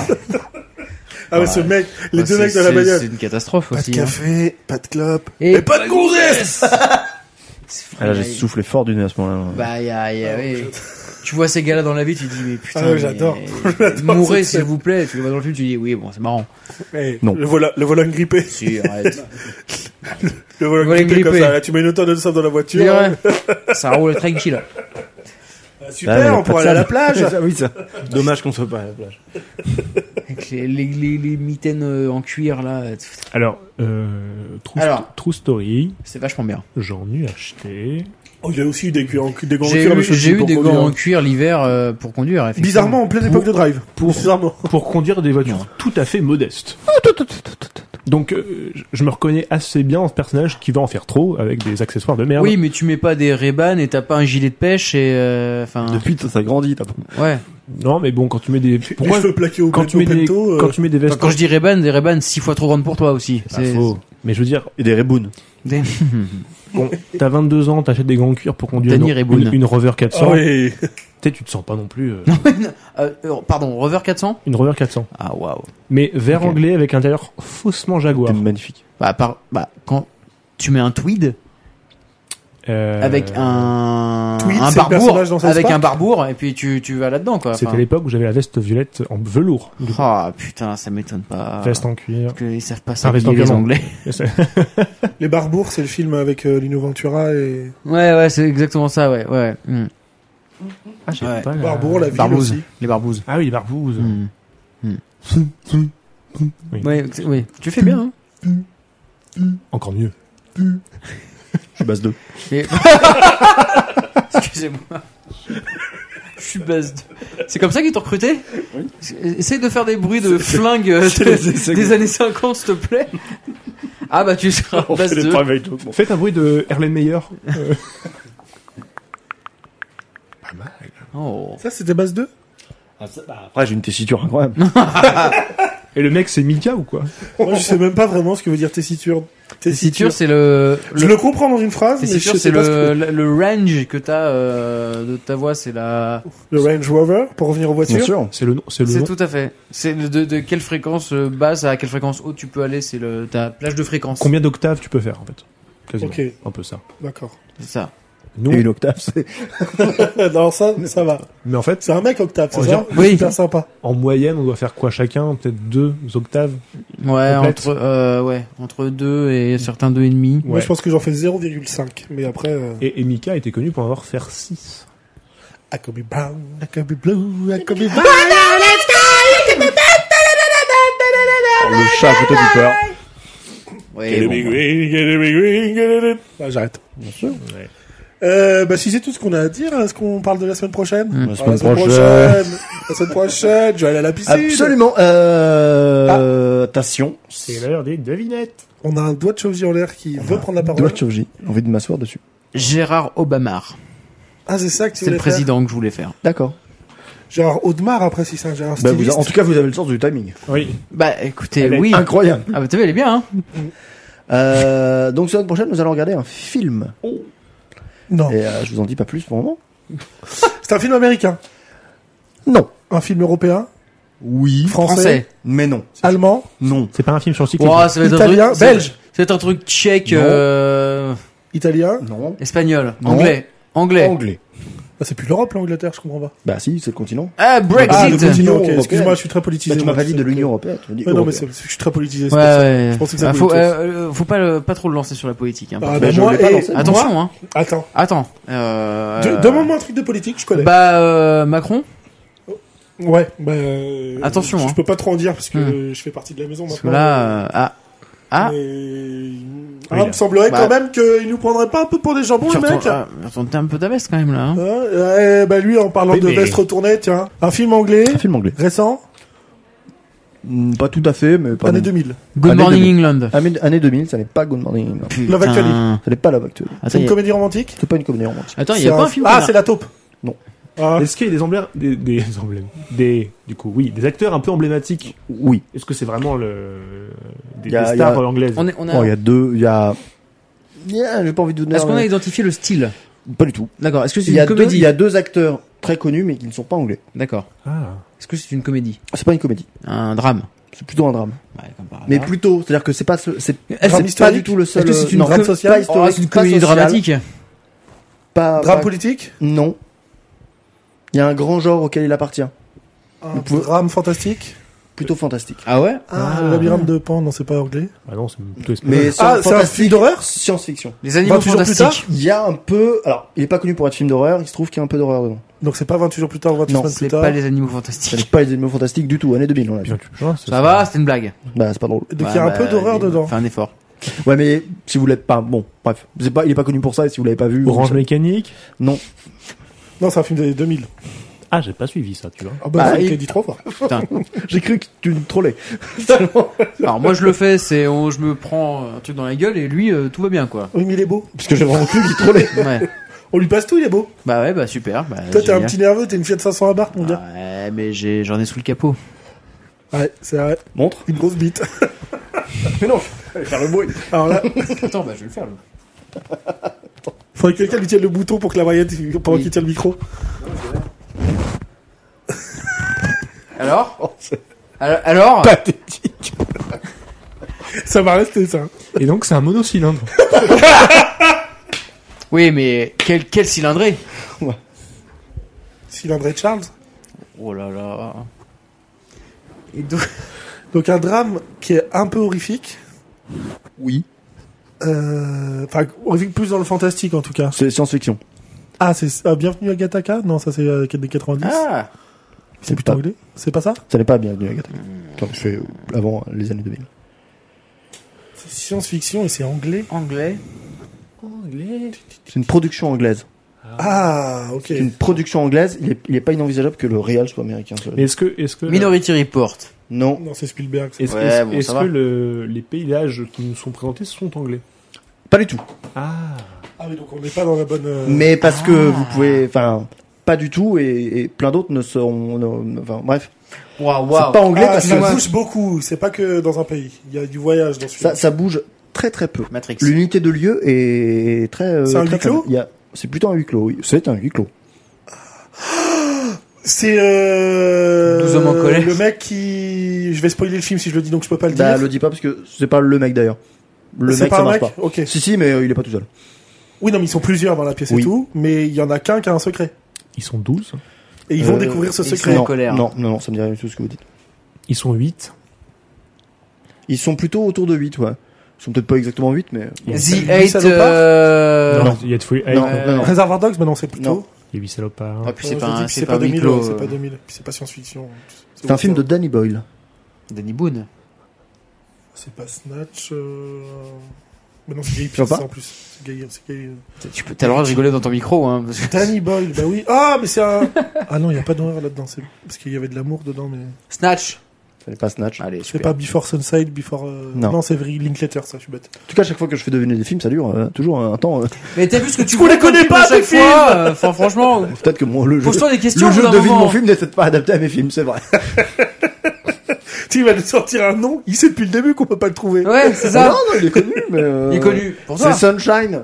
Speaker 2: ah ouais, ce mec, les
Speaker 1: Bah,
Speaker 2: deux
Speaker 1: c'est-
Speaker 2: mecs dans la
Speaker 1: c'est-
Speaker 2: bagnole.
Speaker 1: C'est une catastrophe
Speaker 2: Pas de
Speaker 1: aussi. hein.
Speaker 2: café, pas de clope,
Speaker 1: Et
Speaker 2: et, pas de gonzesse
Speaker 1: C'est
Speaker 5: Ah, là, j'ai
Speaker 1: fou,
Speaker 5: soufflé fort du nez à ce moment-là.
Speaker 1: Bah, y a, y a, oui. Tu vois ces gars-là dans la vie, tu te dis, mais putain.
Speaker 2: Ah ouais,
Speaker 1: mais-
Speaker 2: j'adore.
Speaker 1: Mourrez,
Speaker 2: cette
Speaker 1: s'il
Speaker 2: scène.
Speaker 1: vous plaît. Tu le vois dans le film, tu dis, oui, bon, c'est marrant.
Speaker 2: Eh,
Speaker 5: Non.
Speaker 2: Le volant, le volant grippé.
Speaker 1: Si, arrête.
Speaker 2: Le volant
Speaker 1: Volant
Speaker 2: grippé, comme
Speaker 1: grippé.
Speaker 2: ça. Là, tu mets une automne de sable dans la
Speaker 1: Tu
Speaker 2: voiture.
Speaker 1: verras. Ça roule tranquille.
Speaker 2: Ah,
Speaker 5: Ah, mais
Speaker 2: Super,
Speaker 5: pas
Speaker 2: on
Speaker 5: de
Speaker 2: pourra aller à
Speaker 5: sable.
Speaker 2: la plage.
Speaker 5: Ça, oui, ça. Dommage qu'on soit pas à la plage.
Speaker 1: Avec les, les, les, les mitaines euh, en cuir, là. euh, pff,
Speaker 3: Alors, euh, true,
Speaker 1: Alors.
Speaker 3: Sto- True Story,
Speaker 1: C'est vachement bien.
Speaker 3: j'en ai acheté.
Speaker 2: Oh, il y a aussi eu des, gants- des gants en
Speaker 1: J'ai
Speaker 2: cuir,
Speaker 1: eu,
Speaker 2: mais je
Speaker 1: j'ai
Speaker 2: sais
Speaker 1: eu
Speaker 2: pas
Speaker 1: des
Speaker 2: pourquoi,
Speaker 1: gants en
Speaker 2: hein.
Speaker 1: cuir l'hiver euh, pour conduire, effectivement.
Speaker 2: Bizarrement, en pleine époque de drive.
Speaker 3: Pour-
Speaker 2: Bizarrement.
Speaker 3: pour conduire des voitures tout à fait modestes.
Speaker 5: Ah,
Speaker 3: Donc, euh, je- je me reconnais assez bien en ce personnage qui va en faire trop avec des accessoires de merde.
Speaker 1: Oui, mais tu mets pas des Ray-Ban et t'as pas un gilet de pêche et euh, enfin
Speaker 5: Depuis, ça, ça grandit. t'as-
Speaker 1: ouais.
Speaker 3: Non, mais bon, quand tu mets des. Pourquoi
Speaker 2: les cheveux plaqués au euh,
Speaker 3: quand tu mets des
Speaker 2: pento,
Speaker 3: quand tu mets des
Speaker 1: euh, Enfin,
Speaker 3: vestes
Speaker 1: quand je dis Ray-Ban, des Ray-Ban six fois trop grandes pour toi aussi.
Speaker 3: Ah, faux. Mais je veux dire,
Speaker 5: Et des reboots.
Speaker 1: Des-
Speaker 3: Bon, t'as 22 ans, t'achètes des gants en cuir pour conduire une,
Speaker 1: Danny Reboone.
Speaker 3: une, une Rover 400.
Speaker 2: Ah oui.
Speaker 3: Peut-être tu te sens pas non plus euh,
Speaker 1: Euh, euh, pardon, Rover 400
Speaker 3: une Rover 400.
Speaker 1: Ah waouh.
Speaker 3: Mais vert
Speaker 1: Ok.
Speaker 3: anglais avec intérieur faussement Jaguar.
Speaker 5: C'est magnifique.
Speaker 1: Bah, par, bah, quand tu mets un tweed
Speaker 3: Euh,
Speaker 1: avec un,
Speaker 2: Tweed, c'est
Speaker 1: un
Speaker 2: le
Speaker 1: barbour,
Speaker 2: personnage dans South
Speaker 1: avec
Speaker 2: Park
Speaker 1: un barbour, et puis tu, tu vas là-dedans, quoi.
Speaker 3: C'était
Speaker 1: Enfin,
Speaker 3: l'époque où j'avais la veste violette en velours.
Speaker 1: Ah putain, ça m'étonne pas.
Speaker 3: Veste en cuir.
Speaker 1: Parce que ils savent pas
Speaker 3: Ça reste
Speaker 1: s'habiller les
Speaker 3: ambulant.
Speaker 1: anglais.
Speaker 2: Les Barbours, c'est le film avec euh, Lino Ventura et
Speaker 1: Ouais, ouais, c'est exactement ça, ouais, ouais. hmm.
Speaker 3: Ah,
Speaker 1: j'avais Ouais.
Speaker 3: pas
Speaker 2: Barbour, la ville
Speaker 1: Barbouze.
Speaker 2: aussi.
Speaker 1: Les barbouzes.
Speaker 3: Ah oui, barbouze.
Speaker 1: Hmm. Ouais, ex- oui, tu fais bien, hein.
Speaker 3: Encore mieux.
Speaker 5: Je suis base 2.
Speaker 1: Mais- Excusez-moi. Je suis base. de- C'est comme ça qu'ils t'ont recruté Essaye de faire des bruits de flingue euh,
Speaker 5: c'est
Speaker 1: de-
Speaker 5: les essais-
Speaker 1: des années 50, s'il te plaît. Ah bah tu seras
Speaker 5: On
Speaker 1: base
Speaker 5: fait des
Speaker 1: 2.
Speaker 5: private jokes. bon.
Speaker 3: Faites un bruit de Erlen Meyer. Euh,
Speaker 1: Oh.
Speaker 2: Ça, c'était base 2
Speaker 5: Après, j'ai une tessiture incroyable.
Speaker 3: Et le mec, c'est Mika ou quoi
Speaker 2: Moi, je sais même pas vraiment ce que veut dire tessiture.
Speaker 1: Tessiture, c'est le...
Speaker 2: Je
Speaker 1: le...
Speaker 2: le comprends dans une phrase, Ah, mais
Speaker 1: Tessiture,
Speaker 2: je
Speaker 1: c'est
Speaker 2: sais pas ce
Speaker 1: le,
Speaker 2: que...
Speaker 1: le, le range que t'as euh, de ta voix, c'est la...
Speaker 2: Le Range Rover, pour revenir aux
Speaker 5: Bien
Speaker 2: voitures.
Speaker 5: sûr.
Speaker 3: C'est le nom. C'est le
Speaker 1: C'est
Speaker 3: nom.
Speaker 1: tout à fait. C'est le- de, de quelle fréquence euh, basse à quelle fréquence haute tu peux aller, c'est le ta plage de fréquence.
Speaker 3: Combien d'octaves tu peux faire en fait Quasiment.
Speaker 2: Ok.
Speaker 3: Un peu ça.
Speaker 2: D'accord.
Speaker 1: C'est ça.
Speaker 3: Nous,
Speaker 5: Et une octave, c'est.
Speaker 2: Alors ça, ça va.
Speaker 3: mais en fait,
Speaker 2: C'est un mec octave,
Speaker 3: On
Speaker 2: c'est ça
Speaker 3: va
Speaker 1: Oui.
Speaker 2: Super sympa.
Speaker 3: en moyenne, on doit faire quoi chacun Peut-être deux octaves.
Speaker 1: Ouais,
Speaker 3: Complète.
Speaker 1: entre euh, ouais, entre 2 et certains deux et demi.
Speaker 2: Moi, je pense que j'en fais 0,5. Mais après... euh,
Speaker 3: Et, et Mika était connu pour en avoir faire six.
Speaker 2: I could be brown, I could be blue, I could be black.
Speaker 5: Alors, le chat à côté du cœur.
Speaker 1: Ouais, bon.
Speaker 2: Ah, J'arrête. Euh, bah, si c'est tout ce qu'on a à dire, est-ce qu'on parle de la semaine prochaine
Speaker 1: Mm.
Speaker 5: La
Speaker 2: Ah, La
Speaker 5: semaine
Speaker 2: semaine
Speaker 5: prochaine.
Speaker 2: prochaine La semaine prochaine, je vais aller à la piscine
Speaker 5: Absolument. Euh, attention.
Speaker 3: C'est l'heure des devinettes.
Speaker 2: On a un doigt de chauvier en l'air qui veut prendre la parole.
Speaker 5: Doigt de chirurgie. J'ai envie de m'asseoir dessus.
Speaker 1: Gérard Obamar,
Speaker 2: Ah, c'est ça que tu
Speaker 1: c'est le
Speaker 2: voulais faire
Speaker 1: président que je voulais faire.
Speaker 5: D'accord.
Speaker 2: Gérard Audemars, après, si c'est un Gérard
Speaker 5: Bah, vous-
Speaker 2: styliste.
Speaker 5: en tout cas, vous avez le sens du timing.
Speaker 3: Oui.
Speaker 1: Bah écoutez,
Speaker 3: Elle est
Speaker 1: oui.
Speaker 5: Incroyable.
Speaker 1: Ah bah t'as vu, elle est bien. Hein
Speaker 5: Euh, donc, semaine prochaine, nous allons regarder un film.
Speaker 2: Non.
Speaker 5: Et euh, je vous en dis pas plus pour le moment.
Speaker 2: C'est un film américain.
Speaker 5: Non.
Speaker 2: Un film européen.
Speaker 5: Oui.
Speaker 2: Français.
Speaker 5: Mais non.
Speaker 2: Allemand.
Speaker 5: Non.
Speaker 3: C'est pas un film sur le cyclisme.
Speaker 1: Ouah, ça va être
Speaker 2: Italien,
Speaker 1: un truc, ça-
Speaker 2: belge.
Speaker 1: C'est un truc tchèque,
Speaker 5: Non.
Speaker 1: euh,
Speaker 2: Italien.
Speaker 5: Non.
Speaker 1: espagnol,
Speaker 5: Non.
Speaker 1: anglais, anglais.
Speaker 5: Anglais.
Speaker 2: Bah, c'est plus l'Europe, l'Angleterre, je comprends pas.
Speaker 5: Bah si, c'est le continent.
Speaker 1: Ah
Speaker 2: Ah, le
Speaker 1: Brexit.
Speaker 5: continent.
Speaker 2: continent, ok.
Speaker 5: européenne.
Speaker 2: Excuse-moi, je suis très politisé.
Speaker 5: Bah, tu
Speaker 2: moi,
Speaker 5: m'as pas
Speaker 2: je
Speaker 5: dit
Speaker 2: sais.
Speaker 5: de l'Union Européenne. Tu m'as dit
Speaker 2: Ouais, non, mais
Speaker 5: européenne.
Speaker 2: c'est- je suis très politisé. c'est
Speaker 1: Ouais,
Speaker 2: pour ça.
Speaker 1: ouais.
Speaker 2: Je pensais que ça
Speaker 1: Ah,
Speaker 2: voulait
Speaker 1: faut,
Speaker 2: autre chose.
Speaker 1: euh, euh, faut pas le- pas trop le lancer sur la politique. Hein, par
Speaker 2: Ah,
Speaker 1: contre.
Speaker 2: bah,
Speaker 5: je
Speaker 2: moi,
Speaker 5: l'ai pas
Speaker 2: et-
Speaker 5: lancé.
Speaker 2: moi-
Speaker 1: Attention, hein.
Speaker 2: Attends.
Speaker 1: Attends. Euh,
Speaker 2: De-
Speaker 1: euh,
Speaker 2: Demande-moi un truc de politique, je connais.
Speaker 1: Bah euh, Macron.
Speaker 2: Ouais, bah, euh,
Speaker 1: Attention,
Speaker 2: Je, je
Speaker 1: hein.
Speaker 2: peux pas trop en dire parce que
Speaker 1: Hmm.
Speaker 2: je fais partie de la maison
Speaker 1: Parce que
Speaker 2: maintenant.
Speaker 1: là, euh, ah, ah.
Speaker 2: mais... il- Ah,
Speaker 3: Oui,
Speaker 2: il me semblerait
Speaker 1: Bah.
Speaker 2: quand même qu'il nous prendrait pas un peu pour des jambons,
Speaker 1: Tu
Speaker 2: le mec.
Speaker 1: retournes- ah, retourne un peu ta veste quand même là. hein.
Speaker 2: Hein, euh, bah lui, en parlant
Speaker 3: Oui,
Speaker 2: de
Speaker 3: mais-
Speaker 2: veste retournée, tiens, un film anglais
Speaker 5: Un film anglais.
Speaker 2: récent,
Speaker 5: Hmm, Pas tout à fait, mais pas.
Speaker 2: année
Speaker 5: non.
Speaker 2: 2000.
Speaker 1: Good
Speaker 5: Allez,
Speaker 1: Morning
Speaker 5: demain.
Speaker 1: England.
Speaker 5: Année- Ah, Année 2000, ça n'est pas Good Morning. England.
Speaker 1: Putain.
Speaker 2: Love Actually.
Speaker 5: Ça n'est pas la actuelle.
Speaker 1: Attends,
Speaker 2: C'est
Speaker 1: Ah, y
Speaker 2: une
Speaker 1: a-
Speaker 2: comédie romantique.
Speaker 5: C'est pas une comédie romantique.
Speaker 1: Attends, il y
Speaker 2: C'est
Speaker 1: a pas
Speaker 2: un-
Speaker 1: un film.
Speaker 2: Ah,
Speaker 1: comme
Speaker 2: c'est la taupe.
Speaker 5: Non.
Speaker 2: Ah,
Speaker 3: Est-ce qu'il y a des emblèmes, des, des emblèmes, des, du coup, oui, des acteurs un peu emblématiques
Speaker 5: Oui.
Speaker 3: Est-ce que c'est vraiment le des,
Speaker 5: Y a-
Speaker 3: des
Speaker 5: y a-
Speaker 3: stars anglaises
Speaker 1: On est, on a.
Speaker 5: Oh, il y a deux, il y a. Yeah, j'ai pas envie de vous donner.
Speaker 1: Est-ce qu'on a
Speaker 5: mais-
Speaker 1: identifié le style
Speaker 5: Pas du tout.
Speaker 1: D'accord. Est-ce que c'est
Speaker 5: Il y, a
Speaker 1: une
Speaker 5: deux, il
Speaker 1: comédie
Speaker 5: y a deux acteurs très connus mais qui ne sont pas anglais.
Speaker 1: D'accord.
Speaker 3: Ah.
Speaker 1: Est-ce que c'est une comédie
Speaker 5: C'est pas une comédie.
Speaker 1: Un drame
Speaker 5: C'est plutôt un drame.
Speaker 1: Ouais, comme
Speaker 2: Ah
Speaker 1: par
Speaker 2: bah.
Speaker 1: hasard.
Speaker 5: Mais plutôt, c'est-à-dire que c'est pas ce- c'est
Speaker 1: Est-ce
Speaker 5: c'est
Speaker 1: que
Speaker 5: pas
Speaker 1: c'est
Speaker 5: du tout le seul.
Speaker 1: Est-ce que c'est une
Speaker 5: non,
Speaker 1: com-
Speaker 5: pas historique,
Speaker 1: Oh, c'est une
Speaker 5: pas
Speaker 1: comédie
Speaker 5: sociale,
Speaker 1: dramatique
Speaker 5: Pas,
Speaker 2: drame
Speaker 5: pas-
Speaker 2: politique,
Speaker 5: Non. Il y a un grand genre auquel il appartient.
Speaker 2: un drame fantastique. Euh.
Speaker 5: Plutôt fantastique.
Speaker 1: Ah ouais
Speaker 2: Ah,
Speaker 3: Ah.
Speaker 2: le labyrinthe de Pan, non, c'est pas anglais.
Speaker 3: Ah non, c'est plutôt espagnol.
Speaker 5: Mais
Speaker 2: Ah, c'est un
Speaker 5: fantastique,
Speaker 2: film d'horreur
Speaker 5: Science-fiction.
Speaker 1: Les animaux
Speaker 2: 28 jours plus tard
Speaker 1: fantastiques.
Speaker 5: Il y a un peu. Alors, il est pas connu pour être film d'horreur. Il se trouve qu'il y a un peu d'horreur dedans.
Speaker 2: Donc c'est pas 28 jours plus tard ou 28
Speaker 5: Non,
Speaker 2: semaines plus
Speaker 1: C'est
Speaker 2: tard.
Speaker 1: pas les animaux
Speaker 5: Ça n'est
Speaker 1: fantastiques.
Speaker 5: pas les éléments fantastiques du tout. Année 2000, on l'a dit.
Speaker 3: Bien, tu- ah, ça,
Speaker 1: Ça va, c'était une blague.
Speaker 5: Bah, c'est pas drôle.
Speaker 2: Donc il y a
Speaker 1: Ouais,
Speaker 2: un peu
Speaker 1: bah,
Speaker 2: d'horreur
Speaker 1: dis-
Speaker 2: dedans.
Speaker 1: Fais un effort.
Speaker 5: Ouais, mais si vous l'avez pas, bon, bref, c'est pas, il est pas connu pour ça. Et si vous l'avez pas vu,
Speaker 3: Orange
Speaker 5: vous-
Speaker 3: mécanique.
Speaker 5: Non.
Speaker 2: Non, c'est un film des 2000.
Speaker 3: Ah, j'ai pas suivi ça, tu vois.
Speaker 2: Ah bah,
Speaker 5: Ah,
Speaker 2: ça, je
Speaker 5: il-
Speaker 2: l'ai dit trois fois.
Speaker 1: Putain.
Speaker 5: J'ai cru que tu me trollais.
Speaker 1: Alors moi je le fais, c'est on- je me prends un truc dans la gueule et lui euh, tout va bien quoi.
Speaker 2: Oui, mais il est beau.
Speaker 5: Parce que j'ai vraiment cru qu'il trollait.
Speaker 1: Ouais.
Speaker 2: On lui passe tout, il est beau.
Speaker 1: Bah ouais bah super. Bah,
Speaker 2: Toi, t'es un
Speaker 1: génial.
Speaker 2: petit nerveux, t'es une Fiat 500 à barre, mon gars.
Speaker 1: Ouais mais j'ai- j'en ai sous le capot. Ah.
Speaker 2: Ouais, c'est vrai.
Speaker 5: Montre.
Speaker 2: Une grosse bite.
Speaker 5: Mais non, faire le bruit.
Speaker 2: Alors là,
Speaker 1: Attends bah je vais le faire. Là.
Speaker 2: Faudrait que quelqu'un lui tienne le bouton pour que la Mariette, pendant qu'il tient le micro. Oh,
Speaker 1: Alors Alors- Alors
Speaker 3: Pathétique.
Speaker 2: Ça va rester ça.
Speaker 3: Et donc, c'est un monocylindre.
Speaker 1: Oui, mais quel, quel cylindré
Speaker 2: Cylindré de Charles.
Speaker 1: Oh là là. Et donc-
Speaker 2: Donc un drame qui est un peu horrifique.
Speaker 5: Oui.
Speaker 2: Euh, Enfin, horrifique plus dans le fantastique en tout cas.
Speaker 5: C'est science-fiction.
Speaker 2: Ah, c'est ah, Bienvenue à Gataka Non, ça c'est euh, des 90.
Speaker 1: Ah
Speaker 2: c'est plutôt
Speaker 5: pas-
Speaker 2: anglais. C'est pas ça
Speaker 5: Ça n'est pas bienvenu à Gataka. Comme je fais avant les années 2000.
Speaker 2: C'est science-fiction et c'est anglais.
Speaker 1: Anglais
Speaker 5: C'est une production anglaise.
Speaker 2: Ah, ok.
Speaker 5: C'est une production anglaise. Il est, il est pas inenvisageable que le réel soit américain. ça.
Speaker 3: Mais est-ce que, est-ce que,
Speaker 1: Minority Report.
Speaker 5: Non.
Speaker 2: Non, c'est Spielberg. ça.
Speaker 3: est-ce,
Speaker 1: Ouais,
Speaker 3: est-ce-
Speaker 1: bon,
Speaker 3: est-ce
Speaker 1: ça
Speaker 3: que
Speaker 1: va.
Speaker 3: le- les paysages qui nous sont présentés sont anglais
Speaker 5: Pas du tout.
Speaker 3: Ah.
Speaker 2: Ah oui, donc on n'est pas dans la bonne. euh,
Speaker 5: Mais parce que vous pouvez, enfin, pas du tout et, et plein d'autres ne seront, ne- enfin, bref.
Speaker 1: Waouh,
Speaker 5: C'est pas anglais
Speaker 2: Ah,
Speaker 5: parce
Speaker 2: ça
Speaker 5: que
Speaker 2: bouge beaucoup. C'est pas que dans un pays. Il y a du voyage dans ce film.
Speaker 5: ça, ça bouge très très peu.
Speaker 1: Matrix.
Speaker 5: L'unité de lieu est très. euh,
Speaker 2: C'est un
Speaker 5: très
Speaker 2: huis clos
Speaker 5: faible. Il y a- C'est plutôt un huis clos. oui. C'est un huis clos.
Speaker 2: C'est euh...
Speaker 1: Douze hommes en colère.
Speaker 2: le mec qui. Je vais spoiler le film si je le dis, donc je peux pas le
Speaker 5: Bah,
Speaker 2: dire.
Speaker 5: le dis pas parce que c'est pas le mec d'ailleurs. Le
Speaker 2: C'est
Speaker 5: mec,
Speaker 2: pas
Speaker 5: ça
Speaker 2: un
Speaker 5: marche
Speaker 2: mec
Speaker 5: pas.
Speaker 2: Ok.
Speaker 5: Si si, mais euh, il est pas tout seul.
Speaker 2: Oui, non, mais ils sont plusieurs dans la pièce
Speaker 5: Oui.
Speaker 2: et tout, mais il y en a qu'un qui a un secret.
Speaker 3: Ils sont 12.
Speaker 2: Et ils vont
Speaker 5: Euh,
Speaker 2: découvrir ce
Speaker 1: ils
Speaker 2: secret.
Speaker 1: sont-
Speaker 5: non,
Speaker 1: colère.
Speaker 5: non, non, non, ça me dit rien du tout ce que vous dites.
Speaker 3: Ils sont 8.
Speaker 5: Ils sont plutôt autour de 8, ouais. Ils sont peut-être pas exactement 8, mais.
Speaker 1: The
Speaker 2: Louis
Speaker 1: Eight...
Speaker 2: Salopard
Speaker 1: Euh...
Speaker 3: non, il y a de fouilles.
Speaker 5: non,
Speaker 1: euh,
Speaker 5: non, non.
Speaker 2: Réservoir Dogs, mais non, c'est plutôt.
Speaker 5: Non.
Speaker 3: Il y a 8 salopards.
Speaker 1: Ah, puis
Speaker 2: Euh,
Speaker 1: c'est
Speaker 2: je
Speaker 1: pas,
Speaker 2: dis
Speaker 1: un-
Speaker 2: que
Speaker 1: c'est pas, un huis
Speaker 2: 2000,
Speaker 1: clos,
Speaker 2: ouais, c'est
Speaker 1: euh,
Speaker 2: pas 2000, puis c'est pas science-fiction.
Speaker 5: C'est un film de
Speaker 2: western.
Speaker 5: Danny Boyle.
Speaker 1: Danny Boone.
Speaker 2: C'est pas Snatch. euh, Mais non, c'est Gay
Speaker 5: vois
Speaker 2: Pierce
Speaker 5: pas
Speaker 2: en plus. C'est Guy- c'est euh. Guy-
Speaker 1: Tu peux, t'as le droit de rigoler dans ton micro, hein. Parce que...
Speaker 2: Danny Boyle, bah oui. Ah, mais c'est un. Ah non, il y a pas d'horreur là-dedans. C'est parce qu'il y avait de l'amour dedans, mais.
Speaker 1: Snatch.
Speaker 5: Fallait pas Snatch.
Speaker 1: Allez,
Speaker 2: C'est
Speaker 1: super.
Speaker 2: pas Before Sunset, Before. euh,
Speaker 5: Non.
Speaker 2: Non, c'est Avery Linklater, ça, je suis bête.
Speaker 5: En tout cas, à chaque fois que je fais deviner des films, ça dure euh, toujours un temps. euh,
Speaker 1: Mais t'as vu ce que tu
Speaker 2: Vous les
Speaker 1: vois comme
Speaker 2: connaissez
Speaker 1: film à
Speaker 2: pas,
Speaker 1: chaque
Speaker 2: ces films
Speaker 1: fois, euh, Enfin, franchement,
Speaker 5: Peut-être que moi, le jeu.
Speaker 1: pose-toi des questions.
Speaker 5: Le jeu
Speaker 1: au bout
Speaker 5: de
Speaker 1: d'un
Speaker 5: devine
Speaker 1: moment.
Speaker 5: mon film n'est peut-être pas adapté à mes films, c'est vrai.
Speaker 2: Tu vas nous sortir un nom, il sait depuis le début qu'on peut pas le trouver.
Speaker 1: Ouais, c'est
Speaker 5: non,
Speaker 1: ça.
Speaker 5: non, il est connu, mais. euh,
Speaker 1: Ah. Il est connu. Pour ça.
Speaker 5: C'est Sunshine.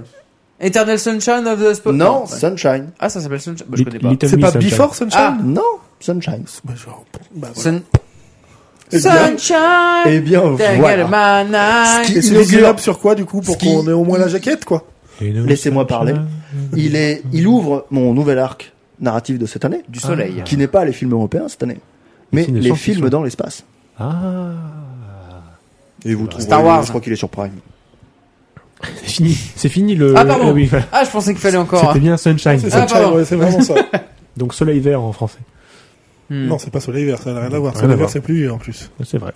Speaker 1: Eternal Sunshine of the Spot.
Speaker 5: non,
Speaker 1: ouais.
Speaker 5: Sunshine. Ah,
Speaker 1: Ah, ça s'appelle Sunshine. Bah, je connais pas.
Speaker 2: C'est pas Before Sunshine
Speaker 5: Non, Sunshine.
Speaker 2: Bah, genre, bah, voilà.
Speaker 1: Sun-
Speaker 5: Eh bien,
Speaker 1: Sunshine.
Speaker 5: eh bien
Speaker 1: take
Speaker 5: voilà.
Speaker 1: it my night.
Speaker 5: Ce qui
Speaker 2: Et c'est
Speaker 5: inaugure-
Speaker 2: visible sur quoi, du coup, pour
Speaker 5: Ce qui-
Speaker 2: qu'on ait au moins la jaquette, quoi
Speaker 5: Laissez-moi parler. Il est, il ouvre mon nouvel arc narratif de cette année,
Speaker 1: Du soleil.
Speaker 5: qui n'est pas les films européens cette année, mais
Speaker 3: Ah. films de
Speaker 5: les
Speaker 3: science-fiction.
Speaker 5: films dans l'espace.
Speaker 3: Ah.
Speaker 5: Et vous trouverez,
Speaker 1: Star Wars.
Speaker 5: je crois qu'il est sur Prime.
Speaker 3: C'est fini. C'est fini le.
Speaker 1: Ah, pardon.
Speaker 3: euh, oui, voilà.
Speaker 1: Ah, je pensais qu'il fallait encore.
Speaker 3: C'était bien Sunshine.
Speaker 2: C'est Mm.
Speaker 1: Ah,
Speaker 2: Sunshine,
Speaker 1: pardon.
Speaker 2: ouais, c'est vraiment ça.
Speaker 3: Donc soleil vert en français.
Speaker 1: Hmm.
Speaker 2: non, c'est pas Soleil Vert, ça n'a rien à voir.
Speaker 3: Rien à
Speaker 2: Soleil Vert,
Speaker 3: voir.
Speaker 2: c'est plus vieux, en plus. Mm.
Speaker 3: C'est vrai.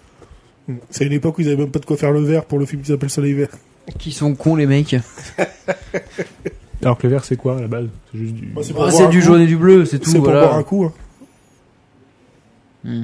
Speaker 2: C'est une époque où ils avaient même pas de quoi faire le vert pour le film qui s'appelle Soleil Vert.
Speaker 1: Ah, Qui sont cons, les mecs.
Speaker 3: Alors que le vert c'est quoi à la base C'est juste du.
Speaker 2: Bah, c'est pour
Speaker 1: Ah,
Speaker 2: boire
Speaker 1: c'est
Speaker 2: un
Speaker 1: du
Speaker 2: coup.
Speaker 1: jaune et du bleu,
Speaker 2: C'est
Speaker 1: c'est tout,
Speaker 2: pour boire un
Speaker 1: voilà.
Speaker 2: coup. hein.
Speaker 1: Hmm.